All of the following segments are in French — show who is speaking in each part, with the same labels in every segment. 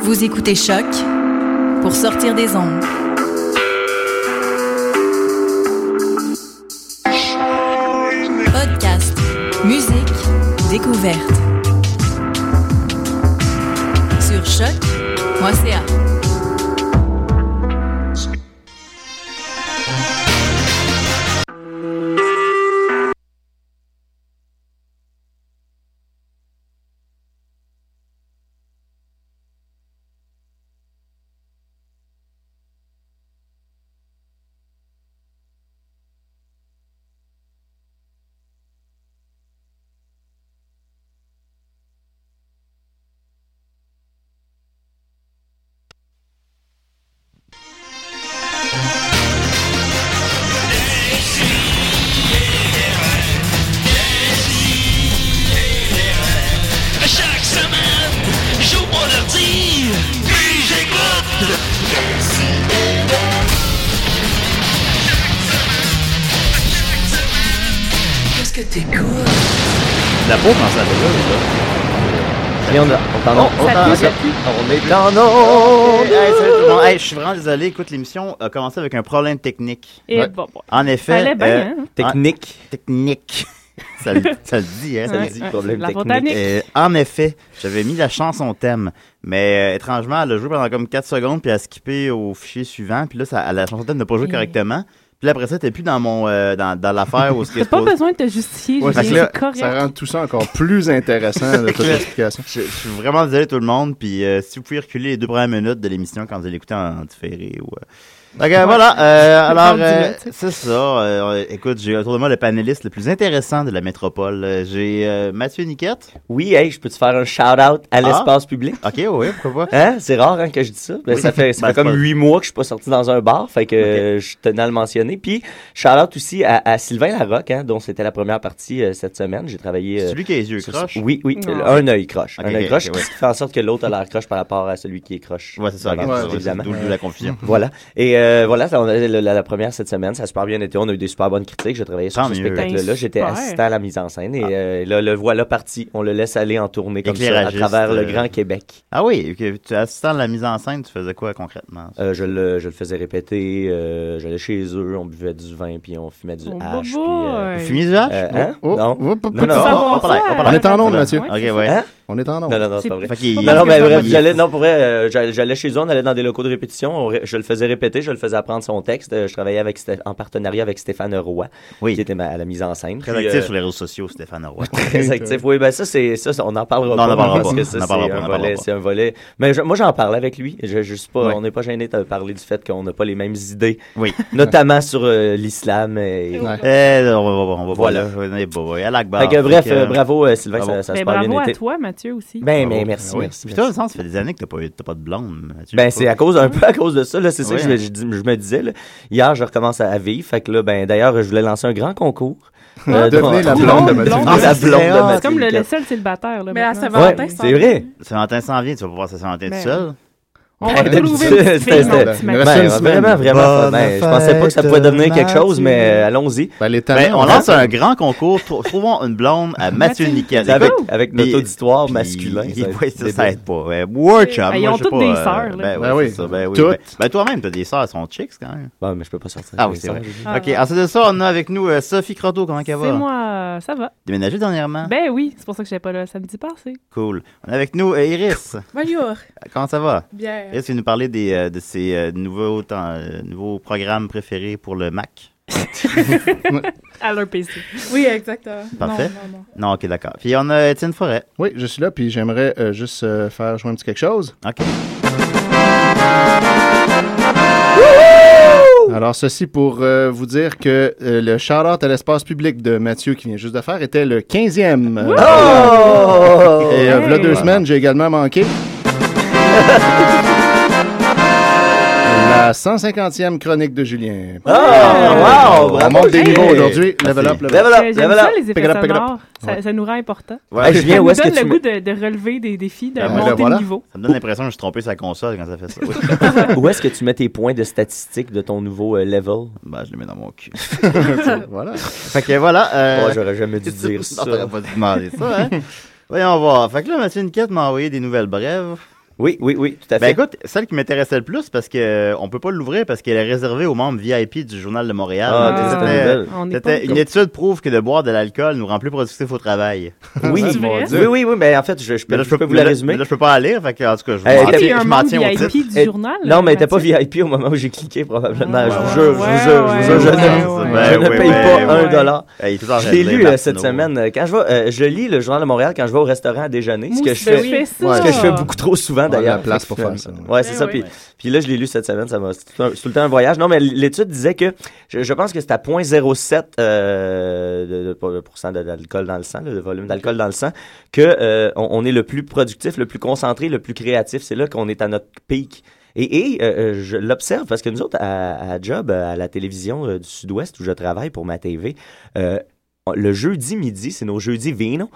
Speaker 1: Vous écoutez Choc pour sortir des ondes. Podcast, musique, découverte. Sur choc.ca.
Speaker 2: Chaque semaine, j'ouvre mon ordi, puis j'écoute. Qu'est-ce que t'écoutes?
Speaker 3: La peau dans sa là.
Speaker 4: Et on, a-
Speaker 3: Oh,
Speaker 4: on, pardon, on,
Speaker 5: Ça
Speaker 4: on-
Speaker 5: pue, ça
Speaker 4: on est en onde!
Speaker 3: Hey, salut tout le monde. Hey, je suis vraiment désolé. Écoute, l'émission a commencé avec un problème technique.
Speaker 5: Et
Speaker 4: Ouais.
Speaker 5: bon, bon.
Speaker 3: En
Speaker 5: Ça
Speaker 3: effet,
Speaker 5: allait bien,
Speaker 3: euh,
Speaker 5: hein?
Speaker 4: Technique.
Speaker 3: en- technique. ça, le, ça le dit, hein, ça
Speaker 5: Ouais,
Speaker 3: le dit.
Speaker 5: ouais.
Speaker 4: problème
Speaker 5: La
Speaker 4: technique.
Speaker 5: botanique.
Speaker 3: Euh, en effet, j'avais mis la chanson thème, mais euh, étrangement, elle a joué pendant comme 4 secondes, puis elle a skippé au fichier suivant, puis là, ça, la chanson thème n'a pas joué
Speaker 5: Et-
Speaker 3: correctement. Puis là, après ça, t'es plus dans mon euh, dans, dans l'affaire où ce qui est
Speaker 5: T'as pas
Speaker 3: supposé-
Speaker 5: besoin de te justifier,
Speaker 6: Ouais,
Speaker 5: Julien,
Speaker 3: fait que là,
Speaker 5: c'est correct.
Speaker 6: Ça rend tout ça encore plus intéressant, là, toute l'explication.
Speaker 3: Je, je suis vraiment désolé tout le monde, puis euh, si vous pouvez reculer les deux premières minutes de l'émission quand vous allez l'écouter en, en différé ou. euh. Donc euh, voilà, euh, alors
Speaker 5: En
Speaker 3: euh,
Speaker 5: direct.
Speaker 3: c'est ça. euh, écoute, j'ai autour de moi le panéliste le plus intéressant de la métropole. Euh, J'ai euh, Mathieu Niquette.
Speaker 4: Oui, hey, je peux te faire un shout-out
Speaker 3: Ah.
Speaker 4: à l'espace public?
Speaker 3: Ok, oui, pourquoi pas.
Speaker 4: Hein? C'est rare hein, que je dis ça. Ben,
Speaker 3: Oui.
Speaker 4: Ça fait, ça
Speaker 3: Ben,
Speaker 4: fait
Speaker 3: c'est
Speaker 4: comme
Speaker 3: pas-
Speaker 4: huit mois que je suis pas sorti dans un bar, fait que euh, je tenais à le mentionner. Puis, shout-out aussi à, à Sylvain Larocque, hein, dont c'était la première partie euh, cette semaine. J'ai travaillé... euh,
Speaker 3: Celui qui a les yeux
Speaker 4: sur-
Speaker 3: croches.
Speaker 4: Oui, oui,
Speaker 5: Non.
Speaker 4: un œil croche.
Speaker 3: Ok,
Speaker 4: un œil
Speaker 3: ok,
Speaker 4: croche,
Speaker 3: ok,
Speaker 4: ce
Speaker 3: ouais.
Speaker 4: qui fait en sorte que l'autre a l'air croche par rapport à celui qui est croche.
Speaker 3: Ouais, c'est ça.
Speaker 4: Dans
Speaker 3: regarde,
Speaker 4: la-
Speaker 6: ouais,
Speaker 3: c'est-
Speaker 4: évidemment.
Speaker 3: D'où d'où la confusion.
Speaker 4: Voilà. Et euh, voilà, ça, on a- la, la première cette semaine, ça a super bien été. On a eu des super bonnes critiques. J'ai travaillé sur
Speaker 3: Tant
Speaker 4: ce
Speaker 3: mieux. Ah.
Speaker 4: spectacle-là.
Speaker 5: Ben,
Speaker 4: J'étais
Speaker 5: super.
Speaker 4: assistant à la mise en scène. Et euh, là, le voilà parti. On le laisse aller en tournée comme ça à
Speaker 3: Éclairagiste,
Speaker 4: travers le
Speaker 3: euh,
Speaker 4: Grand Québec.
Speaker 3: Ah oui, ok, tu assistant à la mise en scène, tu faisais quoi concrètement
Speaker 4: Euh, je, le, je le faisais répéter. euh, J'allais chez eux, on buvait du vin, puis on fumait du
Speaker 5: Oh,
Speaker 4: hash. puis,
Speaker 5: boy.
Speaker 4: euh,
Speaker 3: Vous fumiez du hache?
Speaker 4: euh, hein?
Speaker 6: Oh,
Speaker 4: Non.
Speaker 6: oh, oh,
Speaker 4: Non,
Speaker 6: oh,
Speaker 4: non.
Speaker 3: on-
Speaker 5: savoir
Speaker 3: on parle-
Speaker 5: ça.
Speaker 3: on parle-
Speaker 6: on est en onde,
Speaker 5: Ouais,
Speaker 6: Mathieu.
Speaker 5: c'est
Speaker 3: Ok,
Speaker 5: ça.
Speaker 3: ouais.
Speaker 4: Hein?
Speaker 6: On est en
Speaker 4: Non,
Speaker 6: onde.
Speaker 4: non, non, c'est pas vrai.
Speaker 3: Fait qu'il-
Speaker 4: Non, non, mais
Speaker 5: Parce que
Speaker 4: bref,
Speaker 3: oh. il-
Speaker 4: j'allais, non, pour vrai, euh, j'allais j'allais chez eux, on allait dans des locaux de répétition, on ré- je le faisais répéter, je le faisais apprendre son texte, euh, je travaillais avec Sté- en partenariat avec Stéphane Roy,
Speaker 3: Oui.
Speaker 4: qui était ma- à la mise en scène.
Speaker 3: Très
Speaker 4: Puis,
Speaker 3: actif
Speaker 4: euh,
Speaker 3: sur les réseaux sociaux, Stéphane Roy.
Speaker 4: très actif. Oui, ben ça, c'est ça, ça, on en
Speaker 3: Non,
Speaker 4: parlera
Speaker 3: on
Speaker 4: pas.
Speaker 3: en parlera
Speaker 4: parce
Speaker 3: pas.
Speaker 4: que ça,
Speaker 3: On en
Speaker 4: c'est
Speaker 3: parlera pas, on en
Speaker 4: un
Speaker 3: parlera
Speaker 4: volet,
Speaker 3: pas.
Speaker 4: c'est un volet. Mais je- moi, j'en parle avec lui. Je, je suis pas,
Speaker 3: Ouais.
Speaker 4: on n'est pas gêné de parler du fait qu'on n'a pas les mêmes idées,
Speaker 3: Oui.
Speaker 4: notamment sur euh, l'islam. Et...
Speaker 6: Ouais.
Speaker 3: Eh, on va, on va, on va
Speaker 4: Voilà.
Speaker 3: pas là. On est beau, ouais, à l'Akbar.
Speaker 4: Fait que, bref,
Speaker 3: Bah, Fait que,
Speaker 4: euh, bravo euh, Sylvain,
Speaker 3: bravo.
Speaker 4: ça, ça
Speaker 5: Mais
Speaker 4: se passe
Speaker 5: Ben, bravo
Speaker 4: bien
Speaker 5: à
Speaker 4: été.
Speaker 5: toi, Mathieu, aussi.
Speaker 4: Ben,
Speaker 3: Bravo.
Speaker 4: ben, merci,
Speaker 3: Ah oui.
Speaker 4: merci.
Speaker 3: Puis
Speaker 4: merci.
Speaker 3: toi, Vincent, ça fait des années que t'as pas, eu- t'as pas de blonde. Mathieu.
Speaker 4: Ben, c'est à cause, un peu à cause de ça, là. C'est ça que je,
Speaker 3: Ouais.
Speaker 4: me- je dis- je me disais, là. Hier, je recommence à, à vivre. Fait que là, ben, d'ailleurs, je voulais lancer un grand concours. Euh,
Speaker 6: Devenez
Speaker 4: donc-
Speaker 6: la blonde de
Speaker 5: Blonde, blonde.
Speaker 6: Mathieu.
Speaker 4: Ah, la blonde de
Speaker 3: C'est
Speaker 4: Mathieu.
Speaker 5: C'est comme le,
Speaker 4: Niquette.
Speaker 5: le seul célibataire. Là,
Speaker 7: Mais à
Speaker 5: maintenant.
Speaker 7: Saint-Valentin,
Speaker 4: Ouais,
Speaker 7: ça-
Speaker 4: c'est vrai.
Speaker 3: Saint-Valentin s'en vient, tu vas pouvoir Saint-Valentin
Speaker 5: Ben.
Speaker 3: tout seul.
Speaker 5: On va
Speaker 6: Ben,
Speaker 5: trouver une
Speaker 4: c'était-
Speaker 5: petite fille, mon
Speaker 4: c'était-
Speaker 5: petit
Speaker 6: Il
Speaker 5: Mathieu.
Speaker 6: reste
Speaker 4: Ben,
Speaker 6: une semaine.
Speaker 4: vraiment, vraiment.
Speaker 3: Bonne
Speaker 4: ben, je pensais pas que ça
Speaker 3: fête,
Speaker 4: pouvait devenir quelque chose,
Speaker 3: Mathieu.
Speaker 4: mais euh, allons-y.
Speaker 6: Ben, les
Speaker 3: Ben,
Speaker 6: talents,
Speaker 3: on
Speaker 6: hein.
Speaker 3: lance un grand concours. Trou- Trouvons une blonde à Mathieu
Speaker 5: Mathieu
Speaker 3: Niquette.
Speaker 4: C'est Avec,
Speaker 3: Écoute,
Speaker 4: avec
Speaker 3: puis-
Speaker 4: notre auditoire
Speaker 3: puis-
Speaker 4: oh, masculin.
Speaker 3: puis-
Speaker 4: ça va être
Speaker 3: ouais, ça, ça
Speaker 4: débile.
Speaker 3: aide pas. Ouais. Workshop.
Speaker 5: Ben, ils
Speaker 3: moi,
Speaker 5: ont
Speaker 3: je sais
Speaker 5: toutes
Speaker 3: pas,
Speaker 5: des
Speaker 3: euh,
Speaker 5: sœurs, là.
Speaker 3: Ben,
Speaker 6: Ben
Speaker 3: oui.
Speaker 6: oui.
Speaker 3: c'est ça, Ben, oui.
Speaker 6: Toutes.
Speaker 3: Ben, ben, toi-même, t'as des sœurs, elles sont chicks quand même.
Speaker 4: Bon, mais je peux pas sortir.
Speaker 3: Ah oui, c'est vrai. Ok, ensuite de ça, on a avec nous euh, Sophie Croteau. Comment elle va?
Speaker 5: C'est moi, ça va.
Speaker 3: Déménagée dernièrement.
Speaker 5: Ben oui, c'est pour ça que j'étais pas là samedi passé.
Speaker 3: Cool. On a avec nous euh, Iris.
Speaker 7: Bonjour.
Speaker 3: Comment ça va?
Speaker 7: Bien.
Speaker 3: Iris, tu veux nous parler des, euh, de ses euh, nouveaux, temps- euh, nouveaux programmes préférés pour le Mac?
Speaker 5: À leur PC.
Speaker 7: Oui, exactement.
Speaker 3: Parfait.
Speaker 7: Non, non, non.
Speaker 3: Non, ok, d'accord. Puis on a Étienne Forêt.
Speaker 6: Oui, je suis là, puis j'aimerais euh, juste euh, faire jouer un petit quelque chose.
Speaker 3: Ok.
Speaker 6: Alors, ceci pour euh, vous dire que euh, le shout-out à l'espace public de Mathieu, qui vient juste de faire, était le 15e. euh,
Speaker 4: Oh!
Speaker 6: Et euh,
Speaker 5: Hey!
Speaker 6: voilà deux semaines, j'ai également manqué. La 150e chronique de Julien.
Speaker 4: Oh, wow!
Speaker 6: On
Speaker 4: Bravo,
Speaker 6: monte des
Speaker 4: Julien.
Speaker 6: niveaux aujourd'hui. Level up, level up.
Speaker 4: Level up,
Speaker 5: Euh, J'aime
Speaker 4: level up.
Speaker 5: ça, les effets
Speaker 6: Pick it up, pick it up.
Speaker 5: sonores. Ça, ça nous rend important.
Speaker 4: Hey,
Speaker 3: Ouais.
Speaker 4: Julien,
Speaker 5: ça
Speaker 4: où
Speaker 5: nous
Speaker 4: est-ce que
Speaker 5: donne
Speaker 4: tu
Speaker 5: le
Speaker 4: mets-
Speaker 5: goût de, de relever des défis, de
Speaker 6: Ben,
Speaker 5: monter
Speaker 6: voilà, voilà.
Speaker 5: le niveau.
Speaker 3: Ça me donne l'impression que je trompais sa console quand ça fait ça. Oui.
Speaker 4: Où est-ce que tu mets tes points de statistique de ton nouveau euh, level?
Speaker 3: ben, je le mets dans mon cul.
Speaker 6: Voilà.
Speaker 3: Fait que voilà. euh,
Speaker 4: Oh, j'aurais jamais dû dire
Speaker 3: Non,
Speaker 4: ça.
Speaker 3: t'aurais pas dû demander ça, hein? Voyons voir. Fait que là, Mathieu Niquette m'a envoyé des nouvelles brèves.
Speaker 4: Oui, oui, oui, tout à
Speaker 3: Ben
Speaker 4: fait.
Speaker 3: écoute, celle qui m'intéressait le plus parce que euh, on peut pas l'ouvrir parce qu'elle est réservée aux membres VIP du Journal de Montréal. Euh,
Speaker 4: Ah,
Speaker 5: Ah,
Speaker 4: t'es-
Speaker 5: c'était-
Speaker 4: t'es nouvelle.
Speaker 5: On est
Speaker 3: C'était-
Speaker 5: pas...
Speaker 3: une étude prouve que de boire de l'alcool nous rend plus productifs au travail.
Speaker 4: Oui,
Speaker 5: C'est vrai?
Speaker 4: oui, oui, oui, mais en fait, je, je peux,
Speaker 3: Mais là,
Speaker 4: je peux vous
Speaker 3: mais
Speaker 4: la
Speaker 3: là-
Speaker 4: résumer.
Speaker 3: mais là, je peux pas la lire, fait que, en tout cas, je,
Speaker 4: Elle
Speaker 3: m'en
Speaker 4: était-
Speaker 3: tiens-
Speaker 5: T'es un
Speaker 3: je m'en
Speaker 5: membre
Speaker 3: tiens au titre.
Speaker 5: VIP du
Speaker 4: Eh,
Speaker 5: journal.
Speaker 4: Non, mais elle était pas
Speaker 5: Mathieu?
Speaker 4: VIP au moment où j'ai cliqué, probablement.
Speaker 5: Ah,
Speaker 4: je vous
Speaker 5: ouais,
Speaker 4: jure, je vous
Speaker 5: ouais,
Speaker 4: jure, je vous jure,
Speaker 5: ouais,
Speaker 4: je ne-
Speaker 5: ouais, ouais.
Speaker 4: je ne
Speaker 3: Ben oui,
Speaker 4: paye
Speaker 3: ben
Speaker 4: pas
Speaker 3: oui.
Speaker 4: un
Speaker 5: Ouais.
Speaker 4: dollar.
Speaker 3: Hey, il est tout en
Speaker 4: Je l'ai
Speaker 3: règle,
Speaker 4: lu euh,
Speaker 3: Martineau.
Speaker 4: cette semaine. euh, Quand je, vais, euh, je lis le Journal de Montréal quand je vais au restaurant à déjeuner, ce
Speaker 5: Moi
Speaker 4: que je
Speaker 5: aussi, ben
Speaker 4: fais,
Speaker 5: oui, je fais ça.
Speaker 4: ce que je fais beaucoup trop souvent
Speaker 6: a
Speaker 4: d'ailleurs.
Speaker 6: la
Speaker 4: Fait
Speaker 6: place
Speaker 4: que,
Speaker 6: pour faire
Speaker 4: euh,
Speaker 6: ça,
Speaker 4: Ouais, c'est
Speaker 5: Ben
Speaker 4: ça.
Speaker 5: oui.
Speaker 4: Puis, puis là, je l'ai lu cette semaine. Ça va, c'est tout, un- c'est tout le temps un voyage. Non, mais l'étude disait que je, je pense que c'était à 0.07 euh, de, de- pour- de pourcent de- d'alcool dans le sang, là, de volume d'alcool dans le sang, que euh, on, on est le plus productif, le plus concentré, le plus créatif. C'est là qu'on est à notre pic. Et, et, euh, euh, je l'observe parce que nous autres, à, à Job, euh, à la télévision euh, du Sud-Ouest où je travaille pour ma TV, euh, on- le jeudi midi, c'est nos jeudis vino.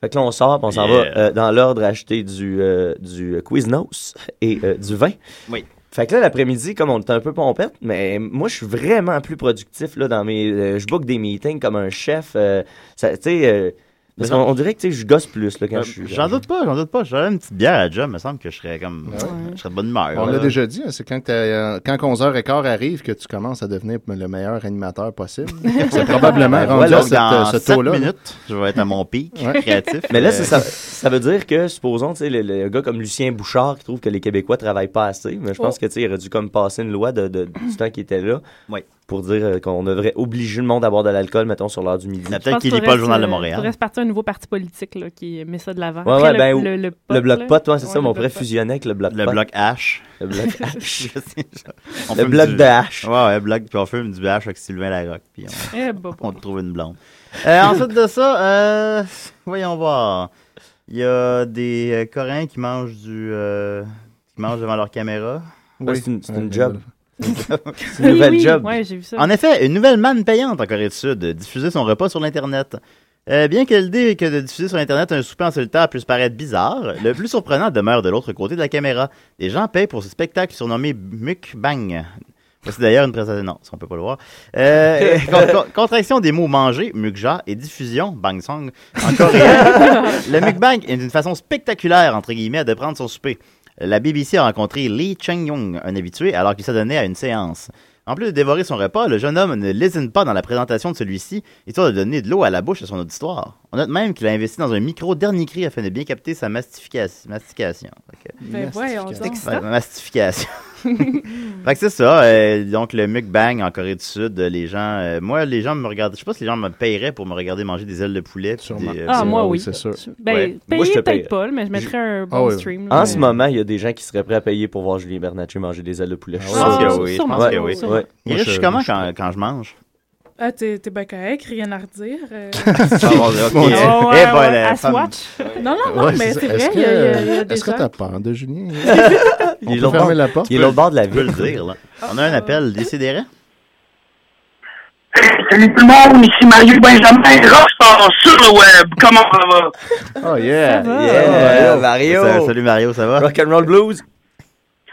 Speaker 4: Fait que là, on sort, puis on s'en
Speaker 3: Yeah.
Speaker 4: va euh, dans l'ordre acheter du, euh, du Quiznos et euh, du vin.
Speaker 3: Oui.
Speaker 4: Fait que là, l'après-midi, comme on est un peu pompette, mais moi, je suis vraiment plus productif là, dans mes. euh, je book des meetings comme un chef. euh, ça- tu sais. euh, parce
Speaker 3: Mais non.
Speaker 4: qu'on on dirait que tu sais, je gosse plus là, quand
Speaker 3: Euh,
Speaker 4: je suis.
Speaker 3: J'en doute pas, j'en doute pas. J'aurais une petite bière à job, me semble que je serais comme. Je serais de bonne humeur.
Speaker 6: On
Speaker 3: là.
Speaker 6: l'a déjà dit, hein, c'est quand, t'as, euh, quand 11h15 arrive que tu commences à devenir le meilleur animateur possible. c'est probablement
Speaker 3: Ben,
Speaker 6: rendu
Speaker 3: voilà,
Speaker 6: à cette-
Speaker 3: dans
Speaker 6: ce
Speaker 3: sept
Speaker 6: taux-là.
Speaker 3: minutes, je vais être à mon pic créatif.
Speaker 4: Mais là,
Speaker 3: Euh,
Speaker 4: c'est ça, ça veut dire que, supposons, tu sais, le, le gars comme Lucien Bouchard qui trouve que les Québécois travaillent pas assez, mais je
Speaker 5: Oh.
Speaker 4: pense que, tu sais, il aurait dû comme passer une loi de, de- du temps qui était là
Speaker 3: Ouais.
Speaker 4: pour dire euh, qu'on devrait obliger le monde à boire de l'alcool, mettons, sur l'heure du midi.
Speaker 3: Il y a
Speaker 5: Je
Speaker 3: peut-être
Speaker 5: pense
Speaker 3: qu'il
Speaker 5: qu'il
Speaker 3: lit pas le
Speaker 5: faudrait
Speaker 3: Journal de
Speaker 5: se- Il
Speaker 3: Montréal.
Speaker 5: faudrait se partir un nouveau parti politique là, qui met ça de l'avant.
Speaker 4: Ouais,
Speaker 5: Après,
Speaker 4: ouais,
Speaker 5: le,
Speaker 4: ben,
Speaker 5: le,
Speaker 4: Le bloc
Speaker 5: là.
Speaker 4: pot, ouais, c'est ça,
Speaker 5: Ouais,
Speaker 4: mais on
Speaker 5: le
Speaker 4: pourrait
Speaker 5: bloc pot.
Speaker 4: fusionner avec le bloc
Speaker 3: Le
Speaker 4: pot.
Speaker 3: bloc H.
Speaker 4: Le bloc
Speaker 3: Je
Speaker 4: H.
Speaker 3: sais, je- on
Speaker 4: le
Speaker 3: fume
Speaker 4: bloc
Speaker 3: du-
Speaker 4: de H.
Speaker 3: Ouais, ouais, bloc, puis on fume du H avec Sylvain Larocque, puis on-
Speaker 5: Eh, bah, bah.
Speaker 3: on te trouve une blonde. Euh, ensuite de ça, euh, voyons voir. Il y a des euh, Coréens qui mangent du. euh, qui mangent devant leur caméra.
Speaker 4: Ouais, c'est une- c'est une
Speaker 6: Ouais,
Speaker 4: job. C'est
Speaker 5: Oui,
Speaker 4: une nouvelle
Speaker 5: oui,
Speaker 4: job.
Speaker 5: Ouais, j'ai vu ça.
Speaker 3: En effet, une nouvelle manne payante en Corée du Sud diffuser son repas sur l'Internet. Euh, bien que l'idée que de diffuser sur Internet un souper en solitaire puisse paraître bizarre, le plus surprenant demeure de l'autre côté de la caméra. Des gens payent pour ce spectacle surnommé Mukbang. C'est d'ailleurs une présentation. Non, ça, on peut pas le voir. Euh, con- con- contraction des mots manger, mukja, et diffusion, bangsang, en coréen. le mukbang est une façon spectaculaire, entre guillemets, de prendre son souper. La BBC a rencontré Lee Cheng-yong, un habitué, alors qu'il s'adonnait à une séance. En plus de dévorer son repas, le jeune homme ne lésine pas dans la présentation de celui-ci, histoire de donner de l'eau à la bouche à son auditoire. On note même qu'il a investi dans un micro dernier cri afin de bien capter sa mastification. mastication. Fait que-
Speaker 5: Ben, voyons donc.
Speaker 3: Ouais, mastification. fait que c'est ça. euh, donc, le mukbang en Corée du Sud, euh, les gens... euh, moi, les gens me regardent... Je sais pas si les gens me paieraient pour me regarder manger des ailes de poulet. puis
Speaker 6: Sûrement.
Speaker 3: des, euh,
Speaker 5: Ah, moi, oui.
Speaker 6: C'est sûr.
Speaker 5: Ben,
Speaker 4: Ouais.
Speaker 5: payer
Speaker 4: Moi, je te paye.
Speaker 5: peut-être pas, mais je mettrais un bon
Speaker 6: Ah oui.
Speaker 5: stream. là.
Speaker 4: En ce moment, il y a des gens qui seraient prêts à payer pour voir Julien Bernatchez manger des ailes de poulet.
Speaker 6: Ah
Speaker 3: Je pense
Speaker 5: Ah,
Speaker 3: que oui. Je
Speaker 5: sûrement,
Speaker 3: pense que oui.
Speaker 5: sûrement.
Speaker 4: Ouais.
Speaker 3: Il
Speaker 6: Moi,
Speaker 3: riche
Speaker 6: je-
Speaker 3: comment
Speaker 6: moi, je-
Speaker 3: quand, quand je mange?
Speaker 7: Ah, t'es t'es ben correct, rien à redire. euh.
Speaker 3: Ah, bon, ok.
Speaker 6: Mon Dieu.
Speaker 5: Oh,
Speaker 3: Eh
Speaker 5: ouais,
Speaker 3: ben,
Speaker 5: ouais,
Speaker 3: la
Speaker 5: à
Speaker 3: femme-
Speaker 5: Swatch.
Speaker 7: Non, non, non,
Speaker 6: Ouais,
Speaker 7: mais
Speaker 6: ça.
Speaker 7: c'est
Speaker 6: Est-ce
Speaker 7: vrai, il y, a- il y a- il y a
Speaker 6: que- euh,
Speaker 7: des
Speaker 6: Est-ce que
Speaker 7: gens-
Speaker 6: t'as peur de Julien?
Speaker 4: Il est
Speaker 6: On peut
Speaker 4: l'autre bord-
Speaker 6: fermer la porte?
Speaker 4: il est l'autre bord de la
Speaker 3: Je peux
Speaker 4: ville.
Speaker 3: le dire, là.
Speaker 5: Ah.
Speaker 3: On a un appel. Décidérez.
Speaker 8: Salut tout le monde, ici Mario Benjamin Rockstar sur le web. Comment ça va?
Speaker 7: Ah,
Speaker 6: Oh yeah!
Speaker 5: va.
Speaker 4: Yeah,
Speaker 3: Ah, Ça-
Speaker 4: Mario.
Speaker 3: Salut Mario, ça va?
Speaker 4: Rock'n'roll blues.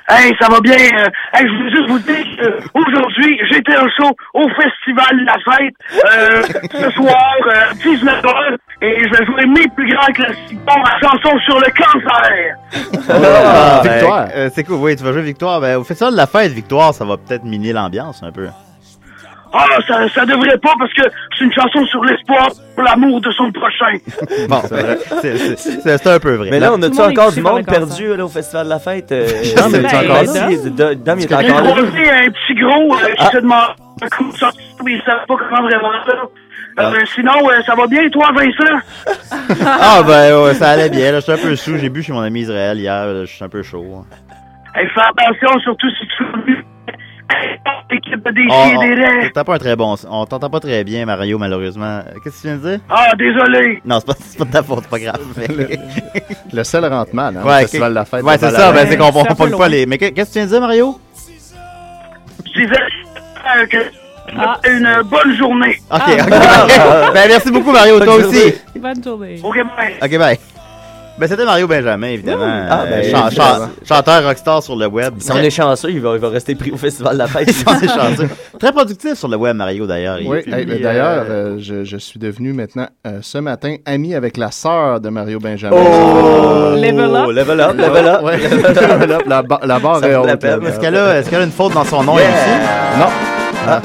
Speaker 8: Hey, ça va bien. euh, hey, je voulais juste vous dire qu'aujourd'hui, j'étais au show au Festival La Fête. Euh, ce soir, euh, 19h, et je vais jouer mes plus grands classiques, dont ma chanson sur le cancer.
Speaker 6: Ah,
Speaker 3: ben,
Speaker 6: Victoire!
Speaker 3: euh, c'est cool, oui, tu vas jouer Victoire. Ben, au festival de la fête, Victoire, ça va peut-être miner l'ambiance un peu.
Speaker 8: Ah, ça, ça devrait pas parce que c'est une chanson sur l'espoir pour l'amour de son prochain.
Speaker 3: Bon,
Speaker 6: ben.
Speaker 3: c'est vrai. C'est- c'est- c'est c'est un peu vrai.
Speaker 4: Mais là, on
Speaker 5: Tout le
Speaker 4: a-tu
Speaker 5: monde est
Speaker 4: encore du
Speaker 5: touché par
Speaker 4: monde
Speaker 5: le cancer.
Speaker 4: perdu là, au Festival de la Fête? euh,
Speaker 6: Non, mais
Speaker 4: euh,
Speaker 6: tu es encore
Speaker 4: ben,
Speaker 5: là?
Speaker 4: si, Dom- Dom, il est
Speaker 8: J'ai
Speaker 4: encore là.
Speaker 8: croisé un petit gros euh, qui se demande un coup de sortie, mais il savait pas comment vraiment ça. Euh, Sinon, euh, ça va bien, toi, Vincent?
Speaker 3: Ah, ben, ouais, ça allait bien. Là, je suis un peu sous. J'ai bu chez mon ami Israël hier. là, je suis un peu chaud.
Speaker 8: Hey, fais attention, surtout si tu veux. L'équipe de des
Speaker 3: Oh,
Speaker 8: chiens et des
Speaker 3: oh,
Speaker 8: raies.
Speaker 3: t'as pas un très bon. On t'entend pas très bien, Mario, malheureusement. Euh, Qu'est-ce que tu viens de dire?
Speaker 8: Ah, désolé.
Speaker 3: Non, c'est pas, c'est pas de ta faute, c'est pas grave. mais-
Speaker 6: Le seul rentre mal, hein,
Speaker 3: Ouais,
Speaker 6: au Festival de la Fête.
Speaker 3: ouais,
Speaker 6: de
Speaker 3: c'est ça.
Speaker 6: Val-Alain.
Speaker 3: Ben, c'est qu'on
Speaker 5: C'est un
Speaker 3: on
Speaker 5: peu
Speaker 3: pogne
Speaker 5: loin.
Speaker 3: pas les. Mais que- qu'est-ce que tu viens de dire, Mario?
Speaker 8: Je disais euh, que
Speaker 5: Ah.
Speaker 8: une bonne journée.
Speaker 3: Ok,
Speaker 5: Ah.
Speaker 3: ok. ben, merci beaucoup, Mario. Toi
Speaker 4: Bonne
Speaker 3: aussi.
Speaker 4: journée.
Speaker 5: Bonne journée.
Speaker 8: OK, bye.
Speaker 3: Ok, bye. Ben, c'était Mario Benjamin, évidemment.
Speaker 4: Ah, ben,
Speaker 3: Euh, chan-
Speaker 4: évidemment.
Speaker 3: chan- chanteur rockstar sur le web.
Speaker 4: Si on est chanceux, il va, il va rester pris au Festival de la Fête.
Speaker 3: Si on est chanceux. Très productif sur le web, Mario, d'ailleurs. Il
Speaker 6: Oui,
Speaker 3: publie,
Speaker 6: hey, ben, d'ailleurs,
Speaker 3: euh,
Speaker 6: euh, je, je suis devenu maintenant, euh, ce matin, ami avec la sœur de Mario Benjamin.
Speaker 4: Oh!
Speaker 5: Level up.
Speaker 4: Bravo, level up, level up.
Speaker 6: Ouais. Level up, la, ba- la barre
Speaker 4: Ça
Speaker 6: est
Speaker 4: vaut la
Speaker 6: haute.
Speaker 4: peine.
Speaker 6: là.
Speaker 3: Est-ce qu'elle a, est-ce qu'elle a une faute dans son nom
Speaker 4: Yeah.
Speaker 3: MC?
Speaker 6: Non,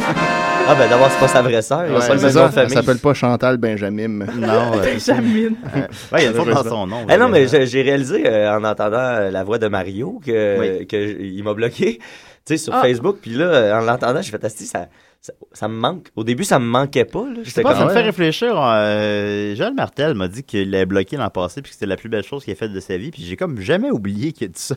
Speaker 4: Ah ben d'abord, c'est pas sa vraie sœur, il a
Speaker 3: Ouais,
Speaker 4: pas le
Speaker 6: c'est
Speaker 4: même
Speaker 6: ça.
Speaker 4: nom de
Speaker 6: Elle
Speaker 4: famille.
Speaker 6: s'appelle pas Chantal Benjamin.
Speaker 3: Non. euh,
Speaker 7: Jamine.
Speaker 3: ouais, il y a une faute dans son nom.
Speaker 4: Eh non, mais
Speaker 3: vraiment.
Speaker 4: j'ai j'ai réalisé euh, en entendant euh, la voix de Mario que,
Speaker 3: Oui.
Speaker 4: que j- il m'a bloqué, tu sais, sur
Speaker 7: Ah.
Speaker 4: Facebook. Puis là, euh, en l'entendant, j'ai fait, Asti, ça, ça, ça me manque. Au début, ça me manquait pas. Là.
Speaker 3: Je sais pas, ça me
Speaker 6: ouais,
Speaker 3: fait
Speaker 6: hein.
Speaker 3: réfléchir. euh, Joël Martel m'a dit qu'il l'a bloqué l'an passé puis que c'était la plus belle chose qu'il a faite de sa vie. Puis j'ai comme jamais oublié qu'il a dit ça.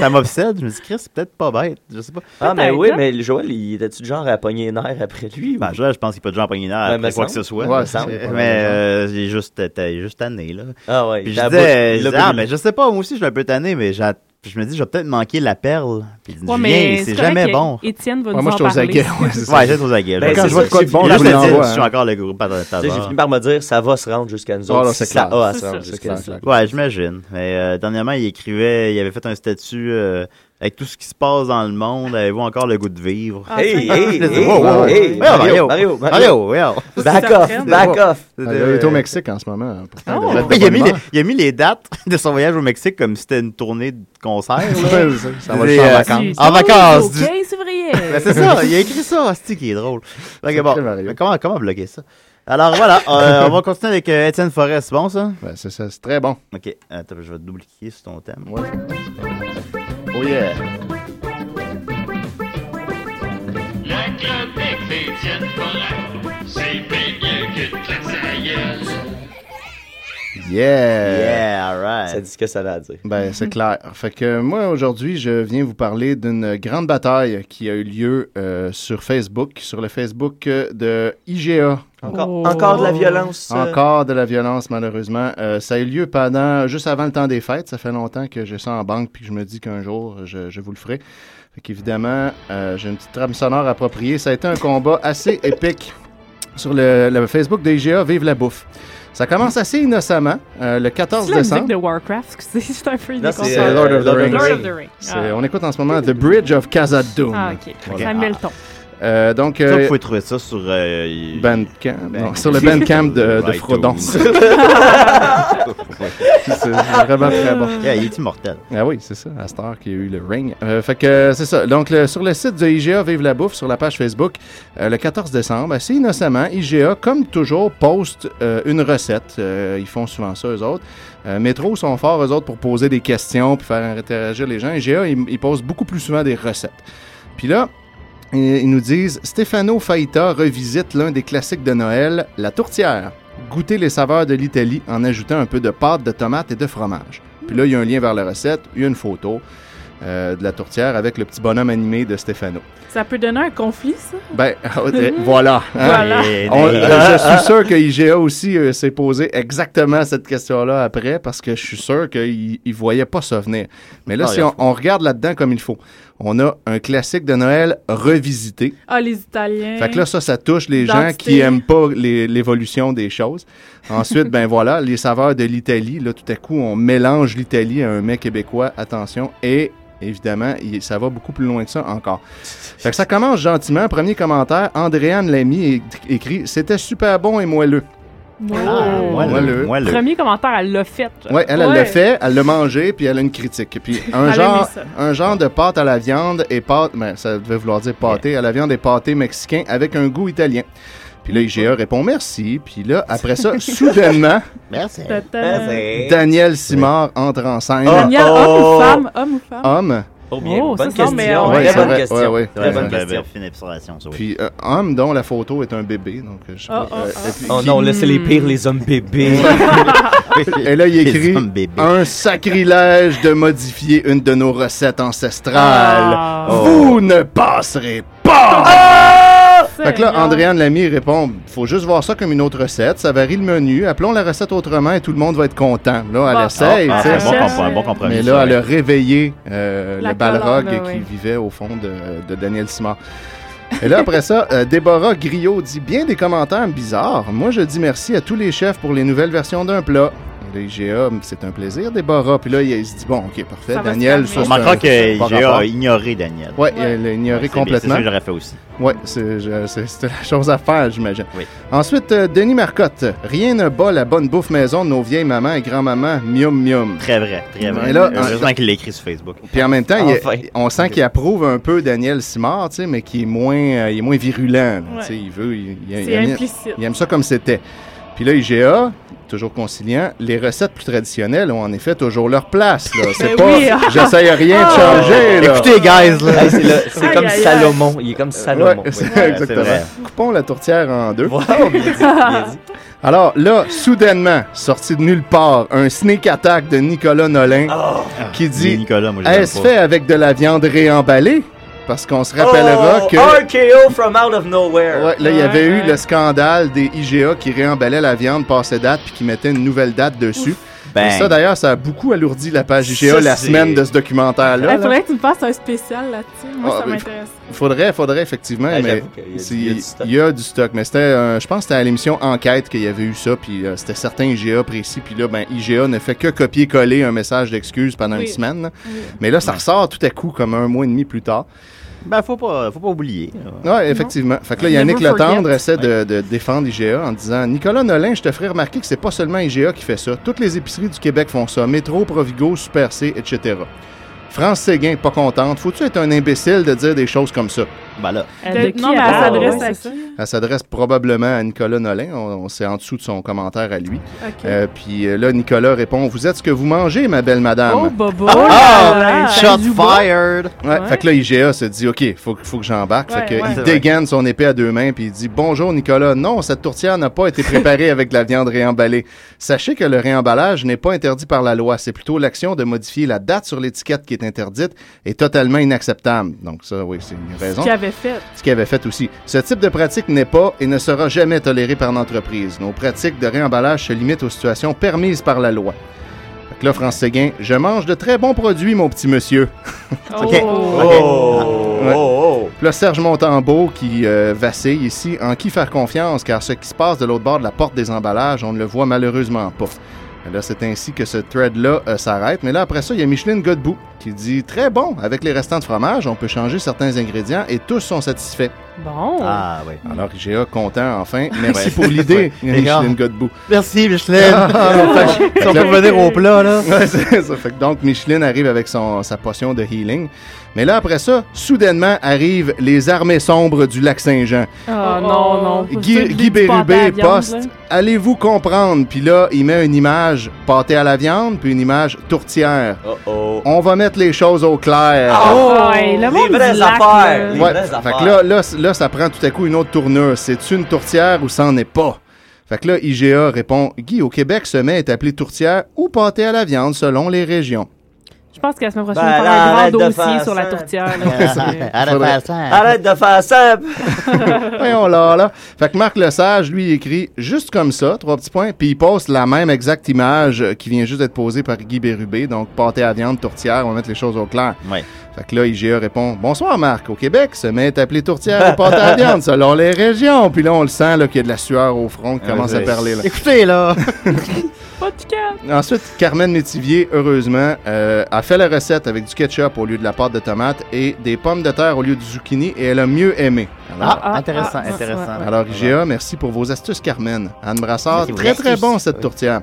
Speaker 3: ça m'obsède. Je me dis, Chris, c'est peut-être pas bête. Je sais pas.
Speaker 4: Ah, mais
Speaker 5: Peut-être,
Speaker 4: oui,
Speaker 5: là.
Speaker 4: mais Joël, il était-tu du genre à pogner les nerfs après lui? ou-
Speaker 3: Ben, Joël, je pense qu'il peut déjà en pogner une heure
Speaker 4: Ouais,
Speaker 3: après
Speaker 4: me
Speaker 3: quoi que
Speaker 4: semble.
Speaker 3: ce soit.
Speaker 6: Ouais,
Speaker 4: me semble.
Speaker 6: c'est-
Speaker 3: Mais euh, j'ai juste, t'es juste tanné, là.
Speaker 4: ah ouais,
Speaker 3: Puis
Speaker 4: il
Speaker 3: je
Speaker 4: a la bouche-
Speaker 3: disais,
Speaker 4: il
Speaker 3: je
Speaker 4: l'a
Speaker 3: disais, ah,
Speaker 4: brûlé.
Speaker 3: mais je sais pas, moi aussi, je suis un peu tanné, mais j'a- puis je me dis, je vais peut-être manquer la perle. Puis
Speaker 5: Ouais,
Speaker 3: mais c'est
Speaker 5: correct
Speaker 3: jamais
Speaker 5: que
Speaker 3: bon.
Speaker 5: Étienne va
Speaker 6: Ouais,
Speaker 5: nous en
Speaker 6: moi, je suis aux
Speaker 5: parler.
Speaker 6: aguets. Ouais, c'est ça.
Speaker 3: Ouais, j'ai aux aguets.
Speaker 4: Ben,
Speaker 3: là.
Speaker 4: c'est
Speaker 6: quand je vois
Speaker 4: ça,
Speaker 6: de quoi de
Speaker 4: c'est-
Speaker 6: bon,
Speaker 3: Bon,
Speaker 6: là,
Speaker 3: là,
Speaker 6: je
Speaker 3: je
Speaker 6: vous
Speaker 3: te dis,
Speaker 6: l'envoie.
Speaker 3: je suis
Speaker 6: hein.
Speaker 3: encore le groupe à ta- ta-
Speaker 4: Tu sais, j'ai fini par me dire, ça va se rendre jusqu'à nous
Speaker 6: Ah,
Speaker 4: autres.
Speaker 6: là, c'est
Speaker 4: Ça
Speaker 6: clair.
Speaker 4: va
Speaker 5: C'est
Speaker 4: se rendre
Speaker 5: ça.
Speaker 4: jusqu'à nous
Speaker 6: C'est clair,
Speaker 4: autres.
Speaker 3: Ouais, j'imagine. Mais euh, dernièrement, il écrivait, il avait fait un statut euh, avec tout ce qui se passe dans le monde. Avez-vous encore le goût de vivre?
Speaker 7: Ah,
Speaker 4: Hey,
Speaker 7: ça-
Speaker 4: hey,
Speaker 3: Wow,
Speaker 4: hey,
Speaker 3: wow,
Speaker 4: hey,
Speaker 3: wow. Mario,
Speaker 4: Mario, Mario, euh, Mario,
Speaker 3: Mario, wow.
Speaker 4: back
Speaker 7: Ça
Speaker 4: off,
Speaker 7: traîne.
Speaker 4: back off.
Speaker 6: Elle est au Mexique en ce moment. hein, pourtant, elle devrait être
Speaker 3: Il a, mis
Speaker 6: bonne
Speaker 3: les,
Speaker 6: humeur.
Speaker 3: il a mis les dates de son voyage au Mexique comme si c'était une tournée de concert. là.
Speaker 6: Ouais, c'est ça. Ça va le
Speaker 3: Et, euh,
Speaker 5: Ah,
Speaker 6: faire en vacances.
Speaker 3: En vacances,
Speaker 5: Ok, c'est
Speaker 3: Ben,
Speaker 5: vrai.
Speaker 3: c'est ça, il a écrit ça, c'est qui est drôle. Fait que
Speaker 6: C'est
Speaker 3: bon,
Speaker 6: très Mario.
Speaker 3: mais comment, comment bloquer ça? Alors voilà, euh, on va continuer avec euh, Étienne Forêt, c'est bon ça?
Speaker 6: Ouais, c'est ça, c'est très bon.
Speaker 3: Ok, attends, je vais doubliquer sur ton thème.
Speaker 6: Ouais. Oh yeah.
Speaker 2: Le club des Étienne Forêt, c'est bien mieux que de la sailleuse.
Speaker 6: Yeah.
Speaker 3: Yeah, alright.
Speaker 4: Ça dit ce que ça a à dire.
Speaker 6: Ben,
Speaker 5: Mhm.
Speaker 6: c'est clair. Fait que moi, aujourd'hui, je viens vous parler d'une grande bataille qui a eu lieu euh, sur Facebook, sur le Facebook euh, de IGA.
Speaker 4: Encore,
Speaker 5: Oh.
Speaker 4: encore de la violence. euh,
Speaker 6: Encore de la violence, malheureusement. Euh, ça a eu lieu pendant, juste avant le temps des fêtes. Ça fait longtemps que j'ai ça en banque puis que je me dis qu'un jour, je, je vous le ferai. Fait qu'évidemment, euh, j'ai une petite trame sonore appropriée. Ça a été un combat assez épique sur le, le Facebook de IGA Vive la bouffe. Ça commence assez innocemment, euh, le 14
Speaker 5: C'est la musique
Speaker 6: décembre.
Speaker 5: de Warcraft, excusez, c'est un free
Speaker 4: Non, c'est
Speaker 6: euh, Lord of the Rings.
Speaker 5: Lord of the Rings.
Speaker 6: C'est-
Speaker 5: Ah.
Speaker 6: On écoute en ce moment The Bridge of Casa Doom.
Speaker 5: Ah, ok.
Speaker 6: Voilà.
Speaker 5: Ça met le ton.
Speaker 6: Euh, donc,
Speaker 3: Ça, vous
Speaker 6: euh,
Speaker 3: pouvez trouver ça sur... euh, y-
Speaker 6: Bandcamp, non,
Speaker 3: Ben-
Speaker 6: sur le Bandcamp de, de
Speaker 3: Ouais,
Speaker 6: Frodon.
Speaker 3: tout.
Speaker 6: C'est vraiment très bon.
Speaker 3: Yeah, il est immortel.
Speaker 6: Ah oui, c'est ça, à cette heure qu'il y a eu le ring. Euh, fait que euh, c'est ça. Donc, le- sur le site de IGA Vive la Bouffe, sur la page Facebook, euh, le 14 décembre, assez innocemment, IGA, comme toujours, poste euh, une recette. Euh, ils font souvent ça, eux autres. Euh, Métro sont forts, eux autres, pour poser des questions puis faire interagir les gens. IGA, ils, ils posent beaucoup plus souvent des recettes. Puis là, ils, ils nous disent Stefano Faita revisite l'un des classiques de Noël, la tourtière. Goûtez les saveurs de l'Italie en ajoutant un peu de pâte de tomate et de fromage. Puis là, il y a un lien vers la recette, il y a une photo euh, de la tourtière avec le petit bonhomme animé de Stefano.
Speaker 7: Ça peut donner un conflit, ça?
Speaker 6: Ben, euh, voilà. hein.
Speaker 7: Voilà.
Speaker 3: Et-
Speaker 6: On-
Speaker 3: et-
Speaker 6: euh, je suis sûr que IGA aussi euh, s'est posé exactement cette question-là après parce que je suis sûr qu'il ne voyait pas ça venir. Mais là,
Speaker 3: Ah,
Speaker 6: si on, on regarde là-dedans comme il faut, on a un classique de Noël revisité.
Speaker 7: Ah, les Italiens.
Speaker 6: Fait que là, ça, ça touche les gens
Speaker 7: Identité.
Speaker 6: qui aiment pas les- l'évolution des choses. Ensuite, ben voilà, les saveurs de l'Italie. Là, tout à coup, on mélange l'Italie à un mets québécois. Attention. Et évidemment, il- ça va beaucoup plus loin que ça encore. Fait que ça commence gentiment. Premier commentaire, Andréane Lamy é- écrit « C'était super bon et moelleux
Speaker 5: Voilà.
Speaker 3: Moi,
Speaker 6: moelleux.
Speaker 3: le... Moi, le...
Speaker 5: Premier commentaire, elle l'a fait. ».
Speaker 6: Ouais, elle, elle
Speaker 7: Ouais.
Speaker 6: l'a fait, elle l'a mangé, puis elle a une critique. Puis
Speaker 7: Elle
Speaker 6: un
Speaker 7: a
Speaker 6: genre,
Speaker 7: aimé
Speaker 6: un genre de pâte à la viande et pâte, ben, ça devait vouloir dire pâté à la viande et pâté mexicain avec un goût italien. Puis là, IGA répond merci. Puis là, après ça, soudainement,
Speaker 3: Merci.
Speaker 7: Ta- ta-
Speaker 4: Ah, c'est-
Speaker 6: Daniel Simard entre en scène.
Speaker 4: Ah.
Speaker 7: Daniel,
Speaker 4: Oh.
Speaker 7: homme ou femme? Homme ou femme?
Speaker 6: Homme.
Speaker 4: Oh, bien,
Speaker 5: Oh,
Speaker 4: bonne
Speaker 5: ça,
Speaker 4: question.
Speaker 5: c'est-
Speaker 7: mais on-
Speaker 4: très
Speaker 7: Ouais, c'est
Speaker 4: bonne
Speaker 6: vrai,
Speaker 4: question.
Speaker 6: ouais, ouais.
Speaker 4: Très bonne
Speaker 3: Ben, ben,
Speaker 4: question.
Speaker 3: fine observation, ça, oui.
Speaker 6: Puis euh, homme dont la photo est un bébé. Donc, euh, je sais pas.
Speaker 7: Oh, oh,
Speaker 6: Euh,
Speaker 7: oh.
Speaker 6: et puis-
Speaker 4: Oh non, laissez les pires, les hommes bébés.
Speaker 6: Et là, il
Speaker 3: Les
Speaker 6: écrit
Speaker 3: hommes bébés.
Speaker 6: un sacrilège de modifier une de nos recettes ancestrales.
Speaker 5: Ah.
Speaker 6: Vous ne passerez pas! Ah.
Speaker 7: C'est-
Speaker 6: Fait que là,
Speaker 7: non.
Speaker 6: Andréane Lamy répond Faut juste voir ça comme une autre recette, ça varie le menu, appelons la recette autrement et tout le monde va être content. Là, elle
Speaker 7: Bon.
Speaker 6: essaye,
Speaker 3: Ah,
Speaker 6: tu
Speaker 3: c'est
Speaker 6: sais.
Speaker 3: un bon, comprom- un bon compromis.
Speaker 6: Mais
Speaker 3: ça,
Speaker 6: là, elle
Speaker 3: ouais.
Speaker 6: a réveillé euh,
Speaker 7: La
Speaker 6: le balrog
Speaker 7: colonne, là,
Speaker 6: qui
Speaker 7: oui.
Speaker 6: vivait au fond de, de Daniel Simard. Et là, après ça, euh, Déborah Griot dit bien des commentaires bizarres. Moi, je dis merci à tous les chefs pour les nouvelles versions d'un plat. le IGA, c'est un plaisir. Déborah, puis là, il, il se dit, bon, OK, parfait.
Speaker 7: Ça va se
Speaker 6: Daniel,
Speaker 7: calmer.
Speaker 6: ça,
Speaker 7: On
Speaker 3: On
Speaker 6: c'est
Speaker 3: manquera
Speaker 6: un-
Speaker 3: que
Speaker 6: par
Speaker 3: IGA
Speaker 6: rapport.
Speaker 3: a ignoré Daniel.
Speaker 6: Ouais, il l'a ignoré
Speaker 3: C'est bien,
Speaker 6: complètement.
Speaker 3: C'est ça que j'aurais fait aussi.
Speaker 6: Oui, c'est je- c'est- c'était la chose à faire, j'imagine.
Speaker 3: Oui.
Speaker 6: Ensuite, euh, Denis Marcotte. Rien ne bat la bonne bouffe maison de nos vieilles mamans et grand-mamans. Mium, mium.
Speaker 3: Très vrai, très vrai.
Speaker 6: Mais là,
Speaker 3: Heureusement qu'il l'a écrit sur Facebook.
Speaker 6: Puis en même temps, il-
Speaker 4: Enfin.
Speaker 6: on sent qu'il approuve un peu Daniel Simard, tu sais, mais qui est moins, euh, il est moins virulent. là.
Speaker 7: Ouais.
Speaker 6: Tu sais, Il veut, il, il- il
Speaker 7: C'est
Speaker 6: aime,
Speaker 7: implicite.
Speaker 6: il aime ça comme c'était. Puis là, IGA, toujours conciliant, les recettes plus traditionnelles ont en effet toujours leur place. là.
Speaker 7: Ben
Speaker 6: C'est pas,
Speaker 7: oui.
Speaker 6: j'essaye rien de
Speaker 7: Ah.
Speaker 6: changer. là.
Speaker 3: Écoutez, guys, là.
Speaker 4: Hey, c'est le- c'est
Speaker 7: Aïe,
Speaker 4: comme
Speaker 7: aïe, aïe.
Speaker 4: Salomon. Il est comme Salomon.
Speaker 6: Ouais, c'est-
Speaker 4: oui.
Speaker 3: c'est
Speaker 6: exactement.
Speaker 3: vrai.
Speaker 6: Coupons la tourtière en deux.
Speaker 4: Wow, bien dit, bien dit.
Speaker 6: Alors là, soudainement, sorti de nulle part, un sneak attack de Nicolas Nolin
Speaker 4: Ah,
Speaker 6: qui
Speaker 3: Dis
Speaker 6: dit
Speaker 3: Nicolas, moi je l'aime
Speaker 6: Est-ce
Speaker 3: pas.
Speaker 6: fait avec de la viande réemballée Parce qu'on se rappellera
Speaker 4: Oh,
Speaker 6: que.
Speaker 4: RKO from out of nowhere.
Speaker 6: Ouais, là, il y avait
Speaker 7: Ouais.
Speaker 6: eu le scandale des IGA qui réemballaient la viande passée date puis qui mettaient une nouvelle date dessus. Et
Speaker 3: Bang.
Speaker 6: ça, d'ailleurs, ça a beaucoup alourdi la page IGA
Speaker 4: Ça,
Speaker 6: la
Speaker 4: c'est-
Speaker 6: semaine de ce documentaire-là.
Speaker 7: Il
Speaker 6: là.
Speaker 7: faudrait que tu me fasses un spécial là-dessus. Moi,
Speaker 6: Ah,
Speaker 7: ça
Speaker 6: mais-
Speaker 7: m'intéresse.
Speaker 6: Faudrait, faudrait effectivement,
Speaker 4: Ah,
Speaker 6: mais
Speaker 4: j'avoue qu'il y a du-
Speaker 6: si-
Speaker 4: il y a du stock.
Speaker 6: il y a du stock. Mais c'était, euh, je pense, que c'était à l'émission Enquête qu'il y avait eu ça, puis euh, c'était certains IGA précis, puis là, ben IGA ne fait que copier-coller un message d'excuse pendant
Speaker 7: Oui.
Speaker 6: une semaine. là.
Speaker 7: Oui.
Speaker 6: Mais là, ça
Speaker 3: Ouais.
Speaker 6: ressort tout à coup, comme un mois et demi plus tard.
Speaker 3: Ben, faut pas, faut pas oublier.
Speaker 6: Ouais, effectivement. Fait que là, Yannick
Speaker 7: Never
Speaker 6: Letendre
Speaker 7: forget.
Speaker 6: essaie de, de défendre IGA en disant Nicolas Nolin, je te ferai remarquer que c'est pas seulement IGA qui fait ça. Toutes les épiceries du Québec font ça. Métro, Provigo, Super C, etc. France Séguin, pas contente. Faut-tu être un imbécile de dire des choses comme ça?
Speaker 3: Ben là,
Speaker 5: De qui
Speaker 7: non, mais
Speaker 5: elle
Speaker 7: elle
Speaker 5: parle?
Speaker 7: s'adresse
Speaker 5: Ouais,
Speaker 7: à
Speaker 5: c'est ça.
Speaker 7: qui?
Speaker 6: Elle s'adresse probablement à Nicolas Nolin. On, on- c'est en dessous de son commentaire à lui.
Speaker 7: OK.
Speaker 6: Euh, puis euh, là, Nicolas répond Vous êtes ce que vous mangez, ma belle
Speaker 5: Oh,
Speaker 6: madame.
Speaker 5: Bobo!
Speaker 7: Ah!
Speaker 3: shot fired.
Speaker 6: Ouais,
Speaker 5: ouais.
Speaker 6: Fait que là, IGA se dit OK, faut, que- faut que j'embarque.
Speaker 7: Ouais,
Speaker 6: fait que
Speaker 7: ouais.
Speaker 6: il
Speaker 3: C'est
Speaker 6: dégaine son épée à deux mains puis il dit Bonjour, Nicolas. Non, cette tourtière n'a pas été préparée avec de la viande réemballée. Sachez que le réemballage n'est pas interdit par la loi. C'est plutôt l'action de modifier la date sur l'étiquette qui est interdite et totalement inacceptable. Donc, ça, oui, c'est une raison.
Speaker 7: Qui avait fait.
Speaker 6: ce qu'il avait fait aussi. Ce type de pratique n'est pas et ne sera jamais toléré par l'entreprise. Nos pratiques de réemballage se limitent aux situations permises par la loi. Fait que là, France Séguin, je mange de très bons produits, mon petit monsieur.
Speaker 3: Ok.
Speaker 7: Oh.
Speaker 3: Ok.
Speaker 4: Oh,
Speaker 6: Ouais.
Speaker 4: oh,
Speaker 6: Puis là, Serge Montembeau qui euh, vacille ici, en qui faire confiance, car ce qui se passe de l'autre bord de la porte des emballages, on ne le voit malheureusement pas. Là, c'est ainsi que ce thread-là euh, s'arrête. Mais là, après ça, il y a Micheline Godbout qui dit Très bon, avec les restants de fromage, on peut changer certains ingrédients et tous sont satisfaits.
Speaker 5: Bon!
Speaker 3: Ah, oui.
Speaker 6: Alors, IGA, content, enfin. Merci
Speaker 3: Ouais.
Speaker 6: pour l'idée,
Speaker 3: Ouais.
Speaker 6: Micheline Godbout.
Speaker 3: Merci, Micheline.
Speaker 6: Fait que-
Speaker 3: Si on peut revenir au plat, là.
Speaker 6: Ouais, c'est ça. Fait que donc, Micheline arrive avec son, sa potion de healing. Mais là, après ça, soudainement arrivent les armées sombres du lac Saint-Jean.
Speaker 5: Ah, non, non.
Speaker 6: Guy, Guy Bérubé poste Allez-vous comprendre Puis là, il met une image pâté à la viande, puis une image tourtière.
Speaker 4: oh, oh. Ah,
Speaker 6: On va mettre les choses au clair.
Speaker 5: Oh, ouais, le
Speaker 4: Les
Speaker 5: monde
Speaker 4: vraies
Speaker 5: du lac,
Speaker 4: affaires.
Speaker 5: là.
Speaker 4: Les
Speaker 6: Ouais,
Speaker 4: vraies
Speaker 6: fait
Speaker 4: affaires.
Speaker 6: que là, là, c- là, ça prend tout à coup une autre tournure. C'est une tourtière ou c'en est pas? Fait que là, IGA répond Guy, au Québec, ce mets est appelé tourtière ou pâté à la viande selon les régions.
Speaker 5: Je pense qu'à la semaine prochaine,
Speaker 4: Ben,
Speaker 5: on va
Speaker 4: là,
Speaker 5: faire un
Speaker 4: arrête de
Speaker 5: grand
Speaker 4: faire
Speaker 5: dossier sur la
Speaker 4: ça.
Speaker 5: tourtière. là.
Speaker 3: À la
Speaker 6: Faudrait-
Speaker 3: façon.
Speaker 4: Arrête de faire ça.
Speaker 6: Voyons là, là. Fait que Marc Lesage, lui, il écrit juste comme ça, trois petits points, puis il poste la même exacte image euh, qui vient juste d'être posée par Guy Bérubé. Donc, pâté à viande, tourtière, on va mettre les choses au clair.
Speaker 3: Ouais.
Speaker 6: Fait que là, IGA répond Bonsoir, Marc. Au Québec, ce mets est appelé tourtière ou pâté à viande selon les régions. Puis là, on le sent, là, qu'il y a de la sueur au front qui
Speaker 4: Ouais,
Speaker 6: commence à
Speaker 4: c'est-
Speaker 6: perler, là.
Speaker 3: Écoutez, là.
Speaker 7: Pas de calme.
Speaker 6: Ensuite, Carmen Métivier, heureusement, euh, a fait la recette avec du ketchup au lieu de la pâte de tomate et des pommes de terre au lieu du zucchini et elle a mieux aimé. Alors,
Speaker 3: Ah, intéressant,
Speaker 5: ah,
Speaker 3: intéressant.
Speaker 6: alors, IGA, merci pour vos astuces, Carmen. Anne Brassard,
Speaker 3: Merci pour
Speaker 6: très
Speaker 3: les
Speaker 6: très
Speaker 3: astuces.
Speaker 6: bon cette
Speaker 3: Oui.
Speaker 6: tourtière.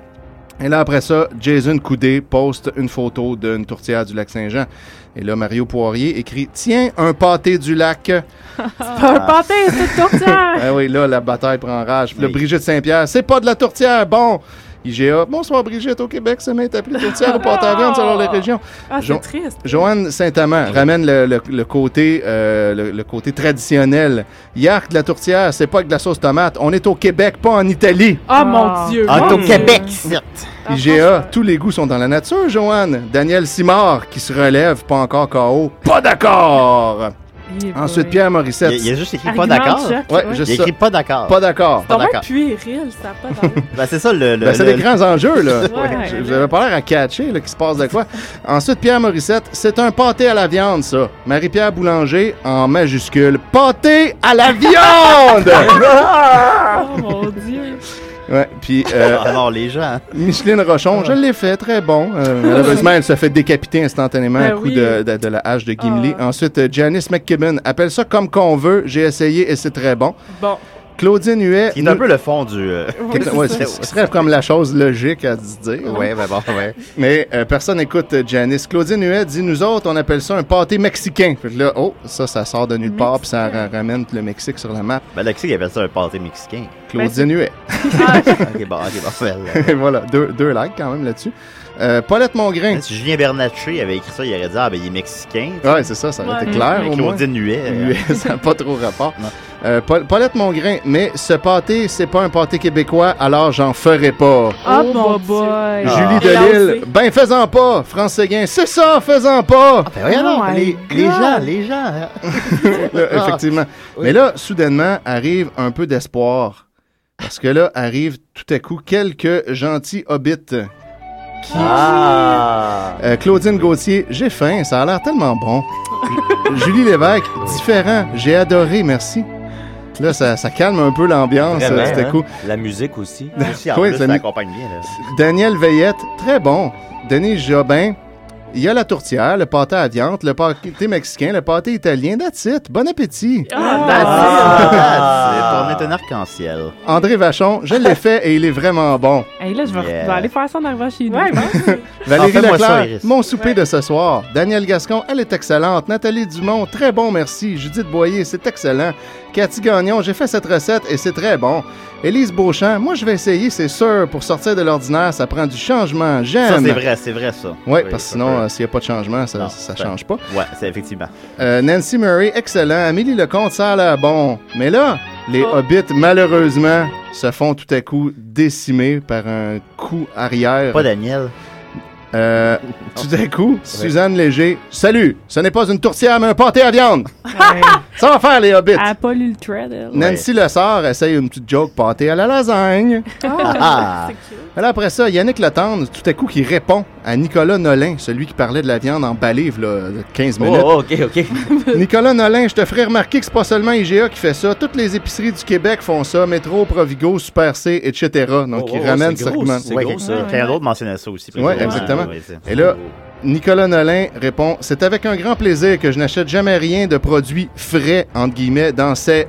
Speaker 6: Et là, après ça, Jason Coudé poste une photo d'une tourtière du lac Saint-Jean. Et là, Mario Poirier écrit Tiens, un pâté du lac.
Speaker 5: Ah.
Speaker 7: Un pantin, c'est une tourtière.
Speaker 6: Ah oui, là, la bataille prend rage. Puis là,
Speaker 3: Oui.
Speaker 6: Brigitte Saint-Pierre, c'est pas de la tourtière, bon! IGA, bonsoir Brigitte, au Québec, ce matin, t'as plus tourtière au pâte à viande selon les régions.
Speaker 7: Ah,
Speaker 6: Jo-
Speaker 7: c'est triste.
Speaker 6: Joanne Saint-Amand ramène le, le- le côté, euh, le, le côté traditionnel. Hier, de la tourtière, c'est pas avec de la sauce tomate. On est au Québec, pas en Italie.
Speaker 7: Ah,
Speaker 5: Ah.
Speaker 7: mon Dieu.
Speaker 3: Ah,
Speaker 7: mon
Speaker 3: t'es au
Speaker 7: Dieu.
Speaker 3: Québec, certes.
Speaker 7: Ah,
Speaker 6: IGA,
Speaker 7: franchement.
Speaker 6: tous les goûts sont dans la nature, Joanne. Daniel Simard, qui se relève, pas encore KO. Pas d'accord!
Speaker 5: Eh
Speaker 6: Ensuite,
Speaker 5: boy.
Speaker 6: Pierre
Speaker 3: Il
Speaker 6: Morissette.
Speaker 3: y a- il y a juste écrit
Speaker 7: Argument
Speaker 3: pas
Speaker 7: de
Speaker 3: d'accord.
Speaker 7: choc,
Speaker 6: Ouais,
Speaker 7: ouais.
Speaker 6: juste
Speaker 3: Il y a
Speaker 6: ça.
Speaker 3: écrit pas d'accord.
Speaker 6: Pas d'accord.
Speaker 7: T'as même
Speaker 3: d'accord.
Speaker 7: puéril, ça a pas d'allure.
Speaker 3: Ben, c'est ça le. le-
Speaker 6: Ben, c'est
Speaker 3: le-
Speaker 6: des grands enjeux, là.
Speaker 7: Ouais.
Speaker 6: Je- Vous avez pas l'air à catcher, là, qu'il se passe de quoi. Ensuite, Pierre Morissette, c'est un pâté à la viande, ça. Marie-Pierre Boulanger, en majuscule, pâté à la viande!
Speaker 7: Oh mon Dieu.
Speaker 6: Ouais, puis euh,
Speaker 3: Alors, les gens.
Speaker 6: Micheline Rochon, je l'ai fait, très bon. Euh, malheureusement, elle se fait décapiter instantanément à
Speaker 5: Ben
Speaker 6: coup
Speaker 5: oui. Ah.
Speaker 6: de, de- de la hache de Gimli. Ensuite, euh, Janice McKibben, appelle ça comme qu'on veut, j'ai essayé et c'est très bon.
Speaker 5: Bon.
Speaker 6: Claudine Huet,
Speaker 3: Qui est un peu le fond du. euh,
Speaker 6: Quelque- ouais, c'est- ce serait comme la chose logique à se dire. hein.
Speaker 3: Ouais, ben bon, ouais.
Speaker 6: Mais euh, personne n'écoute euh, Janice. Claudine Huet dit Nous autres, on appelle ça un pâté mexicain. Fait que là, oh, ça, ça sort de nulle part, puis ça ra- ramène le Mexique sur la map.
Speaker 3: Ben, Lexi, il appelle ça un pâté mexicain.
Speaker 6: Claudine Huet.
Speaker 5: Ah, oh,
Speaker 3: ok, bon, ok, parfait. là.
Speaker 6: Et voilà, deux, deux likes quand même là-dessus. Euh, Paulette Mongrain.
Speaker 3: Hein, Si Julien Bernatchez avait écrit ça, il aurait dit Ah, ben, il est mexicain.
Speaker 6: Ouais, c'est ça, ça aurait été
Speaker 5: Ouais.
Speaker 6: clair
Speaker 3: Mais
Speaker 6: au moins.
Speaker 3: Claudine Huet. euh,
Speaker 6: Huet, ça n'a pas trop rapport.
Speaker 3: Non.
Speaker 6: Euh, Paul- Paulette Mongrain, mais ce pâté, c'est pas un pâté québécois, alors j'en ferai pas.
Speaker 5: Oh,
Speaker 7: Oh,
Speaker 5: mon Ah.
Speaker 7: mon
Speaker 3: Ah.
Speaker 5: boy.
Speaker 6: Julie Delille, ben fais-en pas, Français c'est ça, fais-en pas!
Speaker 3: Ben, voyons donc,
Speaker 5: Oh my
Speaker 3: les, les
Speaker 5: God.
Speaker 3: gens, les gens. hein.
Speaker 6: Là, effectivement. Mais là, soudainement, arrive un peu d'espoir. Parce que là, arrive tout à coup quelques gentils hobbits.
Speaker 4: Ah!
Speaker 6: Euh, Claudine Gauthier, j'ai faim, ça a l'air tellement bon. Julie Lévesque, différent, j'ai adoré, merci. Là, ça, ça calme un peu l'ambiance,
Speaker 4: Vraiment,
Speaker 6: euh, tout à
Speaker 4: hein?
Speaker 6: coup.
Speaker 4: La musique aussi.
Speaker 3: Aussi, en
Speaker 6: Oui,
Speaker 3: plus,
Speaker 6: ça
Speaker 3: ça
Speaker 6: met-
Speaker 3: accompagne bien. Là.
Speaker 6: Daniel Veillette, très bon. Denis Jobin, il y a la tourtière, le pâté à viande, le pâté mexicain, le pâté italien, that's it, bon appétit.
Speaker 7: Ah,
Speaker 4: Ah.
Speaker 3: Ah, c'est- on est un arc-en-ciel.
Speaker 6: André Vachon, je l'ai fait et il est vraiment bon.
Speaker 5: Hey, là, je vais,
Speaker 3: Yeah.
Speaker 5: je vais aller faire ça en arrivant chez nous.
Speaker 7: Ouais, bon.
Speaker 6: Valérie
Speaker 3: Ah, fais-moi
Speaker 6: Leclerc,
Speaker 3: ça, Iris.
Speaker 6: mon souper de ce soir. Daniel Gascon, elle est excellente. Nathalie Dumont, très bon, merci. Judith Boyer, c'est excellent. Cathy Gagnon, j'ai fait cette recette et c'est très bon. Élise Beauchamp, moi je vais essayer, c'est sûr. Pour sortir de l'ordinaire, ça prend du changement.
Speaker 3: Ça,
Speaker 6: J'aime.
Speaker 3: c'est vrai, c'est vrai, ça.
Speaker 6: Ah, Ouais,
Speaker 3: Oui,
Speaker 6: parce que
Speaker 3: ça
Speaker 6: sinon,
Speaker 3: peut-
Speaker 6: euh, s'il n'y a pas de changement, ça,
Speaker 3: Non,
Speaker 6: ça
Speaker 3: ça-
Speaker 6: change pas.
Speaker 3: Ouais, c'est effectivement.
Speaker 6: Euh, Nancy Murray, excellent. Amélie Lecomte, ça a l'air bon. Mais là, les hobbits, malheureusement, se font tout à coup décimer par un coup arrière.
Speaker 3: Pas Daniel.
Speaker 6: Euh, tout à coup, Suzanne Léger, salut, ce n'est pas une tourtière, mais un pâté à viande.
Speaker 5: Ouais.
Speaker 6: Ça va faire, les hobbits.
Speaker 5: Elle a pas lu le thread, elle.
Speaker 6: Nancy Lessard essaye une petite joke pâté à la lasagne.
Speaker 3: Ah,
Speaker 7: C'est cute.
Speaker 6: Alors après ça, Yannick Latendre, tout à coup, qui répond à Nicolas Nolin, celui qui parlait de la viande en balive, là, de 15 minutes.
Speaker 4: Oh, oh, ok, ok.
Speaker 6: Nicolas Nolin, je te ferai remarquer que c'est pas seulement IGA qui fait ça. Toutes les épiceries du Québec font ça. Métro, Provigo, Super C, etc. Donc,
Speaker 4: Oh,
Speaker 6: ils
Speaker 4: oh,
Speaker 6: ramènent
Speaker 4: c'est
Speaker 6: ce
Speaker 4: gros,
Speaker 6: argument.
Speaker 4: c'est
Speaker 3: ouais,
Speaker 4: gros,
Speaker 3: quelqu'un-
Speaker 4: ça.
Speaker 3: Quelqu'un d'autre mentionnait ça aussi.
Speaker 6: Ouais,
Speaker 3: précisément.
Speaker 6: exactement.
Speaker 3: Ouais, c'est-
Speaker 6: Et là, Nicolas Nolin répond C'est avec un grand plaisir que je n'achète jamais rien de produits frais, entre guillemets, dans ces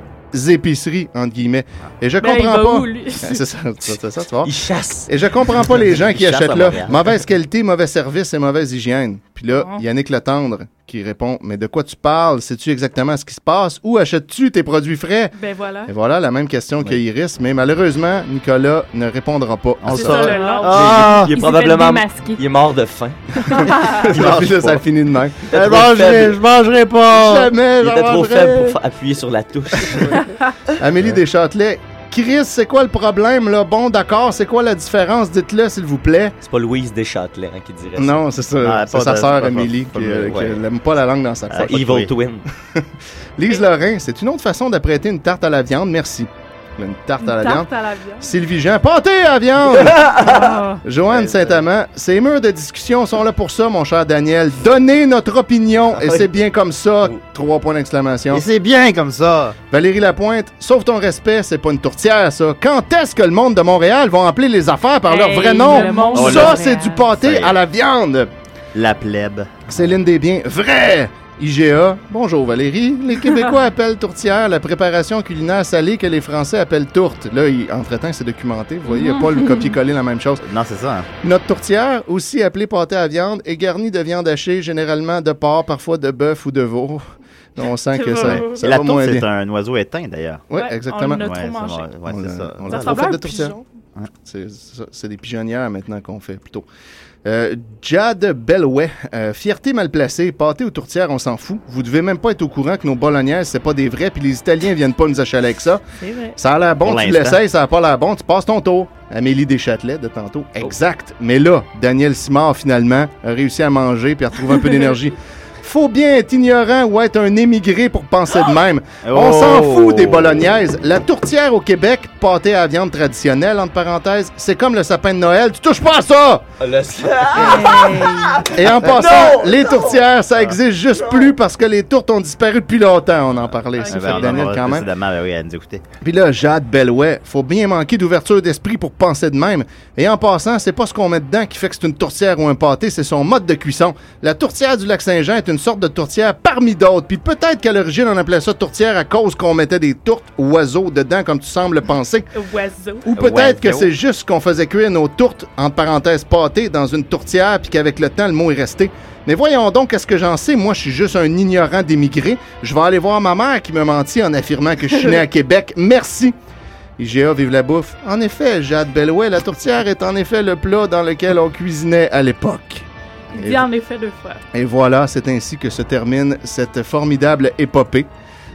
Speaker 6: épiceries, entre guillemets. Et je
Speaker 5: Ben, il
Speaker 6: comprends
Speaker 5: va
Speaker 6: pas.
Speaker 5: où, lui?
Speaker 6: C'est ça, c'est ça, tu vois.
Speaker 4: Il chasse.
Speaker 6: Et je comprends pas les gens qui
Speaker 3: Il chasse
Speaker 6: achètent
Speaker 3: à
Speaker 6: là.
Speaker 3: Montréal.
Speaker 6: Mauvaise qualité, mauvais service et mauvaise hygiène. Puis là,
Speaker 5: Bon.
Speaker 6: Yannick Le Tendre qui répond Mais de quoi tu parles Sais-tu exactement ce qui se passe Où achètes-tu tes produits frais
Speaker 7: Ben voilà.
Speaker 6: Et voilà la même question que Iris, mais malheureusement, Nicolas ne répondra pas.
Speaker 3: On
Speaker 5: C'est
Speaker 3: le
Speaker 5: ça,
Speaker 3: saura.
Speaker 5: le lard.
Speaker 3: Ah!
Speaker 4: Il est
Speaker 5: Il s'est
Speaker 4: probablement.
Speaker 5: fait démasquer.
Speaker 4: Il est mort de faim.
Speaker 6: Ça
Speaker 3: marche
Speaker 6: finit- ça
Speaker 3: pas.
Speaker 6: finit de même.
Speaker 4: était trop faible.
Speaker 6: mangerai pas. Jamais,
Speaker 4: Il
Speaker 6: j'en
Speaker 4: était trop
Speaker 6: mangerai.
Speaker 4: faible pour fa- appuyer sur la touche.
Speaker 6: Amélie Deschâtelet. Chris, c'est quoi le problème, là? Bon, d'accord, c'est quoi la différence? Dites-le, s'il vous plaît.
Speaker 4: C'est pas Louise Deschâtelet hein, qui dirait ça.
Speaker 6: Non, c'est ça.
Speaker 3: Ah,
Speaker 6: c'est
Speaker 3: pas
Speaker 6: sa
Speaker 3: de-
Speaker 6: sœur
Speaker 3: pas-
Speaker 6: Amélie
Speaker 3: pas-
Speaker 6: qui,
Speaker 3: pas-
Speaker 6: euh,
Speaker 3: ouais. Ah,
Speaker 6: qui n'aime pas la langue dans sa
Speaker 4: Sa
Speaker 6: poche.
Speaker 3: pas de
Speaker 4: Euh, evil
Speaker 3: couille.
Speaker 4: twin.
Speaker 6: Lise Lorrain, c'est une autre façon d'apprêter une tarte à la viande, merci. Une tarte
Speaker 7: Une
Speaker 6: à la viande.
Speaker 7: tarte à la viande.
Speaker 6: Sylvie Jean, pâté à viande!
Speaker 5: Ah.
Speaker 6: Joanne Saint-Amand, ces murs de discussion sont là pour ça, mon cher Daniel. Donnez notre opinion, et
Speaker 3: Ah,
Speaker 4: oui.
Speaker 6: c'est bien comme ça.
Speaker 3: Oh.
Speaker 4: Oui.
Speaker 6: Trois points d'exclamation.
Speaker 3: Et c'est bien comme ça.
Speaker 6: Valérie Lapointe, sauf ton respect, c'est pas une tourtière, ça. Quand est-ce que le monde de Montréal vont appeler les affaires par leur
Speaker 5: Hey,
Speaker 6: vrai nom?
Speaker 5: le monde
Speaker 3: de
Speaker 6: Ça,
Speaker 5: Montréal.
Speaker 6: c'est du pâté
Speaker 3: Ça y est.
Speaker 6: à la viande.
Speaker 3: La plèbe.
Speaker 6: Céline Desbiens, vrai! IGA, bonjour Valérie. Les Québécois appellent tourtière la préparation culinaire salée que les Français appellent tourte. Là, il- entre-temps, c'est documenté. Vous voyez, il n'y a
Speaker 5: Mm.
Speaker 6: pas le copier-coller la même chose.
Speaker 3: Non, c'est ça. hein.
Speaker 6: Notre tourtière, aussi appelée pâté à viande, est garnie de viande hachée, généralement de porc, parfois de bœuf ou de veau. On sent que ça, ça
Speaker 3: La
Speaker 6: va
Speaker 3: tour,
Speaker 6: moins bien.
Speaker 3: c'est un oiseau éteint, d'ailleurs.
Speaker 6: Oui,
Speaker 7: Ouais,
Speaker 6: exactement.
Speaker 7: on l'a- On a
Speaker 3: ouais,
Speaker 7: trop
Speaker 3: ça
Speaker 7: mangé.
Speaker 3: va- ouais,
Speaker 6: On
Speaker 3: c'est
Speaker 6: l'a-
Speaker 3: ça.
Speaker 6: on l'a-
Speaker 7: Ça
Speaker 6: Au
Speaker 7: ressemble
Speaker 6: fait,
Speaker 7: à
Speaker 6: de
Speaker 7: un
Speaker 6: tourtière.
Speaker 7: pigeon.
Speaker 6: C'est ça, c'est des pigeonnières maintenant qu'on fait plutôt. Euh, Jade Belway, euh, fierté mal placée, pâté aux tourtières, on s'en fout. Vous devez même pas être au courant que nos bolognaises, c'est pas des vrais, puis les Italiens viennent pas nous achaler avec ça.
Speaker 5: C'est vrai.
Speaker 6: Ça a l'air bon,
Speaker 3: Pour
Speaker 6: tu
Speaker 3: l'instant.
Speaker 6: l'essayes, ça a pas l'air bon, tu passes ton tour. Amélie Deschâtelet de tantôt.
Speaker 3: Oh.
Speaker 6: Exact. Mais là, Daniel Simard, finalement, a réussi à manger puis à retrouver un peu d'énergie. Faut bien être ignorant ou être un émigré pour penser de même. On
Speaker 3: Oh.
Speaker 6: s'en fout des bolognaises. La tourtière au Québec, pâté à la viande traditionnelle, entre parenthèses, c'est comme le sapin de Noël. Tu touches pas à ça! Et en passant, les tourtières, ça existe juste plus parce que les tourtes ont disparu depuis longtemps. On en parlait ici,
Speaker 3: Ah, ben,
Speaker 6: Fred
Speaker 3: on en
Speaker 6: Daniel,
Speaker 3: parle
Speaker 6: quand même.
Speaker 3: précédemment, ben oui, à nous écouter.
Speaker 6: Puis là, Jade Bellouet, faut bien manquer d'ouverture d'esprit pour penser de même. Et en passant, c'est pas ce qu'on met dedans qui fait que c'est une tourtière ou un pâté, c'est son mode de cuisson. La tourtière du Lac-Saint-Jean est une sorte de tourtière parmi d'autres. Puis peut-être qu'à l'origine, on appelait ça tourtière à cause qu'on mettait des tourtes oiseaux dedans, comme tu sembles penser.
Speaker 7: Oiseau.
Speaker 6: Ou peut-être que
Speaker 3: Oiseaux.
Speaker 6: c'est juste qu'on faisait cuire nos tourtes, entre parenthèses pâtées, dans une tourtière, puis qu'avec le temps, le mot est resté. Mais voyons donc, qu'est-ce que j'en sais? Moi, je suis juste un ignorant d'émigré. Je vais aller voir ma mère qui me mentit en affirmant que je suis né à Québec. Merci! IGA, vive la bouffe. En effet, Jade Bellouet, la tourtière est en effet le plat dans lequel on cuisinait à l'époque.
Speaker 7: Il dit en effet deux fois.
Speaker 6: Et voilà, c'est ainsi que se termine cette formidable épopée.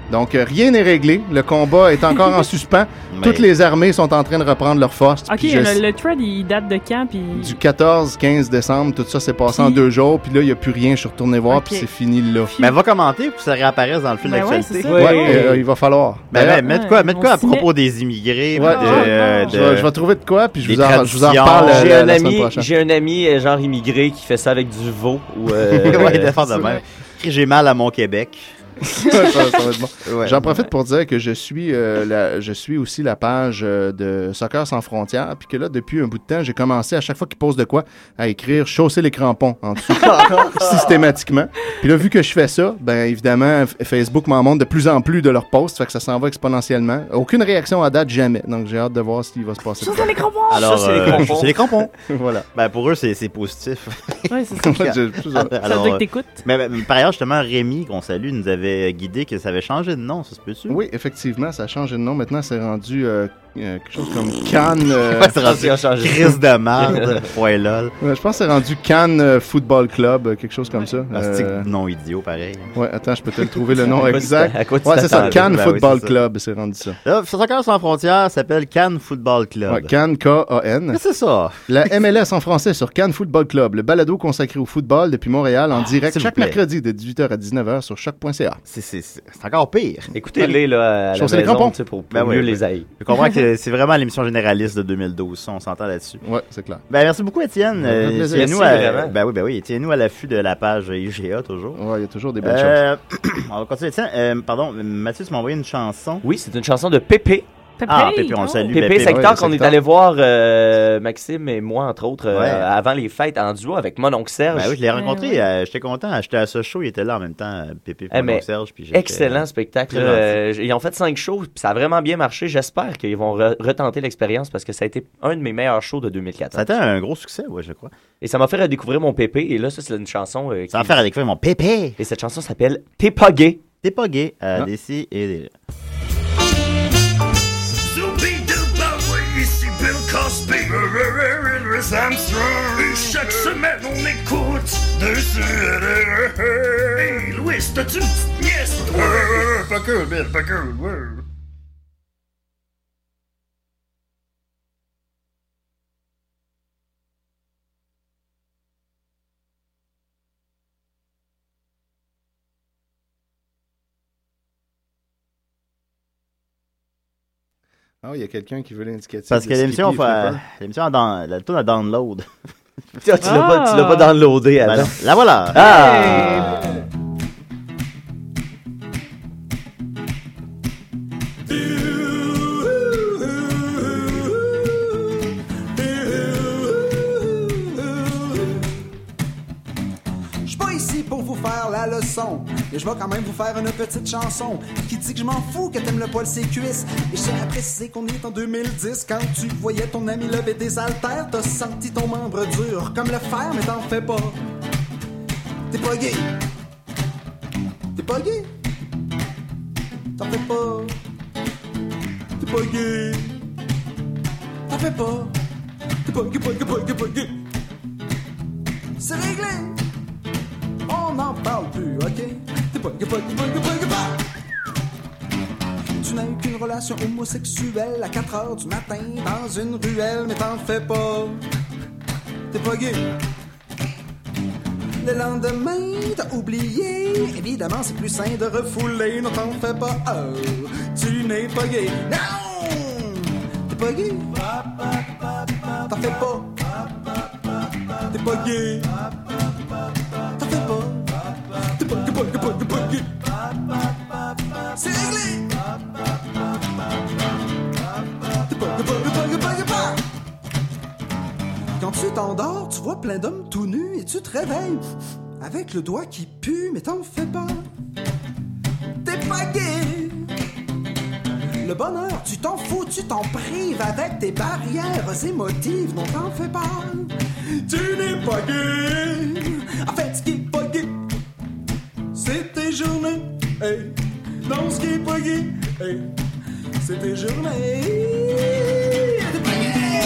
Speaker 6: Donc, euh, rien n'est réglé. Le combat est encore en suspens.
Speaker 3: Mais-
Speaker 6: Toutes les armées sont en train de reprendre leurs forces.
Speaker 5: Ok,
Speaker 6: Puis je
Speaker 5: le, le thread, il date de quand? Puis... Ben
Speaker 6: du 14-15 décembre, tout ça s'est passé en
Speaker 5: Puis-
Speaker 6: deux jours, puis là, il n'y a plus rien, je suis retourné voir,
Speaker 5: Ok.
Speaker 6: puis c'est fini là.
Speaker 3: Mais va commenter pour que ça réapparaisse dans le fil
Speaker 5: Ben ouais,
Speaker 3: d'actualité.
Speaker 5: c'est ça.
Speaker 4: Ouais.
Speaker 6: Ouais, euh, il va falloir.
Speaker 3: Ben,
Speaker 6: D'ailleurs,
Speaker 3: ben, mettre quoi, mettre
Speaker 5: on
Speaker 3: quoi à
Speaker 5: s'y met.
Speaker 3: propos des immigrés,
Speaker 6: Ouais,
Speaker 3: de- euh,
Speaker 5: je-
Speaker 3: de-
Speaker 6: je, vais, je vais trouver de quoi, puis je
Speaker 3: Des
Speaker 6: vous en, je vous en
Speaker 3: traditions.
Speaker 6: reparle euh,
Speaker 4: J'ai
Speaker 6: la,
Speaker 4: un
Speaker 6: la
Speaker 4: ami,
Speaker 6: semaine prochaine.
Speaker 4: j'ai un ami euh, genre immigré qui fait ça avec du veau ou euh,
Speaker 3: ouais, de faire de même. J'ai mal à mon Québec.
Speaker 6: Ça- ça va être bon.
Speaker 3: Ouais.
Speaker 6: J'en profite pour dire que je suis, euh, la- je suis aussi la page euh, de Soccer sans frontières, puis que là, depuis un bout de temps, j'ai commencé à chaque fois qu'il pose de quoi à écrire chausser les crampons en dessous, systématiquement. Puis là, vu que je fais ça, ben évidemment, F- Facebook m'en montre de plus en plus de leurs posts, fait que ça s'en va exponentiellement. Aucune réaction à date, jamais. Donc j'ai hâte de voir ce qui va se passer.
Speaker 3: Alors,
Speaker 4: c'est les
Speaker 3: euh,
Speaker 4: crampons.
Speaker 3: c'est les crampons.
Speaker 6: voilà.
Speaker 3: Ben, pour eux, c'est c'est positif.
Speaker 5: Ouais, c'est ça.
Speaker 6: Je- je- je-
Speaker 5: Ça veut
Speaker 3: Alors,
Speaker 5: dire que
Speaker 3: euh,
Speaker 5: t'écoutes.
Speaker 3: mais, mais par ailleurs, justement, Rémi, qu'on salue, nous avait guidé que ça avait changé de nom, ça se peut-tu?
Speaker 6: oui, effectivement, ça a changé de nom. Maintenant, c'est rendu euh, euh, quelque chose comme Cannes. euh,
Speaker 3: Ouais, c'est
Speaker 4: Ça,
Speaker 3: rendu
Speaker 4: c'est un changement.
Speaker 3: crise de merde. ouais, lol.
Speaker 6: Ouais, je pense que c'est rendu Cannes euh, Football Club, euh, quelque chose comme ça.
Speaker 3: Ah, c'est
Speaker 6: Euh,
Speaker 3: non idiot, pareil.
Speaker 6: ouais, attends, je peux te le trouver le nom
Speaker 4: À quoi tu
Speaker 6: exact.
Speaker 4: t'a- à quoi tu
Speaker 6: Ouais, c'est ça,
Speaker 4: t'attends,
Speaker 6: Cannes
Speaker 3: Ben oui,
Speaker 6: Football
Speaker 3: c'est ça.
Speaker 6: Club, c'est rendu ça.
Speaker 3: Là, Soccer sans frontières s'appelle Cannes Football Club.
Speaker 6: Ouais, Cannes K-A-N.
Speaker 3: Mais c'est ça.
Speaker 6: La MLS en français sur Cannes Football Club, le balado consacré au football depuis Montréal en direct
Speaker 3: Ah, s'il vous
Speaker 6: chaque
Speaker 3: plaît.
Speaker 6: mercredi de 18h à 19h sur choc.ca.
Speaker 3: C'est- C'est c'est- c'est encore pire.
Speaker 4: Écoutez-les là à la
Speaker 6: Chausser les
Speaker 4: maison
Speaker 6: crampons.
Speaker 4: tu sais, pour, pour
Speaker 3: Ben ouais,
Speaker 4: mieux
Speaker 3: ben-
Speaker 4: les haïr.
Speaker 3: Je comprends que c'est vraiment l'émission généraliste de 2012, ça, on s'entend là-dessus.
Speaker 6: Ouais, c'est clair.
Speaker 3: Ben, merci beaucoup, Étienne.
Speaker 6: Ça fait
Speaker 3: Euh,
Speaker 6: plaisir.
Speaker 3: Tiens-nous
Speaker 4: Merci,
Speaker 3: à,
Speaker 4: vraiment.
Speaker 3: ben oui, ben oui, tiens-nous à l'affût de la page IGA, toujours.
Speaker 6: Ouais, il y a toujours des belles choses.
Speaker 3: Euh, on va continuer. Tiens, euh, pardon, Mathieu, tu m'as envoyé une chanson.
Speaker 4: Oui, c'est une chanson de Pépé.
Speaker 3: Ah, Pépé,
Speaker 5: oh.
Speaker 3: on le salue.
Speaker 4: Pépé,
Speaker 3: Pépé,
Speaker 4: Secteur
Speaker 6: ouais,
Speaker 4: qu'on est
Speaker 6: Secteur.
Speaker 4: allé voir euh, Maxime et moi entre autres euh,
Speaker 3: Ouais.
Speaker 4: avant les fêtes en duo avec Mononcle Serge.
Speaker 3: Ben oui, je l'ai
Speaker 5: Ben
Speaker 3: rencontré.
Speaker 5: ouais.
Speaker 3: euh, J'étais content. J'étais à ce show, il était là en même temps, euh, Pépé,
Speaker 4: Eh,
Speaker 3: pour
Speaker 4: mais
Speaker 3: Serge. puis j'étais-
Speaker 4: Excellent spectacle.
Speaker 3: euh, Très
Speaker 4: là. Euh, j- ils ont fait cinq shows, puis ça a vraiment bien marché. J'espère qu'ils vont re- retenter l'expérience parce que ça a été un de mes meilleurs shows de 2014.
Speaker 3: Ça a été un gros succès, ouais, je crois.
Speaker 4: Et ça m'a fait redécouvrir mon pépé. Et là, ça, c'est une chanson. euh, qui-
Speaker 3: Ça va faire avec mon Pépé.
Speaker 4: Et cette chanson s'appelle T'es pas gay.
Speaker 3: T'es pas gay,
Speaker 6: Non.
Speaker 3: à d'ici et des là.
Speaker 9: Zoubidoubaoui, ici Bill Cosby. Louis Armstrong. Et chaque semaine, on écoute deux sur- Hey, Louis, t'as-tu une petite nièce, toi? Pas cool, Bill, pas cool, ouais.
Speaker 6: Ah, il y a quelqu'un qui veut l'indicatif.
Speaker 3: Parce que
Speaker 6: de
Speaker 3: l'émission,
Speaker 6: Skippy,
Speaker 3: fa-
Speaker 6: Flipper.
Speaker 3: l'émission, en down- la tourne à download.
Speaker 4: Tu l'as pas,
Speaker 5: Ah.
Speaker 4: tu l'as pas downloadé
Speaker 3: Ben
Speaker 4: avant.
Speaker 3: non. la voilà.
Speaker 4: Ah!
Speaker 10: Je suis pas ici pour vous faire la leçon, mais je vais quand même vous faire une petite chanson qui dit que je m'en fous que t'aimes le poil ses cuisses. Et je tiens à préciser qu'on est en 2010 quand tu voyais ton ami lever des haltères, t'as senti ton membre dur comme le fer, mais t'en fais pas. T'es pas gay. T'es pas gay. T'en fais pas. T'es pas gay. T'en fais pas. T'es pas gay, pas gay, pas gay, pas gay. C'est réglé on n'en parle plus, ok? T'es pas, t'es pas, t'es pas, t'es pas, t'es pas. Tu n'as eu qu'une relation homosexuelle à 4 heures du matin dans une ruelle, mais t'en fais pas. T'es pas gay. le lendemain, t'as oublié. Évidemment, c'est plus sain de refouler. Non, t'en fais pas. Oh, tu n'es pas gay. Non! T'es pas gay? T'en fais pas. T'es pas gay. T'en fais pas. T'es pas gay, pas gay, pas gay, pas gay. C'est réglé! T'es pas gay, pas gay, pas gay, pas gay, pas gay. Quand tu t'endors, tu vois plein d'hommes tout nus et tu te réveilles avec le doigt qui pue, mais t'en fais pas. T'es pas gay. Le bonheur, tu t'en fous, tu t'en prives avec tes barrières émotives, non t'en fais pas. Tu n'es pas gay. En fait, ce qui est pas gay, c'est tes journées. Hey. Non, ce qui est pas gay, hey. c'est tes journées. T'es pas gay.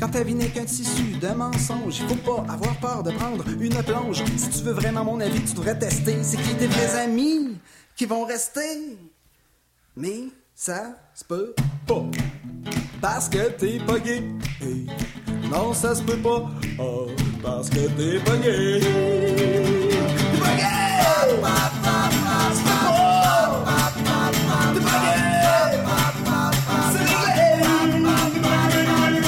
Speaker 10: Quand ta vie n'est qu'un tissu de mensonges, il faut pas avoir peur de prendre une plonge. Si tu veux vraiment mon avis, tu devrais tester. C'est qui tes vrais amis qui vont rester? Mais ça se peut pas. Parce que t'es pas gay. Hey. Non, ça se peut pas. Oh, parce que t'es pas gay. T'es pas gay! Ça se peut pas. T'es pas gay! C'est réglé!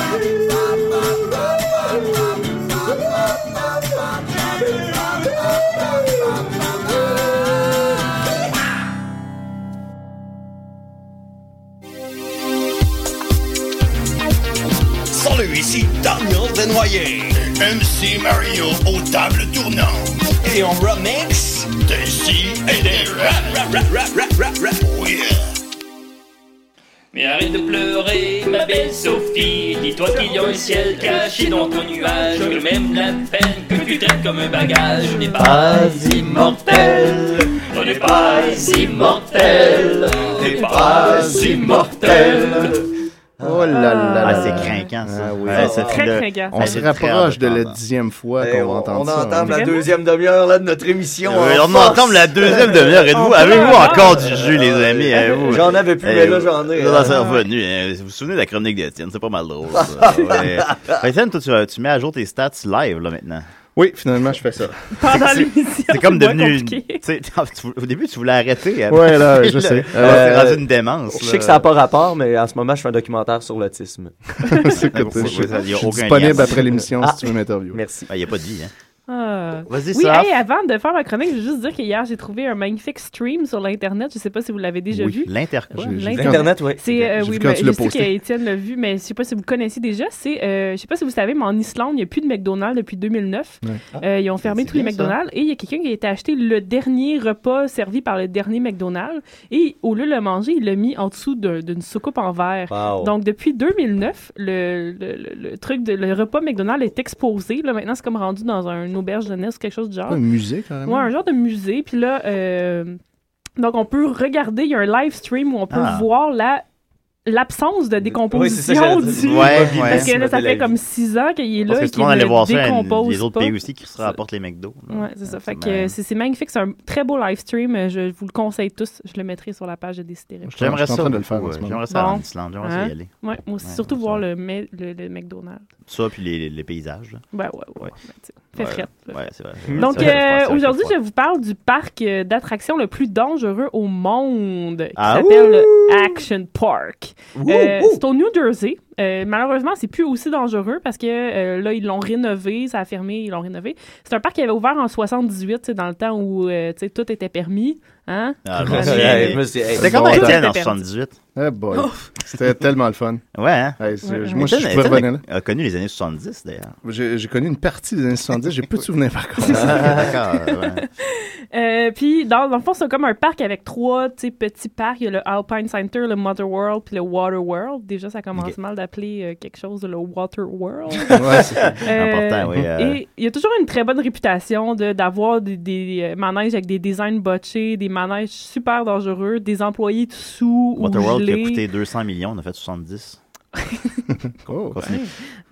Speaker 9: Salut, ici Daniel Desnoyers, MC Mario aux tables tournantes. Et on remix des si et des rap, rap, rap, rap, rap, rap. Oh yeah.
Speaker 11: Mais arrête de pleurer, ma belle Sophie. Dis-toi qu'il y a un ciel caché dans ton nuage. Que même la peine que tu traites comme un bagage n'est pas immortelle. On n'est pas immortel. On n'est pas immortel.
Speaker 3: Oh là là Ah, c'est craquant, ça.
Speaker 5: Ah,
Speaker 3: Ouais, ça fait le-
Speaker 6: On se rapproche de la dixième fois
Speaker 4: Eh,
Speaker 6: qu'on
Speaker 4: on-
Speaker 6: entend
Speaker 4: on
Speaker 6: ça. hein.
Speaker 4: entame la
Speaker 6: Vraiment?
Speaker 4: deuxième demi-heure là, de notre émission.
Speaker 3: Oui,
Speaker 5: Eh,
Speaker 4: en
Speaker 3: on
Speaker 4: force.
Speaker 3: entend la deuxième demi-heure. Êtes-vous- Avez-vous encore du jus, les amis? Avez-vous-
Speaker 4: Ah, J'en avais plus,
Speaker 3: Eh,
Speaker 4: mais là, j'en ai.
Speaker 3: Là,
Speaker 4: hein.
Speaker 3: c'est revenu. hein. Vous vous souvenez de la chronique d'Étienne? C'est pas mal drôle. ça. Ouais. Fait, Étienne, toi, tu, euh, tu mets à jour tes stats live, là, maintenant.
Speaker 6: Oui, finalement, je fais ça.
Speaker 3: Pendant
Speaker 5: l'émission,
Speaker 3: C'est comme
Speaker 5: c'est moins
Speaker 3: devenu. une-
Speaker 5: compliqué.
Speaker 3: tu sais, tu- Au début, tu voulais arrêter. hein.
Speaker 4: Ouais, là,
Speaker 3: Puis
Speaker 4: je sais.
Speaker 3: C'est
Speaker 4: Euh,
Speaker 3: rendu une démence.
Speaker 6: Eh,
Speaker 4: Je
Speaker 3: là.
Speaker 4: sais que ça n'a pas rapport, mais en ce moment, je fais un documentaire sur l'autisme.
Speaker 6: C'est que
Speaker 3: Pourquoi
Speaker 6: je-
Speaker 3: ça, il y a
Speaker 6: je suis
Speaker 3: aucun
Speaker 6: disponible
Speaker 3: lien.
Speaker 6: après l'émission si
Speaker 4: Ah.
Speaker 6: tu veux m'interviewer.
Speaker 4: Merci.
Speaker 3: Il n'y a pas de vie, hein.
Speaker 5: Ah.
Speaker 3: Vas-y,
Speaker 5: Oui,
Speaker 3: Saf.
Speaker 5: hey, avant de faire ma chronique, je veux juste dire qu'hier, j'ai trouvé un magnifique stream sur l'Internet. Je sais pas si vous l'avez déjà
Speaker 3: Oui,
Speaker 5: vu.
Speaker 3: l'inter-
Speaker 5: Ouais,
Speaker 3: j'ai- j'ai vu
Speaker 5: l'Inter-
Speaker 3: quand- L'Internet, oui.
Speaker 5: C'est, euh,
Speaker 3: J'ai vu
Speaker 5: oui,
Speaker 3: quand
Speaker 5: mais
Speaker 3: tu l'as
Speaker 5: je sais
Speaker 3: posté.
Speaker 5: qu'Étienne l'a vu, mais je sais pas si vous connaissez déjà. C'est, euh, je sais pas si vous savez, mais en Islande, il n'y a plus de McDonald's depuis 2009.
Speaker 6: Ouais.
Speaker 5: Euh,
Speaker 3: Ah,
Speaker 5: ils ont fermé tous les
Speaker 6: bien, ça.
Speaker 5: McDonald's et il y a quelqu'un qui a été acheté le dernier repas servi par le dernier McDonald's et au lieu de le manger, il l'a mis en dessous d'un- d'une soucoupe en verre.
Speaker 3: Oh.
Speaker 12: Wow.
Speaker 5: Donc, depuis 2009, le, le- le- le truc de, le repas McDonald's est exposé. Là, maintenant, c'est comme rendu dans un, une auberge jeunesse, quelque chose du genre.
Speaker 6: Un musée, carrément.
Speaker 5: Ouais, un genre de musée. Puis là, euh, donc on peut regarder, il y a un live stream où on peut
Speaker 6: Ah.
Speaker 5: voir la l'absence
Speaker 3: c'est
Speaker 5: de
Speaker 3: ça que
Speaker 5: décomposition
Speaker 3: j'allais dire.
Speaker 5: du
Speaker 3: Ouais,
Speaker 5: parce que
Speaker 3: ouais.
Speaker 5: là ça fait comme 6 ans qu'il est
Speaker 3: Parce
Speaker 5: là
Speaker 3: que
Speaker 5: et
Speaker 3: tout
Speaker 5: qu'il
Speaker 3: le monde allait
Speaker 5: ne
Speaker 3: voir ça, hein,
Speaker 5: décompose
Speaker 3: les autres
Speaker 5: pas
Speaker 3: pays aussi Ah, qui se rapportent les McDo. là.
Speaker 5: ouais c'est ça fait que
Speaker 3: mal.
Speaker 5: euh, c'est c'est magnifique c'est un très beau live stream Euh, je vous le conseille tous je le mettrai sur la page de Décidéré
Speaker 3: J'aimerais
Speaker 6: Je suis en
Speaker 3: ça.
Speaker 6: train de le faire en
Speaker 3: beaucoup,
Speaker 6: ce
Speaker 3: euh,
Speaker 6: moment.
Speaker 3: J'aimerais ça aller en
Speaker 5: Bon.
Speaker 3: Islande. J'aimerais ça y
Speaker 5: Hein?
Speaker 3: aller.
Speaker 5: ouais moi aussi
Speaker 3: Ouais,
Speaker 5: surtout voir le, ma- le, le McDonald's
Speaker 3: Ça, puis les, les- les paysages. là.
Speaker 5: Ben ouais ouais ouais, ouais, tu sais, fait
Speaker 3: Ouais.
Speaker 5: frette, là.
Speaker 3: Ouais, c'est vrai.
Speaker 5: Donc,
Speaker 3: C'est vrai,
Speaker 5: euh,
Speaker 3: je pense que
Speaker 5: aujourd'hui,
Speaker 3: c'est
Speaker 5: je vous parle du parc euh, d'attractions le plus dangereux au monde, qui
Speaker 3: Ah,
Speaker 5: s'appelle le Action Park.
Speaker 12: Ouh,
Speaker 5: Euh,
Speaker 12: ouh.
Speaker 5: c'est au New Jersey. Euh, malheureusement, c'est plus aussi dangereux parce que euh, là, ils l'ont rénové, ça a fermé, ils l'ont rénové. C'est un parc qui avait ouvert en 78, tu sais, dans le temps où euh, tu sais, tout était permis. Hein?
Speaker 3: Ah, je
Speaker 5: Tout
Speaker 3: me
Speaker 5: était
Speaker 3: souviens.
Speaker 5: permis.
Speaker 3: Je me souviens. C'était comment
Speaker 5: Tout
Speaker 3: Étienne
Speaker 5: était
Speaker 3: en
Speaker 5: permis.
Speaker 3: 78?
Speaker 6: Eh boy.
Speaker 5: Ouf.
Speaker 6: C'était tellement le fun.
Speaker 3: Ouais, hein?
Speaker 6: c'est- Ouais, moi, ouais. je- je pouvais
Speaker 3: Étienne
Speaker 6: revenir là.
Speaker 3: a connu les années 70, d'ailleurs.
Speaker 6: J'ai j'ai connu une partie des années 70, j'ai peu de souvenirs par contre.
Speaker 3: Ah, d'accord, ouais.
Speaker 5: Euh, puis, dans, dans le fond, c'est comme un parc avec trois tu sais, petits parcs. Il y a le Alpine Center, le Mother World, puis le Water World. Déjà, ça commence mal d'appeler euh, quelque chose le Water World.
Speaker 3: Ouais, c'est important, oui, euh.
Speaker 5: Et il y a toujours une très bonne réputation de- d'avoir des, des, euh, manèges avec des designs botchés, des manèges super dangereux, des employés tout sous ou
Speaker 3: Waterworld qui a
Speaker 5: gelés.
Speaker 3: coûté 200 millions, on a fait 70.
Speaker 6: Oh,
Speaker 3: Continue.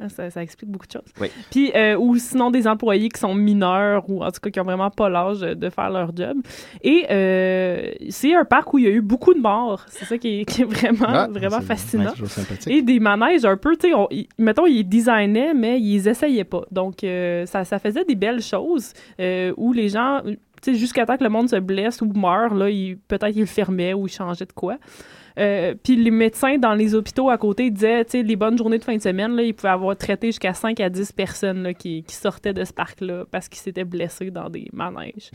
Speaker 5: Ah, Ça, ça explique beaucoup de choses.
Speaker 3: Oui.
Speaker 5: Puis, euh, ou sinon des employés qui sont mineurs ou en tout cas qui ont vraiment pas l'âge euh, de faire leur job. Et euh, c'est un parc où il y a eu beaucoup de morts. C'est ça qui est, qui est vraiment,
Speaker 6: Ah,
Speaker 5: vraiment
Speaker 6: c'est- ouais,
Speaker 5: fascinant.
Speaker 6: toujours sympathique.
Speaker 5: Et des manèges un peu, tu sais, on- ils- mettons, ils designaient, mais ils essayaient pas. Donc, euh, ça, ça faisait des belles choses euh, où les gens, tu sais, jusqu'à temps que le monde se blesse ou meurt, là, ils- peut-être ils le fermaient ou ils changeaient de quoi. Euh, puis les médecins dans les hôpitaux à côté disaient, tu sais, les bonnes journées de fin de semaine, là, ils pouvaient avoir traité jusqu'à 5 à 10 personnes là, qui, qui sortaient de ce parc-là parce qu'ils s'étaient blessés dans des manèges.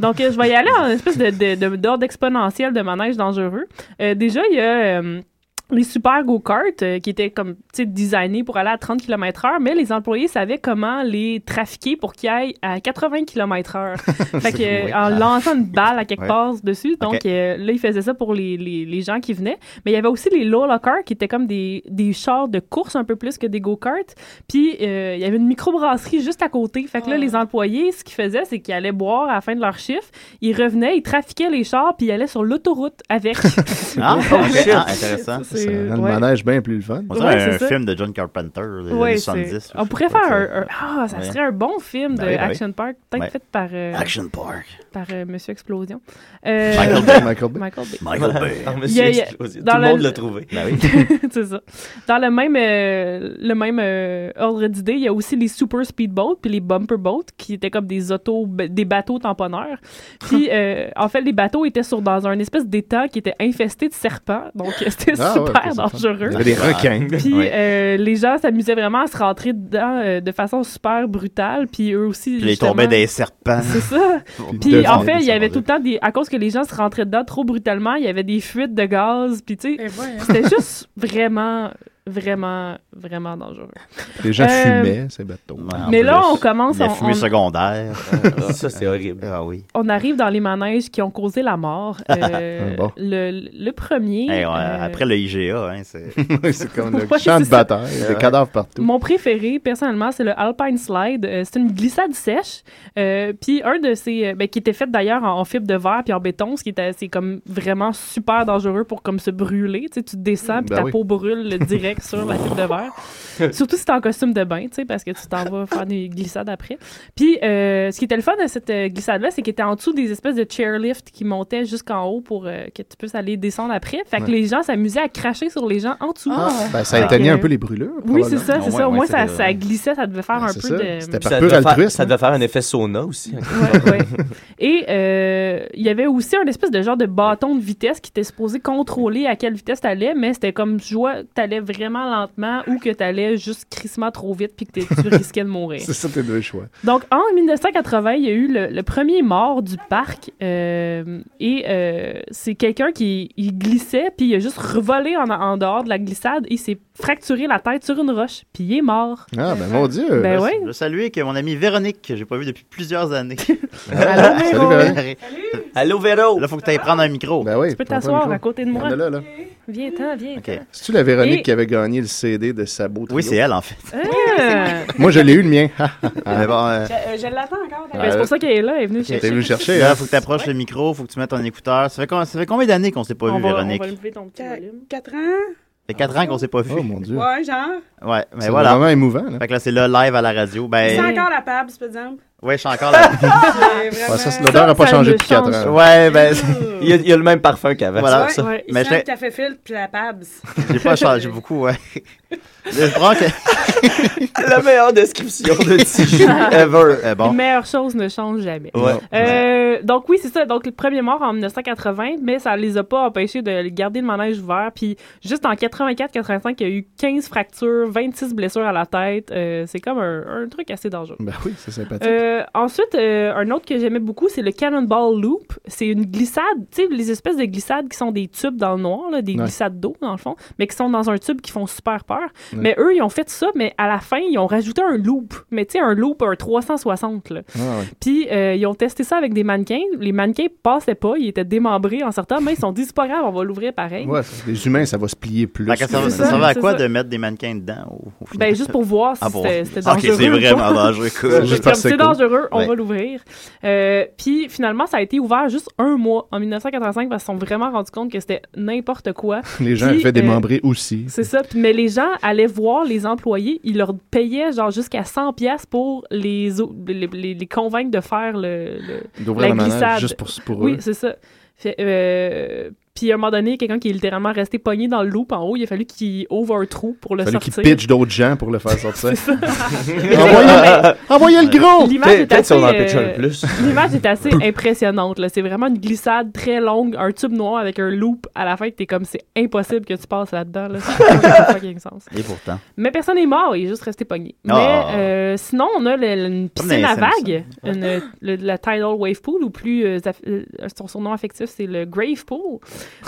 Speaker 5: Donc, euh, je vais y aller en espèce de- de- de- d'ordre exponentiel de manèges dangereux. Euh, déjà, il y a... euh, les super go-kart euh, qui étaient comme tu sais, designés pour aller à 30 km/h, mais les employés savaient comment les trafiquer pour qu'ils aillent à 80 km/h. fait que, euh, en lançant une balle à quelque
Speaker 12: hein. Ouais.
Speaker 5: part dessus, donc
Speaker 12: Ok.
Speaker 5: euh, là ils faisaient ça pour les, les- les gens qui venaient. Mais il y avait aussi les low lockers qui étaient comme des, des chars de course un peu plus que des go-kart. Puis euh, il y avait une microbrasserie juste à côté. Fait que là les employés, ce qu'ils faisaient, c'est qu'ils allaient boire à la fin de leur chiffre, ils revenaient, ils trafiquaient les chars puis ils allaient sur l'autoroute avec.
Speaker 3: Ah,
Speaker 5: Avec-
Speaker 3: oh shit, ah, intéressant.
Speaker 5: C'est- Ça rend le euh, ouais.
Speaker 6: manège bien plus le fun.
Speaker 3: On dirait
Speaker 5: Ouais, c'est
Speaker 3: un
Speaker 5: ça.
Speaker 3: film de John Carpenter des
Speaker 5: Ouais,
Speaker 3: années
Speaker 5: c'est-
Speaker 3: 70.
Speaker 5: On pourrait faire un, un- Ah, ça
Speaker 3: Ouais.
Speaker 5: serait un bon film
Speaker 3: Ben
Speaker 5: de
Speaker 3: oui, ben oui.
Speaker 5: Action Park, peut-être
Speaker 3: Ouais.
Speaker 5: fait par. euh,
Speaker 3: Action Park.
Speaker 5: Par euh, Monsieur Explosion. Euh,
Speaker 3: Michael Bay.
Speaker 6: Michael Bay.
Speaker 5: Michael Bay.
Speaker 3: Michael Bay.
Speaker 4: Par
Speaker 5: Il y
Speaker 4: Monsieur
Speaker 5: a- il y a-
Speaker 4: Explosion.
Speaker 5: dans
Speaker 4: Tout le monde l'a trouvé. Ben oui.
Speaker 5: c'est ça. Dans le même, euh, le même euh, ordre d'idée, il y a aussi les Super Speedboats puis les Bumper Boats qui étaient comme des autos, ba- des bateaux tamponneurs. Puis, euh, en fait, les bateaux étaient sur, dans un espèce d'étang qui était infesté de serpents. Donc, c'était
Speaker 6: Ah ouais,
Speaker 5: super
Speaker 6: ok, c'est le fun.
Speaker 5: dangereux.
Speaker 6: Il y avait des
Speaker 3: Ah,
Speaker 6: requins.
Speaker 5: Puis,
Speaker 6: Ouais.
Speaker 5: euh, les gens s'amusaient vraiment à se rentrer dedans euh, de façon super brutale. Puis, eux aussi.
Speaker 3: Puis là, il
Speaker 5: justement-
Speaker 3: tombait des serpents.
Speaker 5: C'est ça. Puis en fait, il y avait tout le temps des. À cause que les gens se rentraient dedans trop brutalement, il y avait des fuites de gaz. Puis tu sais, c'était juste vraiment, vraiment, vraiment dangereux.
Speaker 6: Les gens
Speaker 5: Euh,
Speaker 6: fumaient ces bateaux.
Speaker 3: Ah,
Speaker 5: mais là, on commence.
Speaker 3: La
Speaker 5: on-
Speaker 3: fumée
Speaker 5: on-
Speaker 3: secondaire.
Speaker 4: Ça, c'est horrible.
Speaker 3: Ah oui.
Speaker 5: On arrive dans les manèges qui ont causé la mort. Euh,
Speaker 3: Bon.
Speaker 5: le, le premier.
Speaker 3: Hey, ouais,
Speaker 5: euh,
Speaker 3: Après le IGA, hein, c'est.
Speaker 6: c'est comme le
Speaker 5: Ouais,
Speaker 6: champ
Speaker 5: c'est
Speaker 6: de
Speaker 5: ça.
Speaker 6: bataille,
Speaker 3: Ouais.
Speaker 6: des cadavres partout.
Speaker 5: Mon préféré, personnellement, c'est le Alpine Slide. Euh, c'est une glissade sèche. Euh, puis un de ces. euh, ben, qui était fait d'ailleurs en, en fibre de verre puis en béton, ce qui était c'est comme vraiment super dangereux pour comme se brûler. Tu sais, tu descends puis
Speaker 12: Ben
Speaker 5: ta
Speaker 12: oui.
Speaker 5: peau brûle direct sur la fibre de verre. Surtout si t'es en costume de bain, tu sais, parce que tu t'en vas faire des glissades après. Puis euh, ce qui était le fun de cette euh, glissade-là, c'est qu'il était en dessous des espèces de chairlift qui montaient jusqu'en haut pour euh, que tu puisses aller descendre après. Fait que
Speaker 6: Ouais.
Speaker 5: les gens s'amusaient à cracher sur les gens en dessous.
Speaker 6: Ben, ça
Speaker 5: Fait
Speaker 6: éteignait
Speaker 5: que-
Speaker 6: un peu les brûlures.
Speaker 5: oui,
Speaker 6: probablement.
Speaker 5: c'est ça, c'est
Speaker 4: Ouais,
Speaker 5: ça. Au
Speaker 4: ouais,
Speaker 5: moins,
Speaker 4: c'était- euh,
Speaker 5: ça, ça glissait, ça devait faire un peu
Speaker 4: ça.
Speaker 5: de.
Speaker 4: C'était
Speaker 6: par
Speaker 4: ça
Speaker 6: pur
Speaker 4: devait faire-
Speaker 6: altruisme.
Speaker 4: Ça devait faire un effet sauna aussi. hein.
Speaker 5: Et euh, il y avait aussi un espèce de genre de bâton de vitesse qui était supposé contrôler à quelle vitesse t'allais, mais c'était comme joie que t'allais vraiment lentement ou que t'allais juste crissement trop vite puis que t'es- tu risquais de mourir.
Speaker 6: C'est ça tes deux choix.
Speaker 5: Donc, en 1980, il y a eu le, le premier mort du parc. euh, et euh, c'est quelqu'un qui il glissait, puis il a juste revolé en, en dehors de la glissade. Il s'est fracturé la tête sur une roche, puis il est mort.
Speaker 6: Ah, ben mon Dieu.
Speaker 5: Ben
Speaker 3: Je-
Speaker 5: oui.
Speaker 3: Je veux saluer que mon amie Véronique, que j'ai pas vue depuis plusieurs années.
Speaker 4: Ah,
Speaker 5: Allô, Véro. Salut, Véronique.
Speaker 4: Allô, Véro.
Speaker 3: Là, faut que tu ailles prendre un micro.
Speaker 6: Ben oui.
Speaker 5: Tu peux t'asseoir à côté de moi.
Speaker 6: Viens là, là.
Speaker 5: Viens-t'en, viens-t'en.
Speaker 6: C'est-tu la Véronique
Speaker 5: Et-
Speaker 6: qui avait gagné le CD de Sabot
Speaker 3: Oui, c'est elle, en fait.
Speaker 5: Ah!
Speaker 6: Moi, je l'ai eu, le mien. Ah, ah, ah.
Speaker 3: Mais bon, euh,
Speaker 7: Je, euh, je l'attends encore.
Speaker 5: Ben, c'est pour ça qu'elle est là, elle est venue chercher.
Speaker 6: T'es venu chercher,
Speaker 3: Là,
Speaker 6: hein?
Speaker 3: faut que tu approches le micro, faut que tu mettes ton écouteur. Ça fait, com- ça fait combien d'années qu'on s'est pas
Speaker 5: On
Speaker 3: vu,
Speaker 5: va, on
Speaker 3: Véronique?
Speaker 5: va lever ton petit volume.
Speaker 7: 4 ans?
Speaker 3: Ça fait 4 ans qu'on s'est pas vu.
Speaker 6: Oh mon Dieu.
Speaker 7: Ouais, genre.
Speaker 3: Ouais, mais
Speaker 6: C'est
Speaker 3: Ben, voilà.
Speaker 6: vraiment émouvant. Là.
Speaker 3: Fait que là, c'est là, live à la radio.
Speaker 7: C'est
Speaker 3: Ben,
Speaker 7: encore la PAB, par exemple.
Speaker 3: ouais, je suis encore là.
Speaker 7: C'est vraiment...
Speaker 6: Ouais, ça, c'est l'odeur n'a pas
Speaker 5: ça
Speaker 6: changé
Speaker 5: ne
Speaker 6: depuis 4
Speaker 5: change
Speaker 6: ans.
Speaker 3: ouais, ben,
Speaker 4: Il y a, il y a le même parfum qu'avant.
Speaker 3: Voilà.
Speaker 4: c'est pour ça.
Speaker 5: Ouais.
Speaker 7: Il
Speaker 3: Mais
Speaker 7: sent le
Speaker 3: j'ai
Speaker 7: café filtre puis la PABS.
Speaker 3: j'ai pas changé beaucoup, ouais. Le prends que.
Speaker 4: La meilleure description de Tiju ever.
Speaker 3: Euh,
Speaker 5: Les
Speaker 3: bon.
Speaker 5: meilleures choses ne changent jamais.
Speaker 4: Ouais.
Speaker 5: Euh, donc oui, c'est ça. Donc le premier mort en 1980, mais ça les a pas empêchés de garder le manège ouvert. Puis juste en 84-85, il y a eu 15 fractures, 26 blessures à la tête. Euh, c'est comme un, un truc assez dangereux.
Speaker 6: Ben oui, c'est sympathique.
Speaker 5: Euh, ensuite, euh, un autre que j'aimais beaucoup, c'est le Cannonball Loop. C'est une glissade, tu sais, les espèces de glissades qui sont des tubes dans le noir, là, des
Speaker 6: Ouais.
Speaker 5: glissades d'eau, dans le fond, mais qui sont dans un tube qui font super peur. chanteur. Mais eux, ils ont fait ça, mais à la fin, ils ont rajouté un loop. Mais tu sais, un loop, un 360. Là.
Speaker 6: Ah,
Speaker 5: Puis euh, ils ont testé ça avec des mannequins. Les mannequins passaient pas, ils étaient démembrés en sortant, mais ils se sont dit, c'est pas grave, on va l'ouvrir pareil.
Speaker 6: Ouais, les humains, ça va se plier plus.
Speaker 3: Fait que Ben, ça, va-
Speaker 5: C'est ça,
Speaker 3: ça servait à
Speaker 5: c'est
Speaker 3: quoi
Speaker 5: ça.
Speaker 3: de mettre des mannequins dedans au- au final?
Speaker 5: Ben, juste pour voir si
Speaker 3: Ah, pour-
Speaker 5: c'était c'était
Speaker 3: Ah, ok,
Speaker 5: dangereux.
Speaker 3: c'est
Speaker 5: ou pas.
Speaker 3: vraiment dangereux, cool.
Speaker 4: Euh,
Speaker 5: J'ai
Speaker 3: Juste
Speaker 5: comme,
Speaker 3: parce que
Speaker 5: c'est
Speaker 3: cool.
Speaker 5: dangereux, on
Speaker 3: Ouais.
Speaker 5: va l'ouvrir. Euh, puis finalement, ça a été ouvert juste un mois en 1985 parce qu'ils se sont vraiment rendus compte que c'était n'importe quoi.
Speaker 6: Les gens
Speaker 5: Puis,
Speaker 6: avaient
Speaker 5: euh,
Speaker 6: démembré aussi.
Speaker 5: c'est ça. Puis- Mais les gens allaient voir les employés. Ils leur payaient genre jusqu'à 100 pièces pour les, au- les, les- les convaincre de faire le, le- la
Speaker 6: D'ouvrir la manège
Speaker 5: ben, glissade.
Speaker 6: juste pour- pour
Speaker 5: oui,
Speaker 6: eux.
Speaker 5: c'est ça. Fait, euh, puis à un moment donné, quelqu'un qui est littéralement resté pogné dans le loop en haut, il a fallu qu'il ouvre un trou pour le
Speaker 6: Il fallait qu'ils
Speaker 5: sortir.
Speaker 6: pitchent d'autres gens pour le faire sortir.
Speaker 5: Mais-
Speaker 6: envoyez, envoyez le gros!
Speaker 5: L'image est
Speaker 4: Peut-être si
Speaker 5: assez,
Speaker 4: on en pitch un
Speaker 5: euh,
Speaker 4: plus.
Speaker 5: L'image est assez impressionnante. là. C'est vraiment une glissade très longue, un tube noir avec un loop à la fin que t'es comme c'est impossible que tu passes là-dedans. Là. Ça n'a aucun sens.
Speaker 3: Et pourtant.
Speaker 5: Mais personne n'est mort, il est juste resté pogné. Mais
Speaker 3: Ah.
Speaker 5: euh, sinon, on a le- le- une
Speaker 3: Comme
Speaker 5: piscine
Speaker 3: dans
Speaker 5: à
Speaker 3: les Simpsons.
Speaker 5: vagues, une- le- la Tidal Wave Pool, ou plus euh, aff- euh, son surnom affectif, c'est le Grave Pool.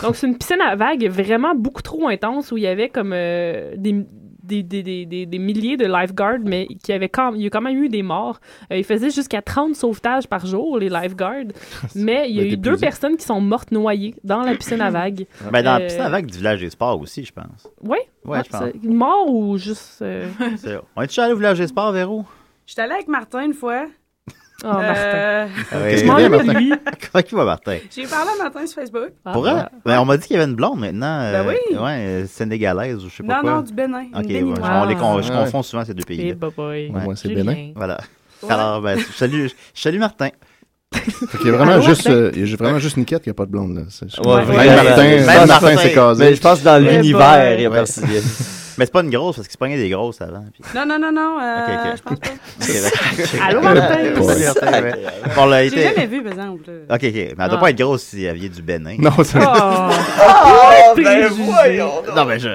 Speaker 5: Donc, c'est une piscine à vagues vraiment beaucoup trop intense où il y avait comme euh, des. Des, des- des- des- des milliers de lifeguards, mais qui avaient quand, il y a quand même eu des morts. Euh, ils faisaient jusqu'à 30 sauvetages par jour, les lifeguards. Mais il y a
Speaker 6: doit être
Speaker 5: eu deux
Speaker 6: épuisant.
Speaker 5: personnes qui sont mortes noyées dans la piscine à vagues.
Speaker 3: Ben, dans la
Speaker 5: Euh, Ah,
Speaker 3: piscine avec du village des sports aussi, je pense.
Speaker 5: Oui?
Speaker 3: Ouais, je pense.
Speaker 5: Mort ou juste. euh,
Speaker 3: C'est- On est déjà allé au village des sports, Véro?
Speaker 7: J'étais allée avec Martin une fois.
Speaker 5: Oh, Martin.
Speaker 7: Euh,
Speaker 3: Qu'est-ce
Speaker 5: Je m'en vais de lui.
Speaker 3: Comment qu'il va, Martin?
Speaker 7: J'ai parlé à Martin sur Facebook.
Speaker 5: Ah,
Speaker 3: Pour elle? Ben, on m'a dit qu'il y avait une blonde maintenant. euh,
Speaker 7: Ben oui.
Speaker 3: Ouais, euh, sénégalaise ou je sais pas
Speaker 7: Non,
Speaker 3: quoi.
Speaker 7: non, du Bénin.
Speaker 3: Ok,
Speaker 7: une
Speaker 3: ouais,
Speaker 7: béninoise.
Speaker 3: on les con- je
Speaker 6: Ah.
Speaker 3: confonds souvent ces deux pays.
Speaker 5: Eh, bye bye.
Speaker 6: Ouais, moi, c'est
Speaker 5: Julien.
Speaker 6: Bénin.
Speaker 3: Voilà.
Speaker 7: Ouais.
Speaker 3: Alors, ben, je salue, je salue Martin.
Speaker 6: Il y a vraiment
Speaker 5: Allô,
Speaker 6: juste,
Speaker 5: Martin?
Speaker 6: euh, il y a vraiment juste Niquette qui n'a pas de blonde. Là. C'est- je-
Speaker 4: Ouais,
Speaker 6: Même
Speaker 4: ouais.
Speaker 6: Martin,
Speaker 4: Même
Speaker 6: même
Speaker 3: Martin. Ben,
Speaker 6: Martin, s'est
Speaker 4: Mais
Speaker 6: casé.
Speaker 4: je pense que dans
Speaker 5: Eh
Speaker 4: l'univers,
Speaker 5: ben.
Speaker 4: il y a
Speaker 3: Ouais.
Speaker 4: personne.
Speaker 3: Mais c'est pas une grosse parce qu'il se pognait des grosses avant. puis-
Speaker 7: Non, non, non, non. euh,
Speaker 3: Ok, ok.
Speaker 7: Je pense pas.
Speaker 5: Allô, Martin?
Speaker 3: Ouais. Salut, Martin, ouais. Bon, là, elle
Speaker 7: J'ai
Speaker 3: était-
Speaker 7: jamais vu, par exemple. là.
Speaker 3: Ok, ok. Mais elle doit
Speaker 5: Ah.
Speaker 3: pas être grosse si elle vient du Bénin.
Speaker 6: Non, c'est
Speaker 5: Oh, ben voyons
Speaker 3: Non, mais je.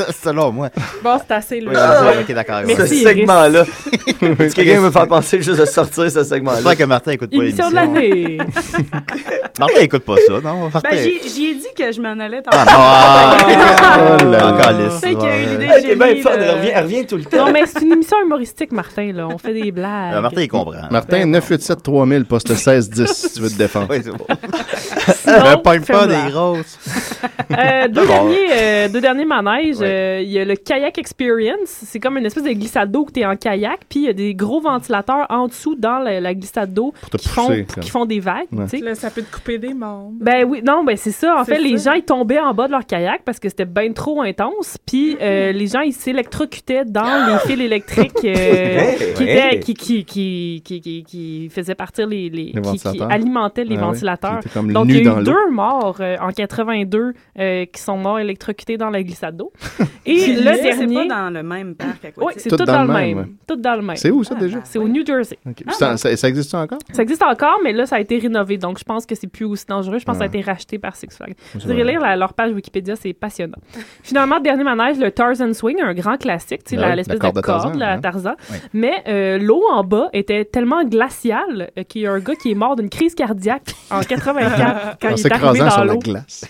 Speaker 3: Selon moi.
Speaker 5: bon, c'est assez
Speaker 3: Oui,
Speaker 5: là.
Speaker 3: ok, d'accord.
Speaker 5: Mais
Speaker 4: Ce
Speaker 5: Merci,
Speaker 4: segment-là. Si quelqu'un me fait penser juste de sortir ce segment-là.
Speaker 3: J'espère que Martin écoute pas
Speaker 5: Émission de l'année.
Speaker 3: Martin écoute pas ça, non? Martin.
Speaker 7: Ben, j'y j'y ai dit que je m'en allais tantôt.
Speaker 3: Ah,
Speaker 6: Oh là
Speaker 3: Encore
Speaker 6: là.
Speaker 7: Tu sais qu'il y a eu l'idée
Speaker 4: Elle
Speaker 7: de
Speaker 4: est
Speaker 5: ben,
Speaker 7: génie,
Speaker 4: bien
Speaker 7: là.
Speaker 4: fun, elle revient, elle revient tout le temps.
Speaker 5: Non, mais c'est une émission humoristique, Martin, là. On fait des blagues.
Speaker 3: Euh, Martin, il comprend.
Speaker 6: Ah,
Speaker 5: ben
Speaker 6: Martin, 987 3000, poste 1610, si tu veux te défendre.
Speaker 3: Oui, c'est bon.
Speaker 5: Sinon,
Speaker 3: Ne pogne pas
Speaker 5: ferme-la.
Speaker 3: des grosses.
Speaker 5: Euh, deux,
Speaker 3: Bon.
Speaker 5: derniers, euh, deux derniers manèges.
Speaker 3: Ouais.
Speaker 5: euh, Il y a le Kayak Experience. C'est comme une espèce de glissade d'eau que tu es en kayak. Puis il y a des gros ventilateurs en dessous dans la, la glissade d'eau
Speaker 6: Pour te
Speaker 5: qui, font,
Speaker 6: pousser, comme.
Speaker 5: qui font des vagues.
Speaker 6: Ouais.
Speaker 5: tu sais.
Speaker 7: Là, ça peut te couper des membres.
Speaker 5: Ben oui, non, ben c'est ça. En
Speaker 7: C'est
Speaker 5: fait, les
Speaker 7: ça.
Speaker 5: gens, ils tombaient en bas de leur kayak parce que c'était bien trop intense. Puis euh,
Speaker 7: Mm-hmm.
Speaker 5: les gens, ils s'électrocutaient dans
Speaker 7: Ah!
Speaker 5: les fils électriques euh, qui,
Speaker 4: ouais.
Speaker 5: étaient- qui, qui, qui, qui, qui- qui faisaient partir les... les- qui- qui,
Speaker 6: ventilateurs.
Speaker 5: alimentaient les
Speaker 6: Ah ouais,
Speaker 5: ventilateurs.
Speaker 6: qui étaient comme
Speaker 5: Donc,
Speaker 6: nus
Speaker 5: il y a
Speaker 6: dans
Speaker 5: eu
Speaker 6: l'eau.
Speaker 5: deux morts euh, en 82 euh, qui sont morts électrocutés dans la glissade d'eau. Et le
Speaker 7: Mais C'est pas
Speaker 5: dernier...
Speaker 7: dans le même parc
Speaker 5: Oui,
Speaker 7: aquatique.
Speaker 5: c'est tout, dans le même.
Speaker 6: ouais.
Speaker 5: Tout dans le même.
Speaker 6: C'est où ça déjà?
Speaker 5: C'est au New Jersey.
Speaker 6: Ok. Puis ça, ça, ça existe encore?
Speaker 5: Ça existe encore, mais là, ça a été rénové. Donc, je pense que c'est plus aussi dangereux. Je pense que ça a
Speaker 6: Ah.
Speaker 5: été racheté par Six Flags. Vous irez lire la- leur page Wikipédia, c'est passionnant. Finalement, dernier manège, le Tarzan Swing, un grand classique, tu sais,
Speaker 6: Ben
Speaker 5: la-
Speaker 6: oui,
Speaker 5: l'espèce
Speaker 6: la corde
Speaker 5: de
Speaker 6: de Tarzan,
Speaker 5: corde, la
Speaker 6: hein.
Speaker 5: Tarzan.
Speaker 3: Oui.
Speaker 5: Mais euh, l'eau en bas était tellement glaciale euh, qu'il y a un gars qui est mort d'une crise cardiaque en 84 quand
Speaker 6: en
Speaker 5: il est arrivé
Speaker 6: s'écrasant
Speaker 5: dans
Speaker 6: sur la
Speaker 5: l'eau.
Speaker 6: glace.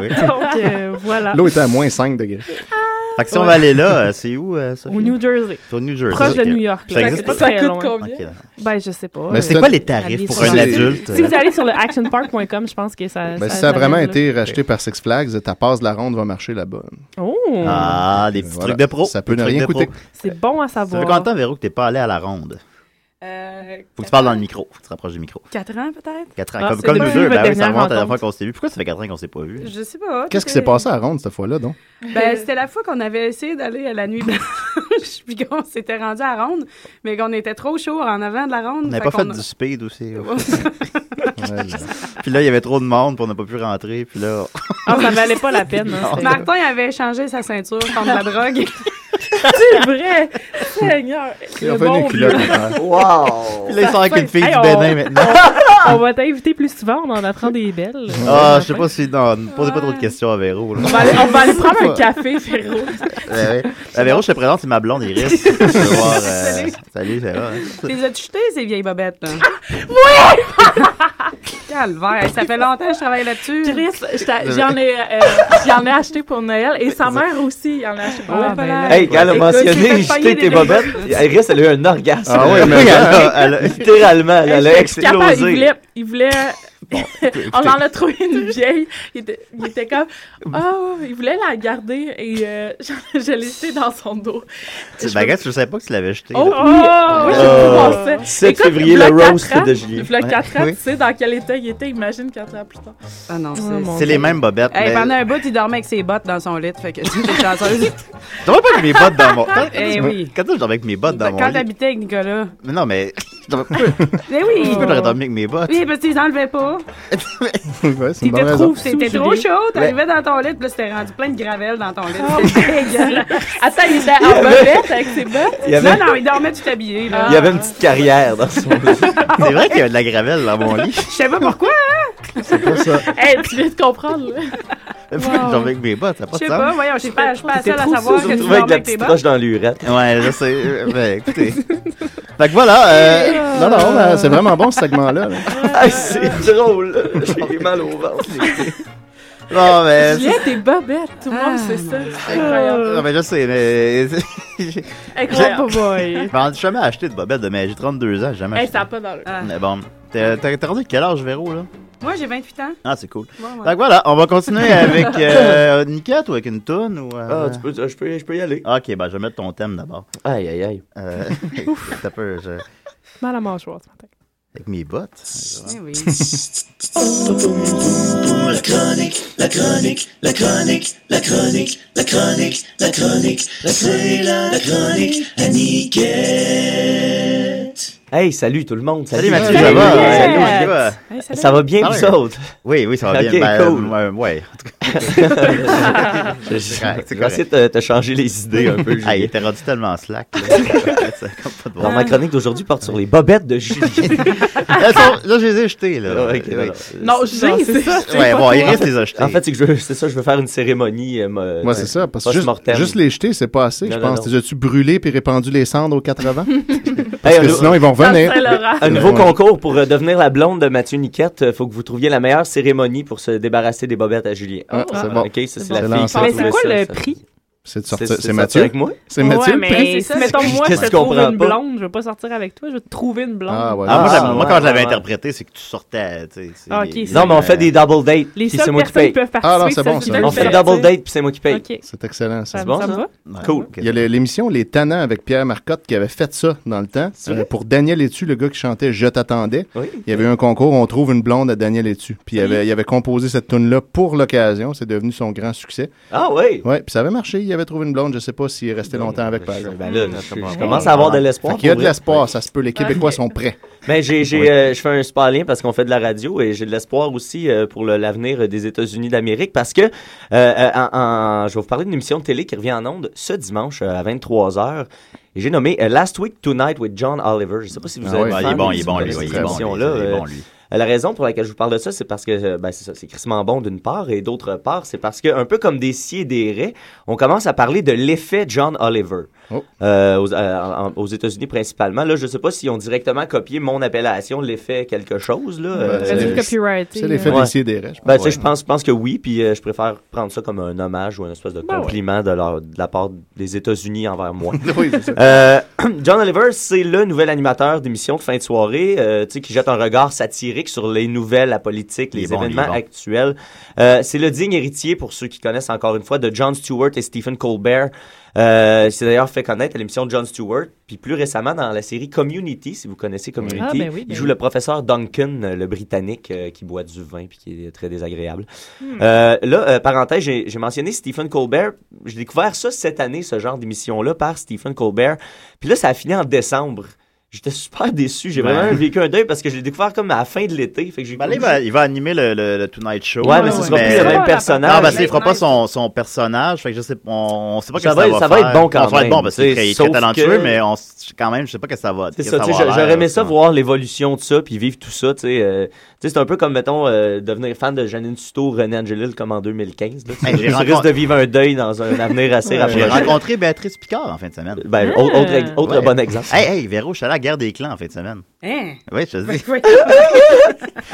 Speaker 3: Oui.
Speaker 5: Donc, euh, voilà.
Speaker 6: L'eau était à moins 5 degrés.
Speaker 7: Ah.
Speaker 3: Fait que si on va aller là, euh, c'est où, euh, Sophie?
Speaker 5: Au New Jersey,
Speaker 3: C'est au New Jersey.
Speaker 5: proche de
Speaker 3: ok.
Speaker 5: New York.
Speaker 3: Ça
Speaker 5: là.
Speaker 3: existe
Speaker 5: C'est
Speaker 3: pas?
Speaker 5: très
Speaker 7: Ça coûte
Speaker 5: loin.
Speaker 7: combien?
Speaker 3: Ok, d'accord.
Speaker 5: Ben, je sais pas.
Speaker 6: Mais
Speaker 5: Euh,
Speaker 3: C'est quoi les tarifs pour un
Speaker 5: C'est-
Speaker 3: adulte?
Speaker 5: Si vous allez sur le actionpark.com, je pense que ça.
Speaker 6: Ben, si ça a vraiment
Speaker 5: arrive, là.
Speaker 6: été racheté par Six Flags, ta passe de la ronde va marcher là-bas.
Speaker 5: Oh!
Speaker 3: Ah, des petits
Speaker 6: Voilà.
Speaker 3: trucs de pro.
Speaker 6: Ça peut
Speaker 3: Des
Speaker 6: ne
Speaker 3: trucs
Speaker 6: rien
Speaker 3: de pro.
Speaker 6: coûter.
Speaker 5: C'est bon à
Speaker 3: Ça fait
Speaker 5: savoir.
Speaker 3: combien de temps, Véro, que t'es pas allé à la ronde?
Speaker 7: Euh,
Speaker 3: Faut que tu parles dans le micro. Faut que tu te rapproches du micro.
Speaker 7: 4 ans, peut-être?
Speaker 3: 4 ans.
Speaker 5: Ah,
Speaker 3: comme
Speaker 5: c'est
Speaker 3: comme
Speaker 5: pas
Speaker 3: nous
Speaker 5: eu
Speaker 3: deux,
Speaker 5: votre
Speaker 3: ben oui, ça
Speaker 5: dernière
Speaker 3: remonte à la
Speaker 5: rencontre.
Speaker 3: fois qu'on s'est vu. Pourquoi ça fait 4 ans qu'on s'est pas vu?
Speaker 7: Je sais
Speaker 5: Ah,
Speaker 7: pas.
Speaker 6: Qu'est-ce qui s'est passé à la ronde cette fois-là, donc?
Speaker 7: Ben, c'était la fois qu'on avait essayé d'aller à la nuit blanche, puis qu'on s'était rendu à Ronde, mais qu'on était trop chaud en avant de la Ronde.
Speaker 3: On n'avait
Speaker 7: fait
Speaker 3: pas fait
Speaker 7: qu'on
Speaker 3: du speed aussi. ouais.
Speaker 7: a-
Speaker 6: Ouais, là.
Speaker 3: Puis là, il y avait trop de monde, puis on n'a pas pu rentrer. Puis là,
Speaker 5: Ah, ça valait pas la peine. hein, c'est-
Speaker 7: Martin avait changé sa ceinture contre la drogue.
Speaker 5: C'est vrai! Seigneur!
Speaker 6: Ils
Speaker 5: Le
Speaker 6: ont fait
Speaker 5: bon
Speaker 6: des
Speaker 5: vieux.
Speaker 6: culottes. hein.
Speaker 4: Wow!
Speaker 3: puis là ils sont avec une fille
Speaker 5: Hey,
Speaker 3: du
Speaker 5: on-
Speaker 3: Bénin maintenant.
Speaker 5: On va t'inviter plus souvent, on en apprend des belles.
Speaker 3: Ah, je sais pas si. Non, ne posez pas trop de questions à Véro. là.
Speaker 5: On va aller, on va aller prendre un café, Féro.
Speaker 3: Ouais, ouais. La Véro, je te présente, c'est ma blonde Iris. Tu vas voir, euh, Salut, ça va. hein.
Speaker 5: Ah,
Speaker 7: Tu les as jetés, ces vieilles bobettes, là. Calvaire, ça fait longtemps que je travaille là-dessus.
Speaker 5: Chris, je t'a- j'en ai, euh, j'en ai acheté pour Noël et sa mère aussi, il en a acheté
Speaker 7: Ah,
Speaker 5: pour
Speaker 7: ben
Speaker 5: Noël.
Speaker 4: Hey, quand elle a
Speaker 5: Écoute, j'ai
Speaker 4: mentionné
Speaker 5: fait payer
Speaker 4: jeter
Speaker 5: des
Speaker 4: tes
Speaker 5: gens.
Speaker 4: bobettes, Iris, elle a eu un orgasme.
Speaker 6: Ah ouais, mais-
Speaker 4: elle a, elle a- littéralement, elle a
Speaker 5: Je suis capable, Il
Speaker 4: explosé.
Speaker 5: voulait. Il voulait on en a trouvé une vieille. Il était, il était comme. Oh, il voulait la garder et euh, je, je l'ai laissé dans son dos.
Speaker 3: C'est baguette, ben, je savais pas que tu l'avais jeté.
Speaker 5: Oh, oui!
Speaker 3: là.
Speaker 5: Moi,
Speaker 4: Oh.
Speaker 5: je pensais.
Speaker 4: 7
Speaker 5: Écoute,
Speaker 4: février,
Speaker 5: v'là
Speaker 4: le
Speaker 5: quatre
Speaker 4: roast
Speaker 5: ans-
Speaker 4: de Julien.
Speaker 5: V'là 4 ans,
Speaker 3: Oui.
Speaker 5: tu sais dans quel état il était. Imagine 4 ans plus tard.
Speaker 7: Ah non, c'est.
Speaker 5: mon
Speaker 3: C'est les mêmes bobettes.
Speaker 7: Hey,
Speaker 3: mais-
Speaker 7: pendant un bout, il dormait avec ses bottes dans son lit, fait que j'étais chanceuse.
Speaker 3: Je dormais pas avec mes bottes dans mon. Quand
Speaker 7: Eh
Speaker 3: est-ce que-
Speaker 7: oui.
Speaker 3: quand est-ce que je dormais avec mes bottes dans mon
Speaker 7: Quand
Speaker 3: lit?
Speaker 7: t'habitais avec Nicolas.
Speaker 3: Mais non, mais. je dormais- Pourquoi
Speaker 7: Mais oui!
Speaker 3: pourquoi j'aurais dormi avec mes bottes?
Speaker 7: Oui, parce que tu les enlevais pas.
Speaker 6: Bah Ouais, c'est
Speaker 7: Tu
Speaker 6: une bonne
Speaker 7: te
Speaker 6: raison.
Speaker 7: trouves, c'était
Speaker 5: Sous-idée.
Speaker 7: trop chaud. T'arrivais dans ton lit, puis là, c'était rendu plein de gravelle dans ton lit.
Speaker 5: Oh, Attends, il était en bobette avec ses bottes.
Speaker 4: Il y avait,
Speaker 7: Non, non, il dormait tout habillé, là.
Speaker 4: il y avait une petite carrière dans son
Speaker 3: C'est vrai qu'il y avait de la gravelle dans mon lit.
Speaker 7: Je sais pas pourquoi, hein.
Speaker 5: Hey, tu viens de comprendre, là.
Speaker 3: Pourquoi je dormais avec mes bottes? Ça n'a pas
Speaker 7: je sais
Speaker 3: de
Speaker 7: pas.
Speaker 3: sens.
Speaker 7: Voyons, je suis pas, je suis pas la
Speaker 4: T'es
Speaker 7: seule à
Speaker 4: trop
Speaker 7: savoir
Speaker 4: sous-
Speaker 7: que tu
Speaker 4: tu
Speaker 7: dormais
Speaker 4: avec la
Speaker 7: avec tes
Speaker 4: petite
Speaker 7: bottes.
Speaker 4: roche dans l'urette.
Speaker 3: Ouais, je sais. euh, Ben, écoutez. Fait que voilà. euh,
Speaker 6: Non, non, euh, c'est vraiment bon ce segment-là. là.
Speaker 4: Ah, c'est drôle. J'ai mal au ventre.
Speaker 3: Non, mais.
Speaker 5: Julien, t'es bobette. Tout le monde sait ça. C'est incroyable.
Speaker 3: Non, mais je sais, mais.
Speaker 5: Incroyable, boy.
Speaker 3: Ben, j'ai jamais acheté de bobettes de ma J'ai 32 ans, j'ai jamais
Speaker 5: Hey,
Speaker 3: acheté.
Speaker 5: ça n'a pas d'allure.
Speaker 3: Mais bon. T'as t'as- t'as rendu quel âge, Véro, là?
Speaker 7: Moi, j'ai 28 ans.
Speaker 3: Ah, c'est cool.
Speaker 7: Bon, ouais.
Speaker 3: Fait que voilà, on va continuer avec euh, une quête ou avec une toune ou. euh,
Speaker 4: Ah, tu peux, je, peux, je peux y aller.
Speaker 3: Ok, ben, je vais mettre ton thème d'abord.
Speaker 4: Aïe, aïe, aïe.
Speaker 3: Euh, t'as peur, je...
Speaker 5: Mal à mâchoire ce matin.
Speaker 3: Avec mes bottes.
Speaker 7: Eh oui.
Speaker 4: Hey, salut tout le monde. Salut,
Speaker 3: Salut Mathieu,
Speaker 4: Salut,
Speaker 3: ça va?
Speaker 4: Salut,
Speaker 3: Salut,
Speaker 4: Mathieu.
Speaker 3: ça va?
Speaker 7: Hey, salut.
Speaker 4: Ça va bien, vous
Speaker 3: Ah ouais.
Speaker 4: autres?
Speaker 3: Oui, oui, ça va
Speaker 4: Ok,
Speaker 3: bien. Ben,
Speaker 4: cool.
Speaker 3: euh, ouais.
Speaker 4: Je- je-
Speaker 3: correct, c'est
Speaker 4: je vais essayer de te- te changer les idées un peu.
Speaker 3: Ah, il
Speaker 4: Julien.
Speaker 3: était rendu tellement slack. là. Ça a comme pas de bon
Speaker 4: Alors, ma chronique d'aujourd'hui porte sur les bobettes de Julien.
Speaker 3: Elles sont- Là, je les ai jetées, là.
Speaker 4: Ah, ok,
Speaker 3: Ouais,
Speaker 4: voilà.
Speaker 5: Non, Julien, c'est ça.
Speaker 3: Ouais, bon, il reste les a jetées.
Speaker 4: En fait, c'est que je veux- c'est ça, je veux faire une cérémonie. euh, mo-
Speaker 6: Moi, c'est ça. Parce que juste,
Speaker 4: post-mortem.
Speaker 6: juste les jeter, c'est pas assez,
Speaker 4: Non,
Speaker 6: je
Speaker 4: non,
Speaker 6: pense.
Speaker 4: non.
Speaker 6: Les as-tu brûlés puis répandu les cendres aux 80?
Speaker 4: Hey,
Speaker 6: Parce
Speaker 4: un,
Speaker 6: que sinon, ils vont revenir. Ah,
Speaker 5: Saint-Laurent.
Speaker 4: un nouveau
Speaker 6: Ouais.
Speaker 4: concours pour euh, devenir la blonde de Mathieu Niquette. euh, Faut que vous trouviez la meilleure cérémonie pour se débarrasser des bobettes à Julien.
Speaker 6: Ah, c'est bon.
Speaker 4: Ok, ça, c'est
Speaker 6: C'est
Speaker 4: la fille.
Speaker 6: lancé.
Speaker 4: qui
Speaker 6: Mais
Speaker 4: trouvait
Speaker 5: c'est quoi
Speaker 4: ça,
Speaker 5: le
Speaker 4: ça.
Speaker 5: prix?
Speaker 6: C'est de
Speaker 4: C'est-
Speaker 6: sortir-
Speaker 4: c'est
Speaker 6: C'est
Speaker 4: sortir
Speaker 6: Mathieu?
Speaker 4: avec moi?
Speaker 6: C'est
Speaker 5: ouais,
Speaker 6: Mathieu? le prix?
Speaker 5: mais
Speaker 7: c'est ça.
Speaker 5: mettons, moi, je
Speaker 4: Qu'est-ce
Speaker 5: te
Speaker 4: qu'on
Speaker 5: trouve
Speaker 4: prend
Speaker 5: une
Speaker 4: pas?
Speaker 5: blonde, je veux pas sortir avec toi, je vais te trouver une blonde.
Speaker 6: Ah, ouais.
Speaker 3: Ah, moi,
Speaker 4: Ah,
Speaker 3: j'avais- moi, quand je l'avais
Speaker 4: ouais, ouais.
Speaker 3: interprété, c'est que tu sortais. tu sais, c'est-
Speaker 5: Ah, ok,
Speaker 3: les-
Speaker 5: c'est-
Speaker 4: Non, mais on fait des double dates.
Speaker 5: Les
Speaker 4: puis c'est
Speaker 5: seules
Speaker 4: moi qui
Speaker 5: personnes qui
Speaker 4: paye.
Speaker 5: peuvent
Speaker 6: Ah, non,
Speaker 5: participer,
Speaker 6: c'est
Speaker 5: ceux
Speaker 6: bon,
Speaker 5: qui
Speaker 6: ça.
Speaker 5: veulent
Speaker 4: On
Speaker 5: le
Speaker 4: fait
Speaker 5: faire,
Speaker 4: double
Speaker 5: tu sais.
Speaker 4: date, puis c'est moi qui paye.
Speaker 5: Ok,
Speaker 6: C'est excellent, ça.
Speaker 5: ça,
Speaker 4: bon,
Speaker 5: ça me
Speaker 4: ça?
Speaker 5: va.
Speaker 3: Ouais.
Speaker 4: Cool.
Speaker 6: Il y a le- l'émission Les Tannants avec Pierre Marcotte qui avait fait ça dans le temps.
Speaker 4: C'est vrai?
Speaker 6: Euh, pour Daniel Etu, le gars qui chantait Je t'attendais,
Speaker 4: Oui.
Speaker 6: il y avait eu un concours On trouve une blonde à Daniel Etu. Puis il avait, il avait composé cette tune-là pour l'occasion. C'est devenu son grand succès.
Speaker 4: Ah, oui.
Speaker 6: Ouais, puis ça avait marché. Il avait trouvé une blonde. Je sais pas s'il est resté longtemps avec, par exemple.
Speaker 4: Ben là, je, je commence à avoir de l'espoir.
Speaker 6: Fait qu'il y a de
Speaker 4: pour vrai.
Speaker 6: l'espoir, ça se peut. Les Québécois sont prêts.
Speaker 4: Ben, j'ai, j'ai, euh, je fais un super lien parce qu'on fait de la radio et j'ai de l'espoir aussi euh, pour le- l'avenir euh, des États-Unis d'Amérique parce que euh, euh, en- en- je vais vous parler d'une émission de télé qui revient en ondes ce dimanche euh, à 23h. Et j'ai nommé euh, Last Week Tonight with John Oliver. Je sais pas si vous
Speaker 6: Ah
Speaker 4: avez
Speaker 6: ouais.
Speaker 3: Ah,
Speaker 4: fan
Speaker 3: il est bon,
Speaker 4: de
Speaker 3: il est bon, lui.
Speaker 4: cette
Speaker 3: ouais, Il est bon, lui,
Speaker 4: émission-là,
Speaker 3: il est
Speaker 4: euh,
Speaker 3: bon, lui.
Speaker 4: euh, La raison pour laquelle je vous parle de ça, c'est parce que euh, ben, c'est ça, c'est crissement bon d'une part, et d'autre part, c'est parce que un peu comme des scies et des raies, on commence à parler de l'effet John Oliver.
Speaker 6: Oh.
Speaker 4: Euh, aux euh, en- aux États-Unis principalement. Là, je sais pas s'ils ont directement copié mon appellation, l'effet quelque chose. Là,
Speaker 6: Ben,
Speaker 5: Parce que
Speaker 6: Euh,
Speaker 5: copyrighté,
Speaker 6: C'est
Speaker 5: là.
Speaker 6: l'effet
Speaker 4: Ouais.
Speaker 6: des des
Speaker 4: ben, tu sais, je pense, je pense que oui, puis euh, je préfère prendre ça comme un hommage ou une espèce de
Speaker 5: Ben ouais.
Speaker 4: compliment de, leur- de la part des États-Unis envers moi.
Speaker 6: Oui, c'est ça.
Speaker 4: Euh, John Oliver, c'est le nouvel animateur d'émission de fin de soirée, euh, tu sais, qui jette un regard satirique sur les nouvelles, la politique,
Speaker 3: Il
Speaker 4: les
Speaker 3: est bon,
Speaker 4: événements
Speaker 3: il est bon.
Speaker 4: actuels. Euh, c'est le digne héritier, pour ceux qui connaissent encore une fois, de John Stewart et Stephen Colbert. Euh, c'est d'ailleurs fait connaître à l'émission de John Stewart, puis plus récemment dans la série Community, si vous connaissez Community,
Speaker 5: Ah, ben oui,
Speaker 4: il
Speaker 5: ben
Speaker 4: joue
Speaker 5: oui.
Speaker 4: le professeur Duncan, euh, le britannique, euh, qui boit du vin puis qui est très désagréable.
Speaker 5: Hmm.
Speaker 4: Euh, là, euh, parenthèse, j'ai j'ai mentionné Stephen Colbert. J'ai découvert ça cette année, ce genre d'émission-là, par Stephen Colbert. Puis là, ça a fini en décembre. J'étais super déçu. J'ai
Speaker 3: Ouais.
Speaker 4: vraiment vécu un deuil parce que je l'ai découvert comme à la fin de l'été. Fait que j'ai
Speaker 3: Ben, là, il, va, il va animer le, le- le Tonight Show.
Speaker 4: Ouais,
Speaker 3: là,
Speaker 4: mais ce sera
Speaker 5: mais-
Speaker 4: plus le
Speaker 5: Ça va,
Speaker 4: même
Speaker 5: la
Speaker 4: personnage.
Speaker 3: Non, parce qu'il
Speaker 7: Tonight
Speaker 3: fera pas
Speaker 7: Night.
Speaker 3: son, son personnage. Fait que je sais, on, on sait pas
Speaker 4: Ça
Speaker 3: que
Speaker 4: va-
Speaker 3: ça va
Speaker 4: ça va être
Speaker 3: faire.
Speaker 4: bon quand
Speaker 3: Non, Ça va être
Speaker 4: même,
Speaker 3: bon parce qu'il est
Speaker 4: tu sais,
Speaker 3: très- très
Speaker 4: sauf
Speaker 3: talentueux,
Speaker 4: que-
Speaker 3: mais on, s- quand même, je sais pas que ça va.
Speaker 4: C'est
Speaker 3: que
Speaker 4: ça, tu sais,
Speaker 3: va
Speaker 4: j'a-
Speaker 3: l'air,
Speaker 4: j'aurais aimé
Speaker 3: là,
Speaker 4: ça,
Speaker 3: comment-
Speaker 4: voir l'évolution de ça, puis vivre tout ça, tu sais. euh, tu sais, c'est un peu comme, mettons, euh, devenir fan de Janine Suto, René Angelil, comme en 2015. Là,
Speaker 3: Hey, j'ai
Speaker 4: Tu risques
Speaker 3: rencontré-
Speaker 4: de vivre un deuil dans un avenir assez
Speaker 3: J'ai
Speaker 4: rapproché.
Speaker 3: rencontré Béatrice Picard en fin de semaine.
Speaker 4: Ben, au- autre, autre
Speaker 3: Ouais.
Speaker 4: bon exemple.
Speaker 3: Hey, hey, Véro, je suis allé à Guerre des Clans en fin de semaine.
Speaker 7: Hein?
Speaker 3: Oui, je te dis.
Speaker 7: Oui.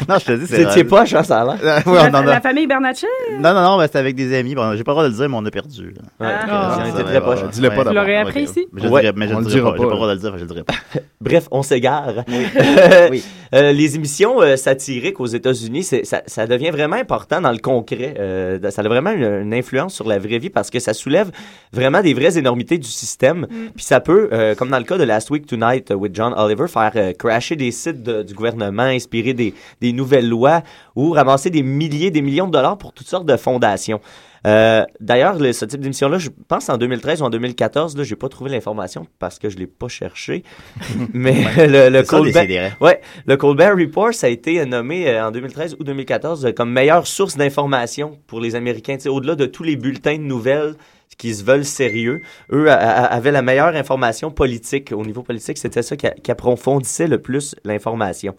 Speaker 3: Non, je te dis, c'est.
Speaker 4: Vous étiez
Speaker 3: rendu-
Speaker 4: poche, hein, ça a l'air.
Speaker 3: Euh, oui,
Speaker 7: la,
Speaker 3: on en a-
Speaker 7: la famille Bernatchez?
Speaker 3: Non, non, non, ben, c'était avec des amis. Bon, j'ai pas le droit de le dire, mais on a perdu. là.
Speaker 7: Ah.
Speaker 4: on
Speaker 3: Ça,
Speaker 4: était
Speaker 3: ouais,
Speaker 4: très
Speaker 3: ouais,
Speaker 4: poche.
Speaker 3: ouais.
Speaker 6: Dis-le pas
Speaker 3: Ouais.
Speaker 6: d'abord.
Speaker 5: Tu l'aurais
Speaker 3: Ok.
Speaker 5: appris ici?
Speaker 3: Mais je le
Speaker 4: Ouais,
Speaker 3: dirais, mais je
Speaker 6: on
Speaker 3: le
Speaker 6: le
Speaker 3: dirai
Speaker 6: dira
Speaker 3: pas. J'ai pas
Speaker 6: pas,
Speaker 3: le droit de le dire, fait que je le dirai pas.
Speaker 4: Bref, on s'égare. Euh, euh, les émissions euh, satiriques aux États-Unis, c'est- ça, ça devient vraiment important dans le concret. Euh, ça a vraiment une, une influence sur la vraie vie parce que ça soulève vraiment des vraies énormités du système.
Speaker 3: Mm.
Speaker 4: Puis ça peut, euh, comme dans le cas de Last Week Tonight with John Oliver, faire euh, crasher des sites de- du gouvernement, inspirer des, des nouvelles lois ou ramasser des milliers, des millions de dollars pour toutes sortes de fondations. Euh, D'ailleurs, le- ce type d'émission-là, je pense en 2013 ou en 2014, là, j'ai pas trouvé l'information parce que je l'ai pas cherché. Mais le, le
Speaker 3: C'est ça, les
Speaker 4: Colbert-
Speaker 3: CDR.
Speaker 4: Ouais, le Colbert Report, ça a été euh, nommé euh, en 2013 ou 2014 euh, comme meilleure source d'information pour les Américains. Tu sais, Au-delà de tous les bulletins de nouvelles qui se veulent sérieux, eux a- a- avaient la meilleure information politique. Au niveau politique, c'était ça qui, a- qui approfondissait le plus l'information.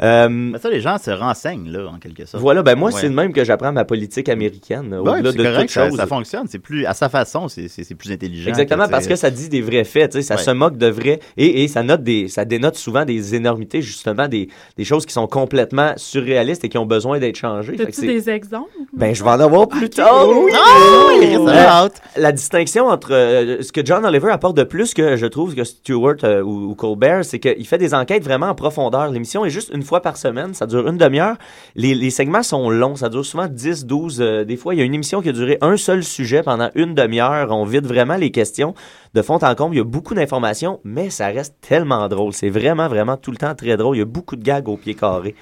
Speaker 4: Euh,
Speaker 3: Mais ça, les gens se renseignent, là, en quelque sorte.
Speaker 4: voilà, ben moi,
Speaker 3: Ouais.
Speaker 4: c'est de même que j'apprends ma politique américaine.
Speaker 3: Ouais,
Speaker 4: Au-delà
Speaker 3: c'est
Speaker 4: de
Speaker 3: correct,
Speaker 4: toute
Speaker 3: ça,
Speaker 4: chose.
Speaker 3: ça fonctionne. C'est plus, à sa façon, c'est- c'est c'est plus intelligent. tu
Speaker 4: Exactement,
Speaker 3: sais.
Speaker 4: parce que ça dit des vrais faits, tu sais, ça
Speaker 3: Ouais.
Speaker 4: se moque de vrais, et, et ça, note des, ça dénote souvent des énormités, justement, des, des choses qui sont complètement surréalistes et qui ont besoin d'être changées. Fait que
Speaker 5: T'as-tu
Speaker 4: c'est-
Speaker 5: des exemples?
Speaker 4: Ben, je vais en avoir plus tard. oui.
Speaker 3: Ah, il reste
Speaker 4: Euh,
Speaker 3: out.
Speaker 4: la distinction entre euh, ce que John Oliver apporte de plus que je trouve que Stewart euh, ou, ou Colbert, c'est qu'il fait des enquêtes vraiment en profondeur. L'émission est juste une fois par semaine, ça dure une demi-heure. Les, les segments sont longs, ça dure souvent 10, 12. euh, des fois, il y a une émission qui a duré un seul sujet pendant une demi-heure. On vide vraiment les questions de fond en comble. Il y a beaucoup d'informations, mais ça reste tellement drôle. C'est vraiment, vraiment tout le temps très drôle. Il y a beaucoup de gags au pied carré.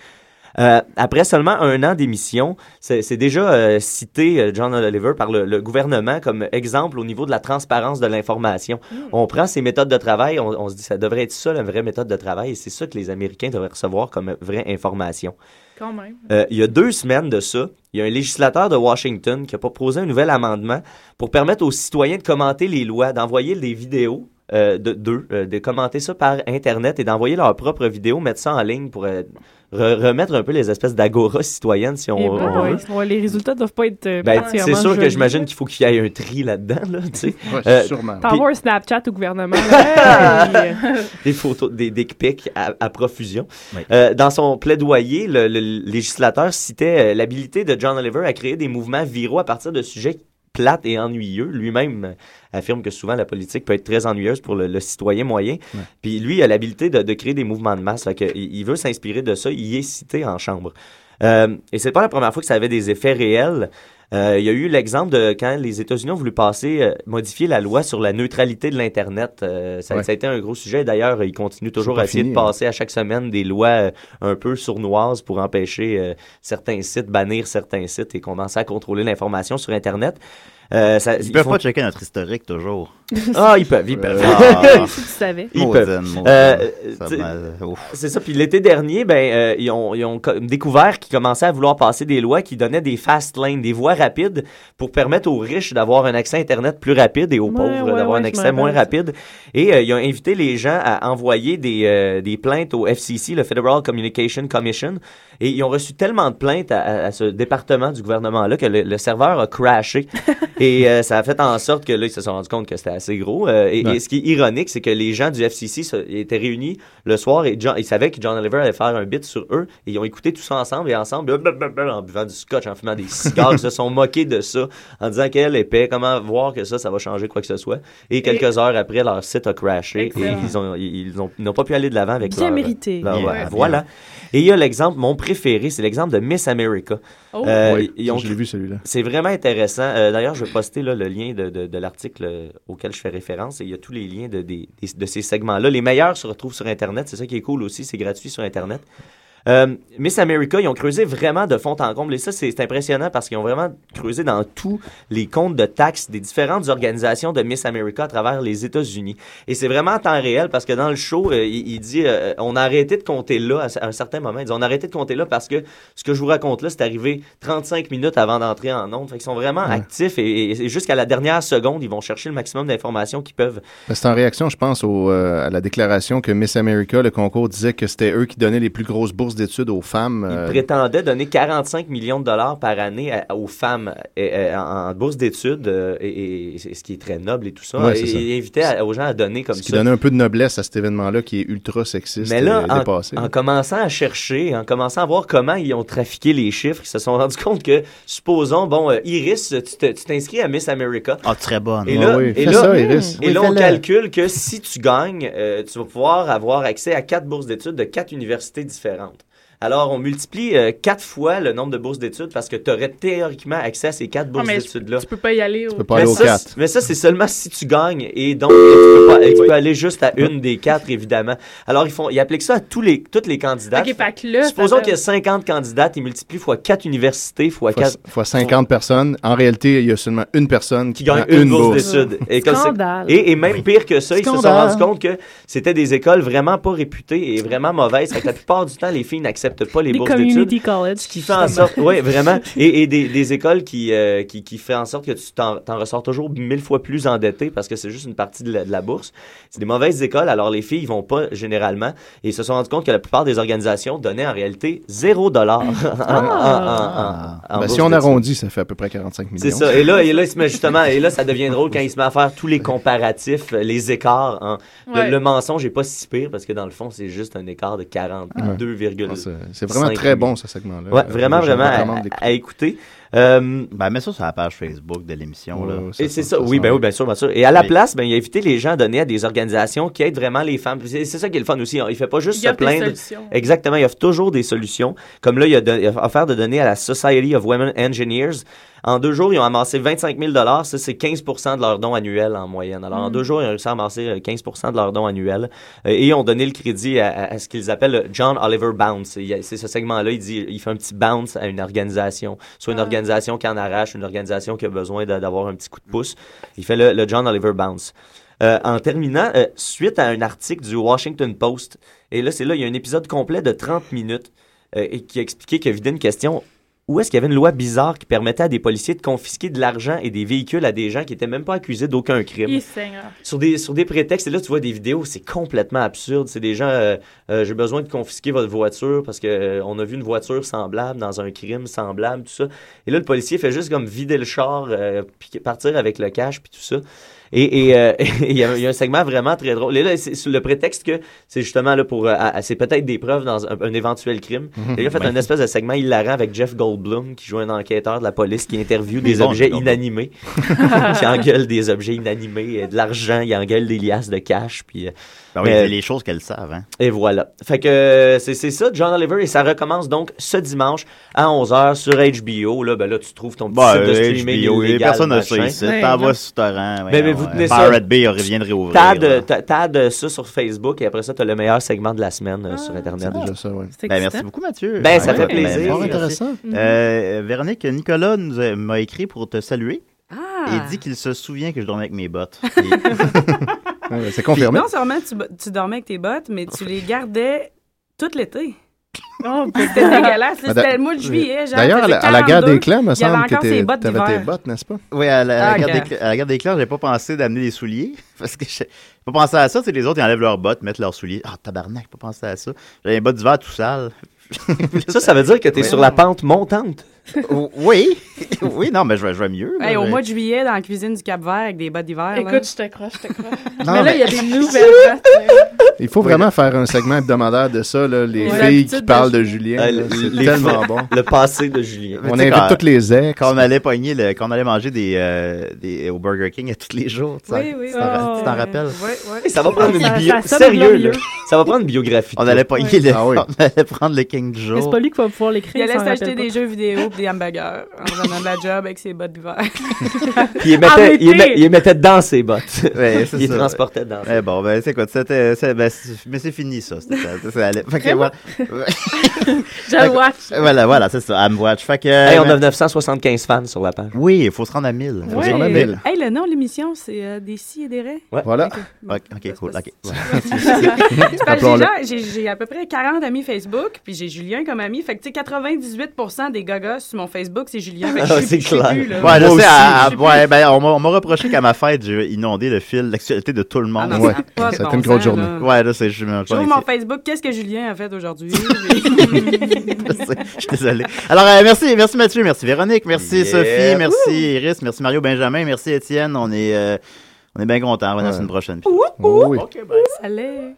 Speaker 4: Euh, après seulement un an d'émission, c'est c'est déjà euh, cité, euh, John Oliver, par le, le gouvernement comme exemple au niveau de la transparence de l'information. On prend ces méthodes de travail, on, on se dit ça devrait être ça la vraie méthode de travail, et c'est ça que les Américains devraient recevoir comme vraie information.
Speaker 5: Quand même.
Speaker 4: Euh, il y a deux semaines de ça, il y a un législateur de Washington qui a proposé un nouvel amendement pour permettre aux citoyens de commenter les lois, d'envoyer des vidéos euh, de d'eux, euh, de commenter ça par Internet et d'envoyer leurs propres vidéos, mettre ça en ligne pour euh, re- remettre un peu les espèces d'agora citoyennes, si on,
Speaker 5: Eh ben,
Speaker 4: on veut.
Speaker 5: ouais, ouais, les résultats doivent pas être euh,
Speaker 4: Ben,
Speaker 5: particulièrement
Speaker 4: c'est sûr que
Speaker 5: jolis.
Speaker 4: j'imagine qu'il faut qu'il y ait un tri là-dedans, là, tu sais.
Speaker 6: Ouais,
Speaker 4: Euh,
Speaker 6: sûrement.
Speaker 5: T'envoies un Snapchat au gouvernement. Hey!
Speaker 4: des photos, des dick pics à, à profusion.
Speaker 3: Oui.
Speaker 4: Euh, dans son plaidoyer, le, le législateur citait euh, l'habilité de John Oliver à créer des mouvements viraux à partir de sujets plates et ennuyeux. Lui-même euh, affirme que souvent la politique peut être très ennuyeuse pour le, le citoyen moyen. Puis lui il a l'habilité de, de créer des mouvements de masse. Fait que il, il veut s'inspirer de ça. Il est cité en chambre. Euh, et c'est pas la première fois que ça avait des effets réels. Euh, il y a eu l'exemple de quand les États-Unis ont voulu passer, euh, modifier la loi sur la neutralité de l'Internet. Euh, ça,
Speaker 6: Ouais.
Speaker 4: ça a été un gros sujet. D'ailleurs, ils continuent toujours
Speaker 6: pas
Speaker 4: à essayer
Speaker 6: fini, hein.
Speaker 4: de passer à chaque semaine des lois euh, un peu sournoises pour empêcher euh, certains sites, bannir certains sites et commencer à contrôler l'information sur Internet. Euh, ça-
Speaker 3: Ils peuvent
Speaker 4: font-
Speaker 3: pas checker notre historique toujours.
Speaker 4: Ah, ils peuvent, ils peuvent.
Speaker 3: Ah,
Speaker 5: si tu savais.
Speaker 4: Ils
Speaker 3: Maudine,
Speaker 4: peuvent.
Speaker 3: maudine.
Speaker 4: Euh,
Speaker 3: Ça
Speaker 4: tu-
Speaker 3: m'a- ouf.
Speaker 4: C'est ça. Puis l'été dernier, ben, euh, ils ont, ils ont co- découvert qu'ils commençaient à vouloir passer des lois qui donnaient des fast lanes, des voies rapides pour permettre aux riches d'avoir un accès Internet plus rapide et aux
Speaker 5: Ouais,
Speaker 4: pauvres
Speaker 5: ouais,
Speaker 4: d'avoir
Speaker 5: ouais,
Speaker 4: un
Speaker 5: je
Speaker 4: accès
Speaker 5: me
Speaker 4: moins
Speaker 5: rappelle
Speaker 4: rapide. Et euh, ils ont invité les gens à envoyer des, euh, des plaintes au FCC, le Federal Communication Commission. Et ils ont reçu tellement de plaintes à, à- à ce département du gouvernement-là que le, le serveur a crashé. et euh, ça a fait en sorte que là, ils se sont rendus compte que c'était assez gros. Euh, et,
Speaker 6: Ouais.
Speaker 4: et ce qui est ironique, c'est que les gens du FCC se- étaient réunis le soir et John, ils savaient que John Oliver allait faire un bit sur eux et ils ont écouté tout ça ensemble et ensemble blablabla, en buvant du scotch, en fumant des cigares, ils se sont moqués de ça en disant qu'elle épais, comment voir que ça, ça va changer quoi que ce soit. Et quelques heures après, leur site a crashé
Speaker 5: Excellent.
Speaker 4: et ils ont ils ont- ils n'ont pas pu aller de l'avant avec
Speaker 5: Bien
Speaker 4: leur-
Speaker 5: mérité.
Speaker 4: leur-
Speaker 3: Bien, bien.
Speaker 4: Voilà. Et il y a l'exemple, mon préféré, c'est l'exemple de Miss America.
Speaker 5: Oh.
Speaker 4: Euh,
Speaker 6: Oui,
Speaker 4: ils ont-
Speaker 6: je l'ai vu celui-là.
Speaker 4: c'est vraiment intéressant. Euh, D'ailleurs, je vais poster là, le lien de, de- de l'article euh, auquel je fais référence. Et il y a tous les liens de, des- des- de ces segments-là. Les meilleurs se retrouvent sur Internet. C'est ça qui est cool aussi. C'est gratuit sur Internet. Euh, Miss America, ils ont creusé vraiment de fond en comble. Et ça, c'est c'est impressionnant parce qu'ils ont vraiment creusé dans tous les comptes de taxes des différentes organisations de Miss America à travers les États-Unis. Et c'est vraiment en temps réel parce que dans le show, euh, il, il dit euh, on a arrêté de compter là à, un certain moment. Il dit on a arrêté de compter là parce que ce que je vous raconte là, c'est arrivé 35 minutes avant d'entrer en onde. Fait qu'ils sont vraiment actifs et, et- et jusqu'à la dernière seconde, ils vont chercher le maximum d'informations qu'ils peuvent.
Speaker 6: Ben, C'est en réaction, je pense, au, euh, à la déclaration que Miss America, le concours, disait que c'était eux qui donnaient les plus grosses bourses bourse d'études aux femmes. euh,
Speaker 4: prétendait donner 45 millions de dollars par année à- aux femmes euh, euh, en, en bourse d'études, euh, et, et c'est- ce qui est très noble et tout ça.
Speaker 6: Ouais, c'est
Speaker 4: et,
Speaker 6: ça.
Speaker 4: et invitait à- aux gens à donner comme
Speaker 6: ce qui
Speaker 4: ça.
Speaker 6: donnait un peu de noblesse à cet événement-là qui est ultra sexiste
Speaker 4: Mais là,
Speaker 6: et dépassé.
Speaker 4: en, en commençant à chercher, en commençant à voir comment ils ont trafiqué les chiffres, ils se sont rendus compte que, supposons, bon, euh, Iris, tu te- tu t'inscris à Miss America.
Speaker 3: Ah, très bonne.
Speaker 4: Et
Speaker 3: Ouais,
Speaker 4: là,
Speaker 3: oui.
Speaker 4: et
Speaker 3: Fais
Speaker 4: là-
Speaker 3: ça, Iris.
Speaker 4: et
Speaker 3: Oui,
Speaker 4: là, on
Speaker 3: fais-le.
Speaker 4: calcule que si tu gagnes, euh, tu vas pouvoir avoir accès à quatre bourses d'études de quatre universités différentes. Alors, on multiplie euh, quatre fois le nombre de bourses d'études parce que tu aurais théoriquement accès à ces quatre bourses
Speaker 7: Ah, mais
Speaker 4: d'études-là.
Speaker 7: Tu peux pas y aller. au-
Speaker 5: E
Speaker 4: mais, ça, c'est- mais ça, c'est seulement si tu gagnes. Et donc, tu peux, pas- tu peux aller juste à une des quatre, évidemment. Alors, ils, font, ils appliquent ça à tous les, toutes les candidats.
Speaker 5: E
Speaker 7: Ok, fait que là, ça
Speaker 4: Supposons
Speaker 7: donne-
Speaker 4: qu'il y a 50 candidats, ils multiplient fois quatre universités, fois
Speaker 6: fois,
Speaker 4: quatre.
Speaker 6: fois 50 personnes. En réalité, il y a seulement une personne qui,
Speaker 4: qui gagnent
Speaker 6: prend
Speaker 4: une, bourse d'études. Et, comme c'est-
Speaker 5: Scandale.
Speaker 4: et, et même pire que ça, ils se sont
Speaker 6: Scandale.
Speaker 4: rendus compte que c'était des écoles vraiment pas réputées et vraiment mauvaises. Fait que la plupart du temps, les filles n'acceptent pas les
Speaker 5: Des
Speaker 4: bourses d'études.
Speaker 5: community college.
Speaker 4: Ce qui fait en sorte, oui, vraiment, et, et des, des écoles qui, euh, qui, qui fait en sorte que tu t'en, t'en ressors toujours mille fois plus endetté parce que c'est juste une partie de la, de la bourse. C'est des mauvaises écoles, alors les filles, ils vont pas généralement. Et ils se sont rendus compte que la plupart des organisations donnaient en réalité zéro dollar. en- en- en- en- en
Speaker 6: Ben,
Speaker 4: bourse
Speaker 6: si on
Speaker 4: d'études.
Speaker 6: arrondit, ça fait à peu près 45 millions.
Speaker 4: C'est ça. Et là, et là, il se met justement, et là, ça devient drôle quand il se met à faire tous les comparatifs, euh, les écarts. hein. Le,
Speaker 6: Ouais.
Speaker 4: le mensonge n'est pas si pire parce que dans le fond, c'est juste un écart de 42,5
Speaker 6: Ouais, Ah, c'est- c'est vraiment très bon, ce segment-là.
Speaker 4: Ouais,
Speaker 6: Euh,
Speaker 4: vraiment,
Speaker 6: je
Speaker 4: vraiment
Speaker 6: recommande
Speaker 4: à,
Speaker 6: d'écouter.
Speaker 4: à écouter. Euh,
Speaker 3: Ben, mets ça sur la page Facebook de l'émission. là.
Speaker 4: et c'est ça, oui, ben oui, bien sûr, bien sûr. Et à la place, ben, il a invité les gens à donner à des organisations qui aident vraiment les femmes. C'est c'est ça qui est le fun aussi. hein. Il fait pas juste
Speaker 7: Il
Speaker 4: se
Speaker 7: offre des
Speaker 4: plaindre.
Speaker 7: solutions.
Speaker 4: Exactement, il offre toujours des solutions. Comme là, il a, don- il a offert de donner à la Society of Women Engineers. En deux jours, ils ont amassé 25 000 Ça, c'est 15 de leur don annuel en moyenne. Alors, en
Speaker 11: Mm.
Speaker 4: deux jours, ils ont réussi à amasser euh, 15 de leur don annuel. Euh, Et ils ont donné le crédit à, à- à ce qu'ils appellent le John Oliver Bounce. Il y a- C'est ce segment-là, il dit, il fait un petit bounce à une organisation. Soit une organisation qui en arrache, une organisation qui a besoin d'a- d'avoir un petit coup de pouce. Il fait le, le John Oliver Bounce. Euh, en terminant, euh, suite à un article du Washington Post, et là, c'est là, il y a un épisode complet de 30 minutes euh, et qui expliquait que vidait une question où est-ce qu'il y avait une loi bizarre qui permettait à des policiers de confisquer de l'argent et des véhicules à des gens qui n'étaient même pas accusés d'aucun crime
Speaker 5: Et Seigneur.
Speaker 4: sur des, sur des prétextes. Et là, tu vois des vidéos, c'est complètement absurde. C'est des gens, euh, euh, j'ai besoin de confisquer votre voiture parce que euh, on a vu une voiture semblable dans un crime semblable, tout ça. Et là, le policier fait juste comme vider le char, euh, puis partir avec le cash, puis tout ça. Et et, euh, et il y, a- il y a un segment vraiment très drôle. Et là, c'est sous le prétexte que c'est justement là pour. euh, à- à- c'est peut-être des preuves dans un, un éventuel crime.
Speaker 11: Mhm.
Speaker 4: Et là, fait
Speaker 11: Ouais.
Speaker 4: un espèce de segment hilarant avec Jeff Goldblum, qui joue un enquêteur de la police qui interviewe des
Speaker 11: Bon,
Speaker 4: objets
Speaker 11: Jeff Goldblum.
Speaker 4: inanimés. qui engueule des objets inanimés, euh, de l'argent, il engueule des liasses de cash. Puis, euh,
Speaker 3: Ben oui,
Speaker 4: mais-
Speaker 3: c'est les choses qu'elles savent. Hein.
Speaker 4: et voilà. Fait que euh, c'est c'est ça, John Oliver, et ça recommence donc ce dimanche à 11h sur HBO. Là, ben là, tu trouves ton petit
Speaker 3: Bah,
Speaker 4: site de
Speaker 3: euh,
Speaker 4: streaming
Speaker 3: HBO,
Speaker 4: illégal,
Speaker 3: personne n'a ça
Speaker 4: machin.
Speaker 3: ici. T'en vas sur torrent.
Speaker 4: Mais, mais
Speaker 3: voyons,
Speaker 4: vous
Speaker 3: euh,
Speaker 4: tenez ça.
Speaker 3: Pirate Bay revient de réouvrir.
Speaker 4: T'ad,
Speaker 3: là.
Speaker 4: euh, t'a- t'ad, euh, ça sur Facebook et après ça, t'as le meilleur segment de la semaine
Speaker 7: Ah,
Speaker 4: euh, sur Internet.
Speaker 6: c'est déjà ça, ouais.
Speaker 5: C'est
Speaker 3: Ben,
Speaker 5: excitant.
Speaker 3: merci beaucoup, Mathieu.
Speaker 4: Ben, ça
Speaker 3: Ouais,
Speaker 4: fait
Speaker 3: ben,
Speaker 4: plaisir.
Speaker 3: merci.
Speaker 6: intéressant.
Speaker 7: Mhm.
Speaker 3: Euh, euh, Véronique, Nicolas nous a- m'a écrit pour te saluer.
Speaker 7: Ah!
Speaker 3: Et dit qu'il se souvient que je dormais avec mes bottes. Et-
Speaker 6: c'est confirmé.
Speaker 7: Non seulement tu, bo- tu dormais avec tes bottes, mais tu les gardais tout l'été. c'était dégueulasse. là, C'était le mois de juillet. genre,
Speaker 6: D'ailleurs, à la, à la guerre des clans, me
Speaker 7: il y avait
Speaker 6: semble que
Speaker 7: encore ses
Speaker 6: t'es-
Speaker 7: bottes
Speaker 6: t'avais tes
Speaker 7: d'hiver.
Speaker 6: bottes, n'est-ce pas?
Speaker 3: Oui, à la, à la
Speaker 7: Ah,
Speaker 3: garde
Speaker 7: ok.
Speaker 3: des, cl- à la garde des clans, j'avais pas pensé d'amener des souliers. Parce que j'ai j'ai pas pensé à ça. Tu sais, les autres, ils enlèvent leurs bottes, mettent leurs souliers. Ah, tabarnak, j'ai pas pensé à ça. J'avais des bottes d'hiver tout sales.
Speaker 4: ça, ça veut dire que t'es sur la pente montante.
Speaker 3: oui. oui, non, mais je vais, je vais mieux. là.
Speaker 7: Hey, au
Speaker 3: Je-
Speaker 7: mois de juillet, dans la cuisine du Cap-Vert, avec des bottes d'hiver.
Speaker 5: Écoute,
Speaker 7: je t'accroche, je t'accroche.
Speaker 6: Non,
Speaker 7: mais là,
Speaker 6: mais-
Speaker 7: il y a des nouvelles bottes.
Speaker 6: Il faut vraiment faire un segment hebdomadaire de ça, là, les
Speaker 7: Les
Speaker 6: filles
Speaker 7: habitudes
Speaker 6: qui
Speaker 7: de
Speaker 6: parlent de
Speaker 7: Julien.
Speaker 4: Euh,
Speaker 6: Julien. là,
Speaker 4: les-
Speaker 6: C'est
Speaker 4: les-
Speaker 6: tellement bon.
Speaker 4: Le passé de Julien.
Speaker 3: Ben, Mais
Speaker 6: On
Speaker 3: tu sais,
Speaker 6: invite
Speaker 3: quand-
Speaker 6: toutes les ex.
Speaker 3: Quand on allait pogner, le, quand on allait manger des, euh, des- au Burger King à tous les jours. tu t'en-
Speaker 7: Oui, oui.
Speaker 3: Tu t'en ra-
Speaker 7: Oh.
Speaker 3: tu t'en rappelles?
Speaker 7: Ouais, ouais.
Speaker 4: Et Ça va prendre une
Speaker 7: Ah, Ça-
Speaker 4: bio...
Speaker 7: ça sonne
Speaker 4: Sérieux, là.
Speaker 7: glorieux.
Speaker 4: Ça va prendre une biographie.
Speaker 3: On
Speaker 4: toi.
Speaker 3: allait pogner le-
Speaker 6: Ah oui.
Speaker 3: on allait prendre le King du
Speaker 5: Mais c'est
Speaker 3: jour.
Speaker 5: pas lui qui va pouvoir
Speaker 7: Il
Speaker 5: l'écrire. il
Speaker 7: allait
Speaker 5: s'en
Speaker 7: s'acheter
Speaker 5: rappelle pas.
Speaker 7: des jeux vidéo et des hamburgers en revenant de la job avec ses bottes d'hiver.
Speaker 4: Puis il mettait, il met- il mettait dedans ses bottes.
Speaker 3: Ouais, c'est
Speaker 4: il
Speaker 3: ça.
Speaker 4: transportait dedans.
Speaker 3: Eh bon, ben, c'est quoi? C'était, c'est- ben, c'est- mais c'est fini, ça. C'était, ça, ça, ça allait. Fait que,
Speaker 5: Vraiment?
Speaker 3: voilà.
Speaker 5: Je le watch.
Speaker 3: Voilà, voilà, c'est ça. I'm watch. Fait que,
Speaker 4: Hey, on
Speaker 3: mais-
Speaker 4: a 975 fans sur la page.
Speaker 3: Oui, il faut se rendre à 1000. Faut se rendre à 1000.
Speaker 7: Hey, le nom de l'émission, c'est euh, Des si et des raies.
Speaker 4: Ouais.
Speaker 6: Voilà.
Speaker 3: Ok, ok, cool. ok.
Speaker 7: C'est parce que j'ai
Speaker 6: Rappelons-le.
Speaker 7: genre- Ah, j'ai j'ai à peu près 40 amis Facebook, puis j'ai Julien comme ami. Fait que, tu sais, 98 des gogos sur mon Facebook, c'est Julien. Fait que je
Speaker 4: Ah, c'est clair.
Speaker 3: Ouais, je sais, à- à- ouais, ben, on m'a- on m'a reproché qu'à ma fête, j'ai inondé le fil d'actualité de tout le monde.
Speaker 10: Ah, mais ça Ouais, n'a pas de ça a été une bon grosse sens, journée. là.
Speaker 3: Ouais, là, c'est, je me
Speaker 10: J'ouvre mon Facebook, qu'est-ce que Julien a fait aujourd'hui? J'ai-
Speaker 3: Je suis désolé. Alors, euh, merci, merci Mathieu, merci Véronique, merci
Speaker 4: Yeah.
Speaker 3: Sophie, merci Iris, merci Mario Benjamin, merci Étienne. On est, euh, on est bien contents. On va dans
Speaker 5: Ouais.
Speaker 3: une prochaine.
Speaker 10: Ouh,
Speaker 5: ouh.
Speaker 10: Salut!